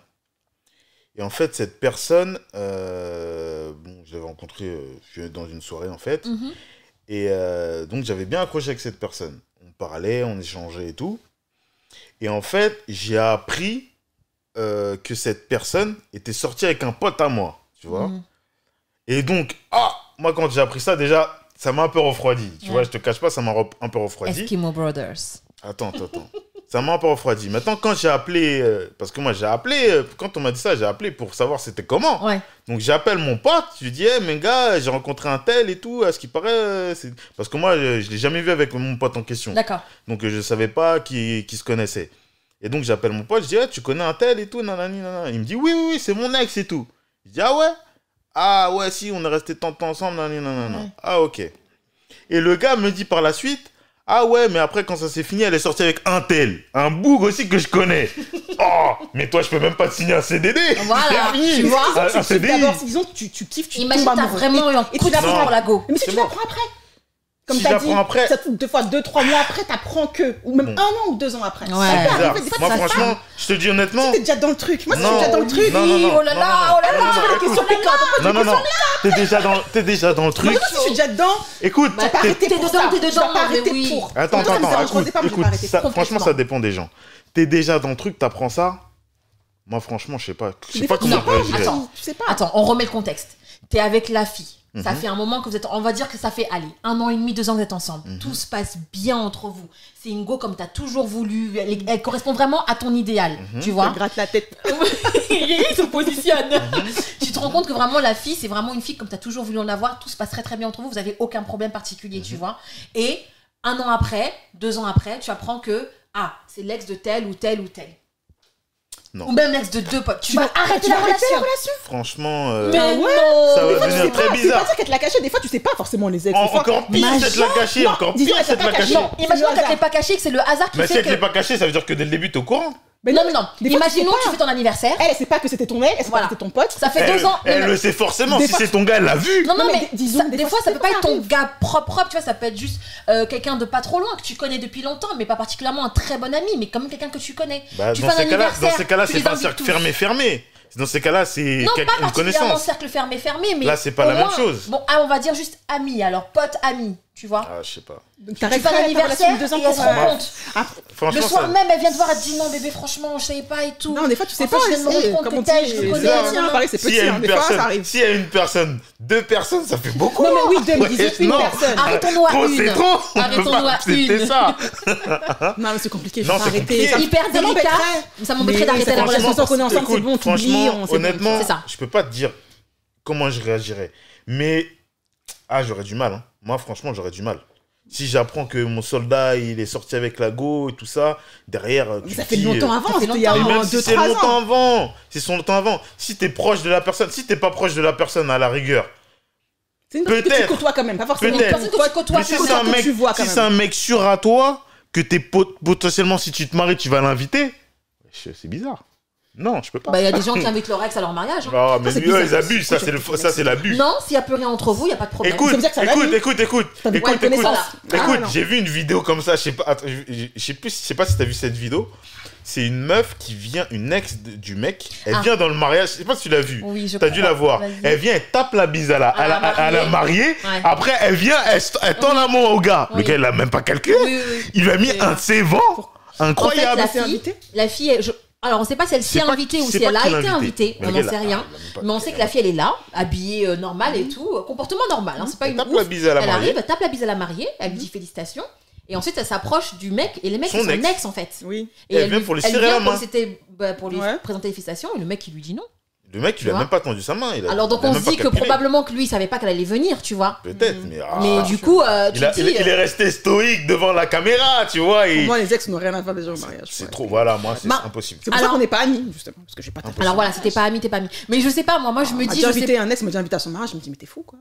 Speaker 3: et en fait, cette personne, euh, bon, je l'avais rencontré euh, dans une soirée en fait,
Speaker 1: Mhm.
Speaker 3: et euh, donc j'avais bien accroché avec cette personne. On parlait, on échangeait et tout. Et en fait, j'ai appris euh, que cette personne était sortie avec un pote à moi, tu vois.
Speaker 1: Mhm.
Speaker 3: Et donc, ah, moi quand j'ai appris ça, déjà, ça m'a un peu refroidi. Tu
Speaker 1: Ouais.
Speaker 3: vois, je te cache pas, ça m'a re- un peu refroidi.
Speaker 1: Eskimo Brothers.
Speaker 3: Attends, attends, attends. ça m'a un peu refroidi. Maintenant, quand j'ai appelé, euh, parce que moi j'ai appelé, euh, quand on m'a dit ça, j'ai appelé pour savoir c'était comment.
Speaker 1: Ouais.
Speaker 3: Donc j'appelle mon pote, je lui dis, hey, mes gars, j'ai rencontré un tel et tout, à ce qui paraît, euh, c'est- parce que moi, euh, je l'ai jamais vu avec mon pote en question.
Speaker 1: D'accord.
Speaker 3: Donc euh, je savais pas qui, qui se connaissait. Et donc j'appelle mon pote, je dis, Ah, tu connais un tel et tout, nanani, nanana. Il me dit, oui, oui, oui, c'est mon ex et tout. Je dis, ah ouais Ah ouais, si, on est resté tant de temps ensemble, nanani, nanana.
Speaker 1: Ouais.
Speaker 3: Ah ok. Et le gars me dit par la suite, ah ouais, mais après, quand ça s'est fini, elle est sortie avec un tel, un bourg aussi que je connais. oh, mais toi, je peux même pas te signer un CDD.
Speaker 1: Voilà,
Speaker 3: C'est fini.
Speaker 1: tu vois.
Speaker 3: Un- un
Speaker 2: Tu kiffes
Speaker 3: CDI.
Speaker 2: D'abord, disons que tu, tu kiffes, tu
Speaker 1: Imagine,
Speaker 2: tombes
Speaker 1: t'as
Speaker 2: amoureux.
Speaker 1: vraiment eu un
Speaker 2: Et
Speaker 1: coup
Speaker 2: tu
Speaker 1: de foudre
Speaker 2: l'apprends.
Speaker 1: pour la go.
Speaker 2: Mais si
Speaker 3: C'est
Speaker 2: tu
Speaker 3: mort.
Speaker 2: l'apprends après. Comme
Speaker 3: Si
Speaker 2: t'as
Speaker 3: j'apprends
Speaker 2: dit,
Speaker 3: après-
Speaker 2: ça, deux fois, deux, trois mois après, t'apprends que. Ou même
Speaker 3: Bon.
Speaker 2: un an ou deux ans après.
Speaker 1: Ouais.
Speaker 2: Ça peut
Speaker 3: bizarre.
Speaker 2: arriver, des fois,
Speaker 3: Moi,
Speaker 2: tu-
Speaker 3: franchement, je te dis honnêtement.
Speaker 2: T'es déjà dans le truc. Moi, si je suis
Speaker 3: Non.
Speaker 2: déjà dans le truc.
Speaker 3: Non, non, non,
Speaker 1: oh là
Speaker 3: non,
Speaker 1: là,
Speaker 3: non,
Speaker 1: oh là là,
Speaker 3: non, non,
Speaker 1: oh là là,
Speaker 3: écoute.
Speaker 1: oh là là.
Speaker 3: Non, non, non. T'es déjà dans, t'es déjà dans le
Speaker 1: Bah,
Speaker 2: Moi,
Speaker 3: truc.
Speaker 2: si je suis déjà dedans,
Speaker 3: Écoute,
Speaker 2: je vais pas
Speaker 3: t'es-
Speaker 2: arrêter
Speaker 1: t'es
Speaker 2: pour
Speaker 1: dedans,
Speaker 2: ça.
Speaker 1: t'es
Speaker 2: Je vais
Speaker 1: dedans,
Speaker 2: pas
Speaker 1: mais
Speaker 2: arrêter
Speaker 1: oui.
Speaker 3: Attends,
Speaker 2: pour. Moi, ça
Speaker 3: attends,
Speaker 2: me
Speaker 3: attends,
Speaker 2: dérange, je
Speaker 3: écoute,
Speaker 2: sais pas, mais je vais
Speaker 3: écoute,
Speaker 2: pas arrêter.
Speaker 3: ça-
Speaker 1: complètement.
Speaker 3: franchement, ça dépend des gens. T'es déjà dans le truc, t'apprends ça. Moi, franchement, je sais pas, je sais
Speaker 2: Des
Speaker 3: pas
Speaker 2: fois,
Speaker 3: comment
Speaker 1: non,
Speaker 3: je réagirais.
Speaker 1: attends.
Speaker 2: Tu sais pas.
Speaker 1: Attends, on remet le contexte. T'es avec la fille. Ça
Speaker 3: Mhm.
Speaker 1: fait un moment que vous êtes. On va dire que ça fait, allez, un an et demi, deux ans que vous êtes ensemble.
Speaker 3: Mhm.
Speaker 1: Tout se passe bien entre vous. C'est une go comme t'as toujours voulu. Elle, elle correspond vraiment à ton idéal.
Speaker 3: Mhm.
Speaker 1: Tu vois
Speaker 2: Ça gratte la tête.
Speaker 1: Il se positionne. Mhm. tu te rends compte que vraiment la fille, c'est vraiment une fille comme tu as toujours voulu en avoir. Tout se passe très très bien entre vous. Vous avez aucun problème particulier,
Speaker 3: Mhm.
Speaker 1: tu vois. Et un an après, deux ans après, tu apprends que ah, c'est l'ex de tel ou tel ou tel.
Speaker 3: Non.
Speaker 1: Ou même l'ex de deux potes. Tu, vas, arrêter
Speaker 2: tu
Speaker 1: la
Speaker 2: vas arrêter
Speaker 1: relation.
Speaker 2: la relation.
Speaker 3: Franchement, euh,
Speaker 1: Mais
Speaker 2: Ah ouais,
Speaker 1: non.
Speaker 3: ça va
Speaker 2: Des fois, tu
Speaker 3: devenir
Speaker 2: sais
Speaker 3: très
Speaker 2: pas. C'est
Speaker 3: bizarre.
Speaker 2: pas dire qu'elle te l'a caché. Des fois, tu sais pas forcément les ex.
Speaker 3: En-
Speaker 2: Des fois-
Speaker 3: encore pire,
Speaker 1: Magie.
Speaker 3: c'est de la cacher.
Speaker 2: Non,
Speaker 3: Encore
Speaker 2: disons,
Speaker 3: pire,
Speaker 2: elle
Speaker 3: c'est
Speaker 2: t'a
Speaker 3: de la
Speaker 2: pas
Speaker 3: cacher.
Speaker 2: caché.
Speaker 1: Non, imaginons
Speaker 2: C'est le
Speaker 1: qu'elle n'est pas cachée, que c'est le hasard qui
Speaker 3: Mais si
Speaker 1: fait
Speaker 3: elle te
Speaker 1: que.
Speaker 3: l'est pas cachée, ça veut dire que dès le début, t'es au courant.
Speaker 2: Mais
Speaker 1: Non, mais non.
Speaker 2: Des fois, tu sais
Speaker 1: Imaginons
Speaker 2: pas.
Speaker 1: que tu fais ton anniversaire.
Speaker 2: Elle, elle sait pas que c'était ton ex, elle sait pas
Speaker 1: Voilà.
Speaker 2: que c'était ton pote.
Speaker 1: Ça fait
Speaker 3: Elle-
Speaker 1: deux ans.
Speaker 3: Elle
Speaker 1: Non,
Speaker 3: le sait forcément.
Speaker 2: Des
Speaker 3: Si
Speaker 2: fois-
Speaker 3: c'est ton gars, elle l'a vu.
Speaker 1: Non, non,
Speaker 2: Non,
Speaker 1: mais,
Speaker 2: mais dis- disons,
Speaker 1: ça- des,
Speaker 2: des
Speaker 1: fois,
Speaker 2: fois,
Speaker 1: ça
Speaker 2: ça
Speaker 1: peut pas être ton
Speaker 2: arrive.
Speaker 1: gars propre, propre, tu vois, ça peut être juste euh, quelqu'un de pas trop loin que tu connais depuis longtemps, mais pas particulièrement un très bon ami, mais quand même quelqu'un que tu connais.
Speaker 3: Bah,
Speaker 1: tu
Speaker 3: dans ces cas-là, dans ces cas-là,
Speaker 1: tu
Speaker 3: c'est
Speaker 1: les
Speaker 3: pas un
Speaker 1: invites
Speaker 3: cercle
Speaker 1: tous.
Speaker 3: fermé, fermé. Dans ces cas-là, c'est
Speaker 1: Non,
Speaker 3: quel-
Speaker 1: pas
Speaker 3: une
Speaker 1: particulièrement
Speaker 3: connaissance.
Speaker 1: cercle fermé, fermé, mais.
Speaker 3: Là, c'est pas
Speaker 1: au
Speaker 3: la même
Speaker 1: moins-
Speaker 3: chose.
Speaker 1: Bon, ah, on va dire juste ami, alors pote ami, tu vois.
Speaker 3: Ah, je sais pas.
Speaker 2: Donc,
Speaker 1: tu
Speaker 2: t'arrêtes
Speaker 1: fais
Speaker 2: pas
Speaker 1: un
Speaker 2: la relation
Speaker 1: anniversaire
Speaker 2: de deux ans
Speaker 1: et elle se
Speaker 2: pour
Speaker 1: rend
Speaker 2: euh,
Speaker 1: compte. Le
Speaker 2: après-
Speaker 3: Ah, Franchement,
Speaker 1: soir
Speaker 3: ça.
Speaker 1: même, elle vient te voir, elle te dit non, bébé, franchement, je savais pas et tout.
Speaker 2: Non, des fois, tu sais
Speaker 1: Enfin,
Speaker 2: pas.
Speaker 1: je viens de me rendre
Speaker 2: sais,
Speaker 1: compte
Speaker 2: comme
Speaker 1: que
Speaker 2: on
Speaker 1: tel,
Speaker 2: dit,
Speaker 1: je
Speaker 2: c'est
Speaker 1: le connais,
Speaker 2: bizarre,
Speaker 1: nanana.
Speaker 2: Pareil, c'est
Speaker 3: S'il y
Speaker 2: petit,
Speaker 3: a
Speaker 2: hein,
Speaker 3: une
Speaker 2: des fois, ça
Speaker 3: personne,
Speaker 2: arrive.
Speaker 3: s'il y a une personne, deux personnes, ça fait beaucoup.
Speaker 2: Non, mais
Speaker 3: hein.
Speaker 2: oui, deux, disons
Speaker 3: Ouais,
Speaker 2: une
Speaker 3: non.
Speaker 2: personne.
Speaker 1: Arrêtons-nous à
Speaker 3: Trop,
Speaker 1: une.
Speaker 3: c'est trop. On peut
Speaker 1: Arrêtons-nous
Speaker 3: pas
Speaker 1: à
Speaker 3: accepter
Speaker 1: une.
Speaker 3: ça.
Speaker 2: Non, mais c'est compliqué,
Speaker 3: Non,
Speaker 2: faut
Speaker 3: c'est compliqué.
Speaker 2: arrêter. Ça-
Speaker 1: Hyper
Speaker 2: ça
Speaker 1: délicat.
Speaker 2: m'embêterait.
Speaker 1: Ça m'embêterait
Speaker 2: Mais
Speaker 1: d'arrêter la
Speaker 2: franchement,
Speaker 1: relation.
Speaker 2: sans qu'on est ensemble, c'est
Speaker 3: écoute,
Speaker 2: bon, t'oublies,
Speaker 3: franchement,
Speaker 2: on- c'est bon.
Speaker 3: honnêtement,
Speaker 1: C'est ça.
Speaker 3: je peux pas te dire comment je réagirais. Mais, ah, j'aurais du mal. hein. Moi, franchement, j'aurais du mal. Si j'apprends que mon soldat, il est sorti avec la go et tout ça, derrière, euh,
Speaker 2: Mais
Speaker 3: tu
Speaker 2: Ça
Speaker 3: te
Speaker 2: fait
Speaker 3: dis, euh,
Speaker 2: longtemps avant,
Speaker 1: fait
Speaker 2: c'était il y a
Speaker 1: longtemps.
Speaker 3: mais même
Speaker 2: un,
Speaker 3: si
Speaker 2: deux,
Speaker 3: c'est
Speaker 2: trois
Speaker 3: longtemps
Speaker 2: ans.
Speaker 3: avant, c'est son longtemps avant. Si t'es proche de la personne, si t'es pas proche de la personne à la rigueur,
Speaker 2: C'est une personne que tu
Speaker 3: Peut-être.
Speaker 2: côtoies quand même, pas forcément.
Speaker 3: Peut-être.
Speaker 1: Personne que tu côtoies,
Speaker 3: mais
Speaker 1: tu
Speaker 3: si
Speaker 1: connais
Speaker 3: c'est
Speaker 2: ça
Speaker 3: un
Speaker 2: que
Speaker 3: mec,
Speaker 2: tu vois, quand
Speaker 3: si
Speaker 2: même.
Speaker 3: c'est un mec sûr à toi, que t'es pot- potentiellement si tu te maries, tu vas l'inviter, je- c'est bizarre. Non, je peux pas.
Speaker 1: Bah, il y a des gens qui invitent leur ex à leur mariage. hein.
Speaker 3: Ah, mais
Speaker 2: c'est
Speaker 3: lui, eux, ils
Speaker 2: bizarre.
Speaker 3: abusent, ça c'est le, ça c'est l'abus.
Speaker 1: Non, s'il n'y a plus rien entre vous, il n'y a pas de problème.
Speaker 3: Écoute,
Speaker 2: Ça veut dire que ça va,
Speaker 3: écoute,
Speaker 2: lui
Speaker 3: écoute, écoute,
Speaker 2: T'as des
Speaker 3: écoute,
Speaker 2: points de
Speaker 3: écoute,
Speaker 2: connaissance. Ah,
Speaker 3: Écoute,
Speaker 2: non.
Speaker 3: j'ai vu une vidéo comme ça, je sais pas, attends, je- je je sais plus, je sais pas si t'as vu cette vidéo. C'est une meuf qui vient, une ex de- du mec, elle
Speaker 1: Ah.
Speaker 3: vient dans le mariage, je sais pas si tu l'as vu.
Speaker 1: Oui, je
Speaker 3: T'as dû
Speaker 1: crois.
Speaker 3: la voir.
Speaker 1: Vas-y.
Speaker 3: Elle vient, elle tape la bise à la, à la, à la mariée.
Speaker 1: Ouais.
Speaker 3: Après, elle vient, elle, s- elle tend la main au gars.
Speaker 1: Oui.
Speaker 3: Le gars, il l'a même pas calculé.
Speaker 1: Oui, oui, oui.
Speaker 3: Il lui a mis un de ses vents
Speaker 1: En fait,
Speaker 3: incroyable.
Speaker 1: la
Speaker 2: c'est
Speaker 1: fille,
Speaker 2: invité
Speaker 1: la fille est- je- alors on ne sait pas si elle s'est
Speaker 3: C'est pas-
Speaker 1: invitée ou
Speaker 3: c'est
Speaker 1: si
Speaker 3: pas
Speaker 1: elle a
Speaker 3: qu'il l'a
Speaker 1: été invitée,
Speaker 3: invitée.
Speaker 1: on
Speaker 3: Le gars,
Speaker 1: n'en
Speaker 3: il
Speaker 1: sait
Speaker 3: a-
Speaker 1: rien.
Speaker 3: il a même pas-
Speaker 1: Mais on sait que la fille, elle est là, habillée euh, normale et tout, euh, comportement normal. hein, c'est pas
Speaker 3: Elle
Speaker 1: une
Speaker 3: Mm. tape
Speaker 1: ouf.
Speaker 3: la bise à la
Speaker 1: elle
Speaker 3: mariée. Mm.
Speaker 1: arrive, elle tape la bise à la mariée, elle lui dit félicitations. Et ensuite, elle s'approche du mec, et le mec,
Speaker 3: Son
Speaker 1: c'est son
Speaker 3: ex.
Speaker 1: ex en fait.
Speaker 2: Oui.
Speaker 1: Et
Speaker 3: Elle
Speaker 1: elle
Speaker 3: vient
Speaker 1: lui-
Speaker 3: pour lui
Speaker 1: elle
Speaker 3: serrer
Speaker 1: vient
Speaker 3: la
Speaker 1: pour
Speaker 3: main.
Speaker 1: lui- c'était, bah, pour lui
Speaker 2: Ouais.
Speaker 1: présenter les félicitations, et le mec, il lui dit non.
Speaker 3: Le mec, il
Speaker 1: Tu
Speaker 3: lui a
Speaker 1: vois
Speaker 3: même pas tendu sa main. il a-
Speaker 1: Alors donc,
Speaker 3: il a
Speaker 1: on
Speaker 3: même
Speaker 1: se
Speaker 3: pas
Speaker 1: dit que
Speaker 3: calculé.
Speaker 1: probablement que lui, il savait pas qu'elle allait venir, tu vois.
Speaker 3: Peut-être, mais. ah,
Speaker 1: Mais du coup, euh, tu
Speaker 3: Il, a-
Speaker 1: te
Speaker 3: il,
Speaker 1: dis.
Speaker 3: il est resté stoïque devant la caméra, tu vois.
Speaker 2: Pour
Speaker 3: Et...
Speaker 2: moi, les ex n'ont rien à faire déjà au mariage.
Speaker 3: C'est
Speaker 2: ouais.
Speaker 3: trop, voilà, moi, c'est
Speaker 1: Bah,
Speaker 3: impossible.
Speaker 2: C'est pour ça
Speaker 1: Alors-
Speaker 2: qu'on n'est pas amis, justement, parce que j'ai pas ta
Speaker 1: Alors voilà, c'était pas ami, t'es pas ami. Mais je sais pas, moi, moi je me
Speaker 2: Ah,
Speaker 1: dis,
Speaker 2: J'ai
Speaker 1: je sais
Speaker 2: invité un ex, il m'a déjà invité à son mariage, je me dis, mais t'es fou quoi.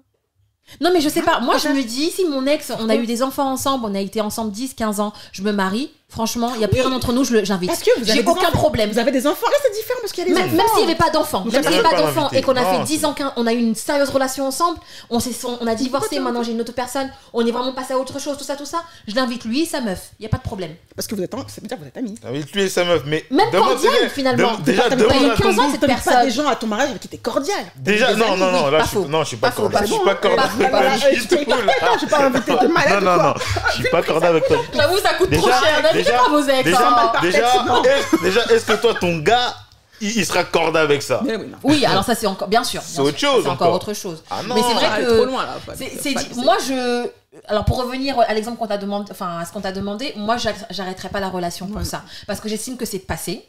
Speaker 1: Non, mais je sais pas. Moi, je
Speaker 2: quand
Speaker 1: me dis, si mon ex, on a eu des enfants ensemble, on a été ensemble 10, 15 ans, je me marie, franchement, il n'y a plus
Speaker 2: Oui.
Speaker 1: rien entre nous, je le- j'invite.
Speaker 2: Parce que vous avez
Speaker 1: J'ai
Speaker 2: des
Speaker 1: aucun
Speaker 2: enfants.
Speaker 1: problème.
Speaker 2: Vous avez des enfants, là c'est différent parce qu'il y a des
Speaker 1: Même
Speaker 2: enfants.
Speaker 1: même s'il n'y avait pas d'enfants,
Speaker 2: Donc,
Speaker 1: même
Speaker 2: t'as
Speaker 1: s'il n'y avait pas
Speaker 3: même pas
Speaker 1: d'enfants
Speaker 3: invité.
Speaker 1: et qu'on a fait
Speaker 3: Non,
Speaker 1: 10
Speaker 3: c'est-
Speaker 1: ans, qu'un- on a eu une sérieuse relation ensemble, on, s'est- on a divorcé,
Speaker 2: t'as
Speaker 1: maintenant j'ai une autre personne, on est vraiment passé à autre chose, tout ça, tout ça, je l'invite lui et sa meuf, il n'y a pas de problème.
Speaker 2: Parce que vous êtes en... ça veut dire que vous êtes amis.
Speaker 3: Avec lui et sa meuf, mais.
Speaker 1: Même
Speaker 3: demande-
Speaker 1: cordial, finalement.
Speaker 3: dem- Déjà,
Speaker 1: T'as eu
Speaker 3: demande à ton
Speaker 1: 15 ans,
Speaker 3: goût.
Speaker 1: cette
Speaker 2: T'invites pas
Speaker 1: personne.
Speaker 2: des gens à ton mariage avec qui t'es cordial.
Speaker 3: Déjà,
Speaker 1: Des
Speaker 3: non,
Speaker 1: amis,
Speaker 3: non, non,
Speaker 1: oui,
Speaker 3: là,
Speaker 1: pas
Speaker 3: je suis,
Speaker 1: faux.
Speaker 3: non, je suis pas,
Speaker 1: Pas faux,
Speaker 3: cordial.
Speaker 1: pas
Speaker 3: Je suis
Speaker 1: faux.
Speaker 3: pas cordial.
Speaker 1: Pas- pas-
Speaker 3: Pas du
Speaker 2: je suis
Speaker 3: tout, là.
Speaker 2: Non, j'ai pas invité de malade.
Speaker 3: Non, non,
Speaker 2: ou quoi.
Speaker 3: non, je suis pas cordial avec toi.
Speaker 2: Bah,
Speaker 1: J'avoue, ça coûte trop
Speaker 3: Déjà,
Speaker 1: cher, n'invitez
Speaker 3: déjà,
Speaker 1: pas vos ex.
Speaker 3: déjà,
Speaker 1: hein.
Speaker 2: par
Speaker 3: déjà,
Speaker 2: tête, non.
Speaker 3: est- déjà, est-ce que toi, ton gars, il, il sera cordial avec ça
Speaker 2: Mais oui, non.
Speaker 1: Oui, alors ça c'est encore, bien sûr. bien
Speaker 3: C'est
Speaker 1: sûr,
Speaker 3: autre chose
Speaker 1: C'est encore
Speaker 3: encore.
Speaker 1: autre chose.
Speaker 3: Ah non,
Speaker 1: Mais c'est vrai
Speaker 2: Ah,
Speaker 1: que.
Speaker 2: trop loin là. faut-
Speaker 1: C'est-
Speaker 2: faut
Speaker 1: c'est
Speaker 2: pas
Speaker 1: dit-
Speaker 2: laisser.
Speaker 1: moi je alors pour revenir à l'exemple qu'on t'a demandé enfin à ce qu'on t'a demandé moi j'ar- j'arrêterai pas la relation pour
Speaker 2: Ouais.
Speaker 1: ça parce que j'estime que c'est passé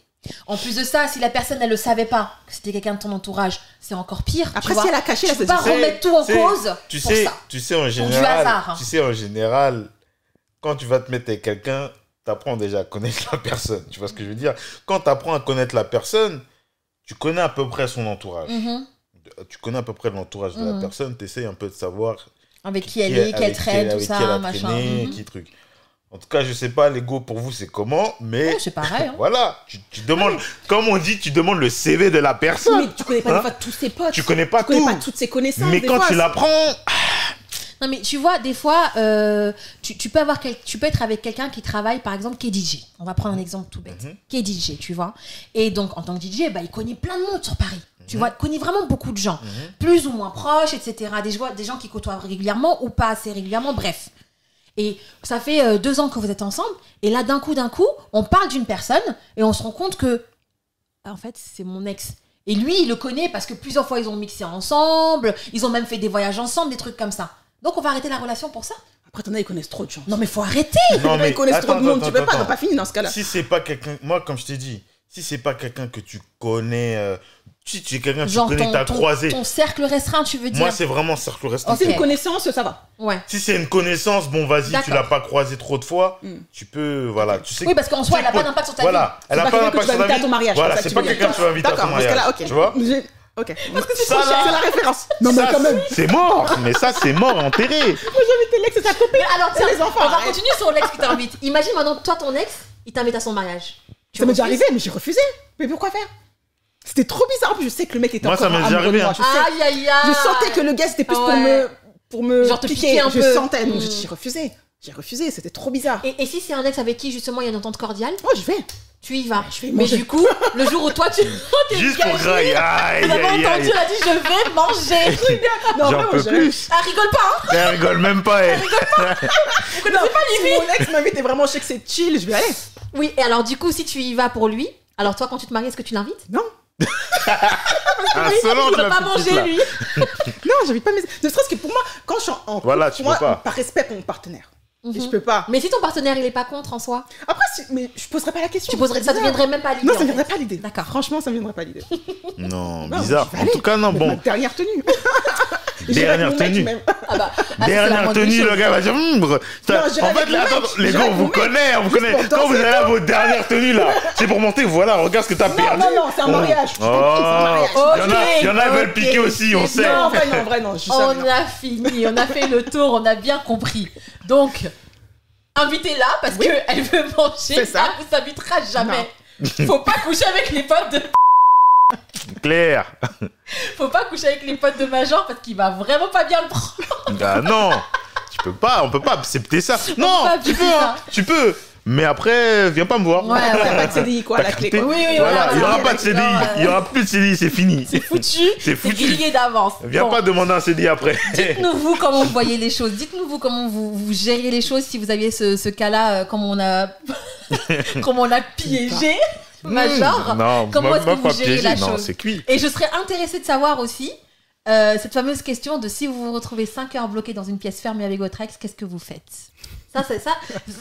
Speaker 1: en plus de ça si la personne elle le savait pas que c'était quelqu'un de ton entourage c'est encore pire tu
Speaker 2: Après,
Speaker 1: vois.
Speaker 2: si elle a caché, là,
Speaker 1: tu peux
Speaker 2: c'est
Speaker 1: pas
Speaker 2: différent.
Speaker 3: C'est-
Speaker 1: remettre tout en
Speaker 3: c'est-
Speaker 1: cause
Speaker 3: tu
Speaker 1: pour
Speaker 3: sais,
Speaker 1: ça
Speaker 3: tu sais en général,
Speaker 1: hasard, hein.
Speaker 3: tu sais en général, quand tu vas te mettre avec quelqu'un, t'apprends déjà à connaître la personne. Tu vois ce que je veux dire Quand t'apprends à connaître la personne, tu connais à peu près son entourage.
Speaker 1: Mhm.
Speaker 3: Tu connais à peu près l'entourage de
Speaker 1: Mhm.
Speaker 3: la personne. T'essayes un peu de savoir
Speaker 1: avec qui elle est
Speaker 3: avec
Speaker 1: qu'elle traîne tout
Speaker 3: avec qui elle
Speaker 1: ça
Speaker 3: a
Speaker 1: machin
Speaker 3: traîné,
Speaker 1: Mhm.
Speaker 3: qui truc. En tout cas, je sais pas, l'ego pour vous c'est comment, mais
Speaker 1: Ouais, c'est pareil hein.
Speaker 3: voilà, tu, tu demandes, comme on dit, tu demandes le CV de la personne.
Speaker 2: Mais tu connais pas
Speaker 3: Hein
Speaker 2: des fois tous ses potes.
Speaker 3: Tu connais pas
Speaker 2: Tu connais
Speaker 3: tout.
Speaker 2: pas toutes ses connaissances.
Speaker 3: mais
Speaker 2: des
Speaker 3: quand
Speaker 2: fois,
Speaker 3: tu l'apprends,
Speaker 1: Non, mais tu vois, des fois, euh, tu, tu peux avoir quel- tu peux être avec quelqu'un qui travaille, par exemple, qui est DJ. On va prendre un exemple tout bête.
Speaker 3: Mhm.
Speaker 1: Qui est DJ, tu vois. Et donc, en tant que DJ, bah, il connaît plein de monde sur Paris. Tu vois, il connaît vraiment beaucoup de gens. Plus ou moins proches, etc. Des, gens- des gens qui côtoient régulièrement ou pas assez régulièrement, bref. Et ça fait euh, deux ans que vous êtes ensemble. Et là, d'un coup, d'un coup, on parle d'une personne et on se rend compte que, ah, en fait, c'est mon ex. Et lui, il le connaît parce que plusieurs fois, ils ont mixé ensemble. Ils ont même fait des voyages ensemble, des trucs comme ça. Donc, on va arrêter la relation pour ça
Speaker 2: Après, t'en as, ils connaissent trop de gens.
Speaker 1: Non, mais faut arrêter
Speaker 3: Non,
Speaker 2: ils connaissent trop de monde. tu peux pas, t'as pas fini dans ce cas-là.
Speaker 3: Si c'est pas quelqu'un, moi comme je t'ai dit, si c'est pas quelqu'un que tu connais, euh, si tu es quelqu'un que tu
Speaker 1: Genre,
Speaker 3: connais,
Speaker 1: ton,
Speaker 3: t'as
Speaker 1: ton-
Speaker 3: croisé.
Speaker 1: ton cercle restreint, tu veux dire
Speaker 3: Moi c'est vraiment cercle restant.
Speaker 2: Si c'est
Speaker 1: Ok.
Speaker 2: une connaissance, ça va.
Speaker 1: Ouais.
Speaker 3: Si c'est une connaissance, bon vas-y, tu
Speaker 1: D'accord.
Speaker 3: l'as pas croisé trop de fois,
Speaker 2: Mm.
Speaker 3: tu peux, voilà, tu sais.
Speaker 1: Oui, parce qu'en soi,
Speaker 3: tu
Speaker 1: elle a
Speaker 3: sais
Speaker 1: pas
Speaker 3: que-
Speaker 1: d'impact sur ta
Speaker 3: voilà,
Speaker 2: C'est
Speaker 3: elle a
Speaker 2: pas
Speaker 3: pas
Speaker 2: quelqu'un que
Speaker 3: d'impact sur
Speaker 2: tu vas
Speaker 3: ta
Speaker 2: inviter à
Speaker 3: vie.
Speaker 2: ton mariage.
Speaker 3: Voilà,
Speaker 2: ça
Speaker 3: c'est
Speaker 2: tu
Speaker 3: pas
Speaker 2: veux dire.
Speaker 3: quelqu'un que tu vas inviter à ton
Speaker 2: D'accord, parce que
Speaker 3: mariage.
Speaker 2: là, ok.
Speaker 3: Tu vois
Speaker 2: J'ai- Ok. Parce que
Speaker 3: c'est trop cher.
Speaker 2: c'est la référence. Non, mais
Speaker 3: Ça,
Speaker 2: quand même.
Speaker 3: C'est mort, mais ça c'est mort enterré.
Speaker 2: Moi, j'ai invité l'ex et sa copine.
Speaker 1: Mais alors, tiens,
Speaker 2: les enfants,
Speaker 1: on va
Speaker 2: arrête.
Speaker 1: continuer sur l'ex qui t'invite. Imagine maintenant, toi, ton ex, il t'invite à son mariage. Tu
Speaker 2: Ça m'est déjà
Speaker 1: refuses
Speaker 2: arrivé, mais j'ai refusé. Mais pourquoi faire C'était trop bizarre. En plus, je sais que le mec était
Speaker 3: Moi, ça
Speaker 2: encore
Speaker 3: m'est déjà
Speaker 2: amoureux de
Speaker 3: arrivé,
Speaker 2: moi.
Speaker 3: hein.
Speaker 2: Je sais.
Speaker 1: Aïe, aïe, aïe
Speaker 2: Je sentais que le gars, c'était plus pour
Speaker 1: Ouais.
Speaker 2: me. Pour me
Speaker 1: Genre te piquer un
Speaker 2: je
Speaker 1: peu.
Speaker 2: sentais, donc j'ai
Speaker 1: Mm.
Speaker 2: j'ai refusé. J'ai refusé, c'était trop bizarre.
Speaker 1: Et, et si c'est un ex avec qui justement il y a une entente cordiale,
Speaker 2: Moi, je vais.
Speaker 1: tu y vas.
Speaker 2: vais
Speaker 1: Mais
Speaker 2: manger.
Speaker 1: du coup, le jour où toi tu t'es
Speaker 3: Juste pour
Speaker 1: gâchée,
Speaker 3: grailler. Aïe,
Speaker 1: Vous avez entendu,
Speaker 3: aïe, aïe.
Speaker 1: elle a dit je vais manger.
Speaker 2: Non,
Speaker 3: J'en
Speaker 2: vraiment,
Speaker 3: peux
Speaker 2: je-
Speaker 3: plus.
Speaker 1: elle rigole pas, hein
Speaker 3: Elle rigole même pas, elle.
Speaker 2: Non, si mon ex m'invite et vraiment je sais que c'est chill, je vais aller.
Speaker 1: Oui, et alors du coup, si tu y vas pour lui, alors toi quand tu te maries, est-ce que tu l'invites
Speaker 2: Non,
Speaker 3: Insolente,
Speaker 1: il veut
Speaker 3: Ah, la
Speaker 1: pas
Speaker 3: petite, là.
Speaker 1: manger lui.
Speaker 2: non, j'invite pas mes. Ne serait-ce que pour moi, quand je suis en couple,
Speaker 3: Voilà, tu
Speaker 2: pour moi,
Speaker 3: peux pas.
Speaker 2: par respect pour mon partenaire,
Speaker 1: Mhm.
Speaker 2: je peux pas.
Speaker 1: Mais si ton partenaire il est pas contre en soi,
Speaker 2: Après, si- mais je poserai pas la question.
Speaker 1: tu poserais,
Speaker 2: c'est
Speaker 1: ça ne
Speaker 2: bizarre.
Speaker 1: viendrait même pas à l'idée.
Speaker 2: Non, ça
Speaker 1: en
Speaker 2: ne
Speaker 1: fait.
Speaker 2: viendrait pas à l'idée.
Speaker 1: D'accord.
Speaker 2: Franchement, ça ne viendrait pas à l'idée.
Speaker 3: Non,
Speaker 2: Non,
Speaker 3: bizarre.
Speaker 2: je vais
Speaker 3: En tout
Speaker 2: aller.
Speaker 3: cas, non,
Speaker 2: Mais Ma
Speaker 3: bon.
Speaker 2: dernière tenue. Et j'irai avec
Speaker 3: Dernière
Speaker 2: mon mec
Speaker 3: tenue.
Speaker 2: même.
Speaker 1: Ah bah, ah, ça, c'est la
Speaker 3: Dernière
Speaker 1: moindre des
Speaker 3: tenue,
Speaker 1: choses.
Speaker 3: le gars va dire. Hum, bre- ça-
Speaker 2: Non, j'irai
Speaker 3: en fait,
Speaker 2: avec
Speaker 3: là,
Speaker 2: mon mec,
Speaker 3: attends, les
Speaker 2: j'irai
Speaker 3: gars, on
Speaker 2: avec
Speaker 3: vous
Speaker 2: mon mec,
Speaker 3: connaît, on vous connaît.
Speaker 2: pour
Speaker 3: Quand vous
Speaker 2: danser
Speaker 3: allez à vos dernières tenues, là, c'est pour montrer, voilà, regarde ce que t'as perdu.
Speaker 2: non, non, c'est un
Speaker 3: Oh.
Speaker 2: mariage, tu
Speaker 3: Oh.
Speaker 2: comprends, c'est un mariage.
Speaker 3: Il y en a, il y en a, ils veulent
Speaker 1: Ok,
Speaker 3: piquer aussi, on
Speaker 1: ok.
Speaker 3: sait.
Speaker 2: Non, en vrai, non, en vrai, non. Je savais,
Speaker 1: On
Speaker 2: non.
Speaker 1: a fini, on a fait le tour, on a bien compris. Donc, invitez-la parce
Speaker 2: Oui.
Speaker 1: qu'elle veut manger.
Speaker 2: C'est ça.
Speaker 1: Elle vous invitera jamais. Faut pas coucher avec les potes de,
Speaker 3: Claire.
Speaker 1: faut pas coucher avec les potes de Major parce qu'il va vraiment pas bien le prendre.
Speaker 3: Bah non, tu peux pas, on peut pas accepter ça. Non,
Speaker 1: pas
Speaker 3: tu
Speaker 1: accepter
Speaker 3: peux, hein,
Speaker 1: ça.
Speaker 3: tu peux. Mais après, viens pas me voir.
Speaker 1: Ouais, ouais.
Speaker 2: T'as pas de CDI, quoi, à la clé.
Speaker 3: capté
Speaker 1: Oui, oui,
Speaker 3: Voilà,
Speaker 1: voilà,
Speaker 3: il y aura
Speaker 1: oui,
Speaker 3: pas de CDI,
Speaker 1: d'accord,
Speaker 3: il y aura plus de CDI, c'est fini.
Speaker 1: C'est foutu.
Speaker 3: C'est foutu.
Speaker 1: grillé d'avance.
Speaker 3: Viens
Speaker 1: Bon.
Speaker 3: pas demander un CDI après.
Speaker 1: Dites-nous vous comment vous voyez les choses. Dites-nous vous comment vous, vous gériez les choses si vous aviez ce, ce cas-là, euh, comment on a, comment on a piégé Major.
Speaker 3: Hmm. Non,
Speaker 1: Comment
Speaker 3: même-
Speaker 1: est-ce que
Speaker 3: même
Speaker 1: vous
Speaker 3: pas
Speaker 1: gérez
Speaker 3: piégé,
Speaker 1: la
Speaker 3: non,
Speaker 1: chose
Speaker 3: c'est cuit.
Speaker 1: Et je serais intéressée de savoir aussi euh, cette fameuse question de si vous vous retrouvez 5 heures bloqué dans une pièce fermée avec votre ex, qu'est-ce que vous faites Ça, c'est ça.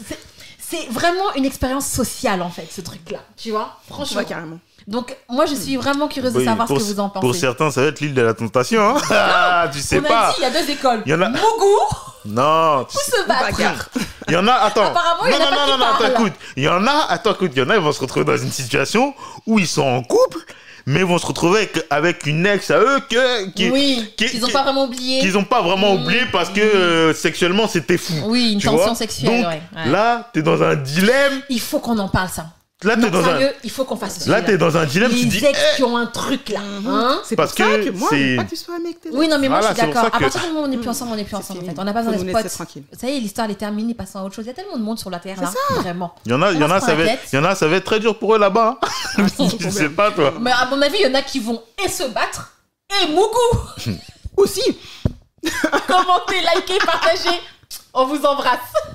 Speaker 1: c'est- C'est vraiment une expérience sociale en fait, ce truc-là. Tu vois Franchement.
Speaker 2: Ouais, carrément.
Speaker 1: Donc, moi, je suis vraiment curieuse de
Speaker 3: Oui,
Speaker 1: savoir
Speaker 3: pour,
Speaker 1: ce que vous en pensez.
Speaker 3: Pour certains, ça va être l'île de la tentation. hein. Ah, tu sais
Speaker 1: On a
Speaker 3: pas.
Speaker 1: dit, il y a deux écoles.
Speaker 3: Il y en a-
Speaker 1: Mougou
Speaker 3: Non, tu
Speaker 1: ou
Speaker 3: sais-
Speaker 1: se battre.
Speaker 2: Bagarre.
Speaker 3: il y en a. Attends.
Speaker 1: Apparemment, il y en
Speaker 3: non,
Speaker 1: a pas
Speaker 3: non, non,
Speaker 1: qui
Speaker 3: non, non, attends,
Speaker 1: parlent.
Speaker 3: écoute. Il y en a. Attends, écoute. Il y en a. Ils vont se retrouver dans une situation où ils sont en couple, mais ils vont se retrouver avec, avec une ex à eux que, qui,
Speaker 1: oui,
Speaker 3: qui-
Speaker 1: qu'ils n'ont
Speaker 3: qui-
Speaker 1: pas vraiment oublié.
Speaker 3: qu'ils ont pas vraiment oublié parce que euh, sexuellement c'était fou.
Speaker 1: Oui, une
Speaker 3: Tu
Speaker 1: tension
Speaker 3: vois
Speaker 1: sexuelle,
Speaker 3: Donc,
Speaker 1: ouais, ouais.
Speaker 3: Là, t'es dans un dilemme.
Speaker 1: Il faut qu'on en parle, ça.
Speaker 3: Là, t'es dans un.
Speaker 1: Sérieux, il faut qu'on fasse ce
Speaker 3: Là,
Speaker 1: sujet-là.
Speaker 3: t'es dans un dilemme.
Speaker 1: Les
Speaker 3: Tu dis.
Speaker 1: ex
Speaker 3: eh,
Speaker 1: qui ont un truc là.
Speaker 2: Mhm.
Speaker 1: hein
Speaker 2: C'est
Speaker 3: Parce
Speaker 2: pour ça
Speaker 3: que
Speaker 2: que moi, je veux
Speaker 3: c'est-
Speaker 2: pas que tu sois avec tes
Speaker 1: Oui, non, mais moi,
Speaker 3: Voilà,
Speaker 1: je suis
Speaker 3: c'est pour
Speaker 1: d'accord.
Speaker 3: ça
Speaker 1: À
Speaker 3: que-
Speaker 1: partir du moment où on n'est plus ensemble, on n'est plus
Speaker 2: C'est
Speaker 1: ensemble, en
Speaker 2: fini.
Speaker 1: fait. On n'a pas
Speaker 2: Faut
Speaker 1: besoin
Speaker 2: nous
Speaker 1: d'être
Speaker 2: laisser
Speaker 1: potes.
Speaker 2: tranquille.
Speaker 1: Ça y est, l'histoire, elle est terminée, passons à autre chose. Il y a tellement de monde sur la Terre, là. Vraiment.
Speaker 3: Il y en a, il y
Speaker 1: On
Speaker 3: en a,
Speaker 1: se
Speaker 3: ça
Speaker 1: prend
Speaker 3: va,
Speaker 1: la
Speaker 3: être-
Speaker 1: tête.
Speaker 3: il y en a, ça va être très dur pour eux là-bas. hein.
Speaker 2: Ah, c'est ton
Speaker 3: Je sais
Speaker 2: problème.
Speaker 3: pas toi.
Speaker 1: Mais à mon avis, il y en a qui vont et se battre et mougou.
Speaker 2: Aussi,
Speaker 1: Commentez, likez, partagez. On vous embrasse.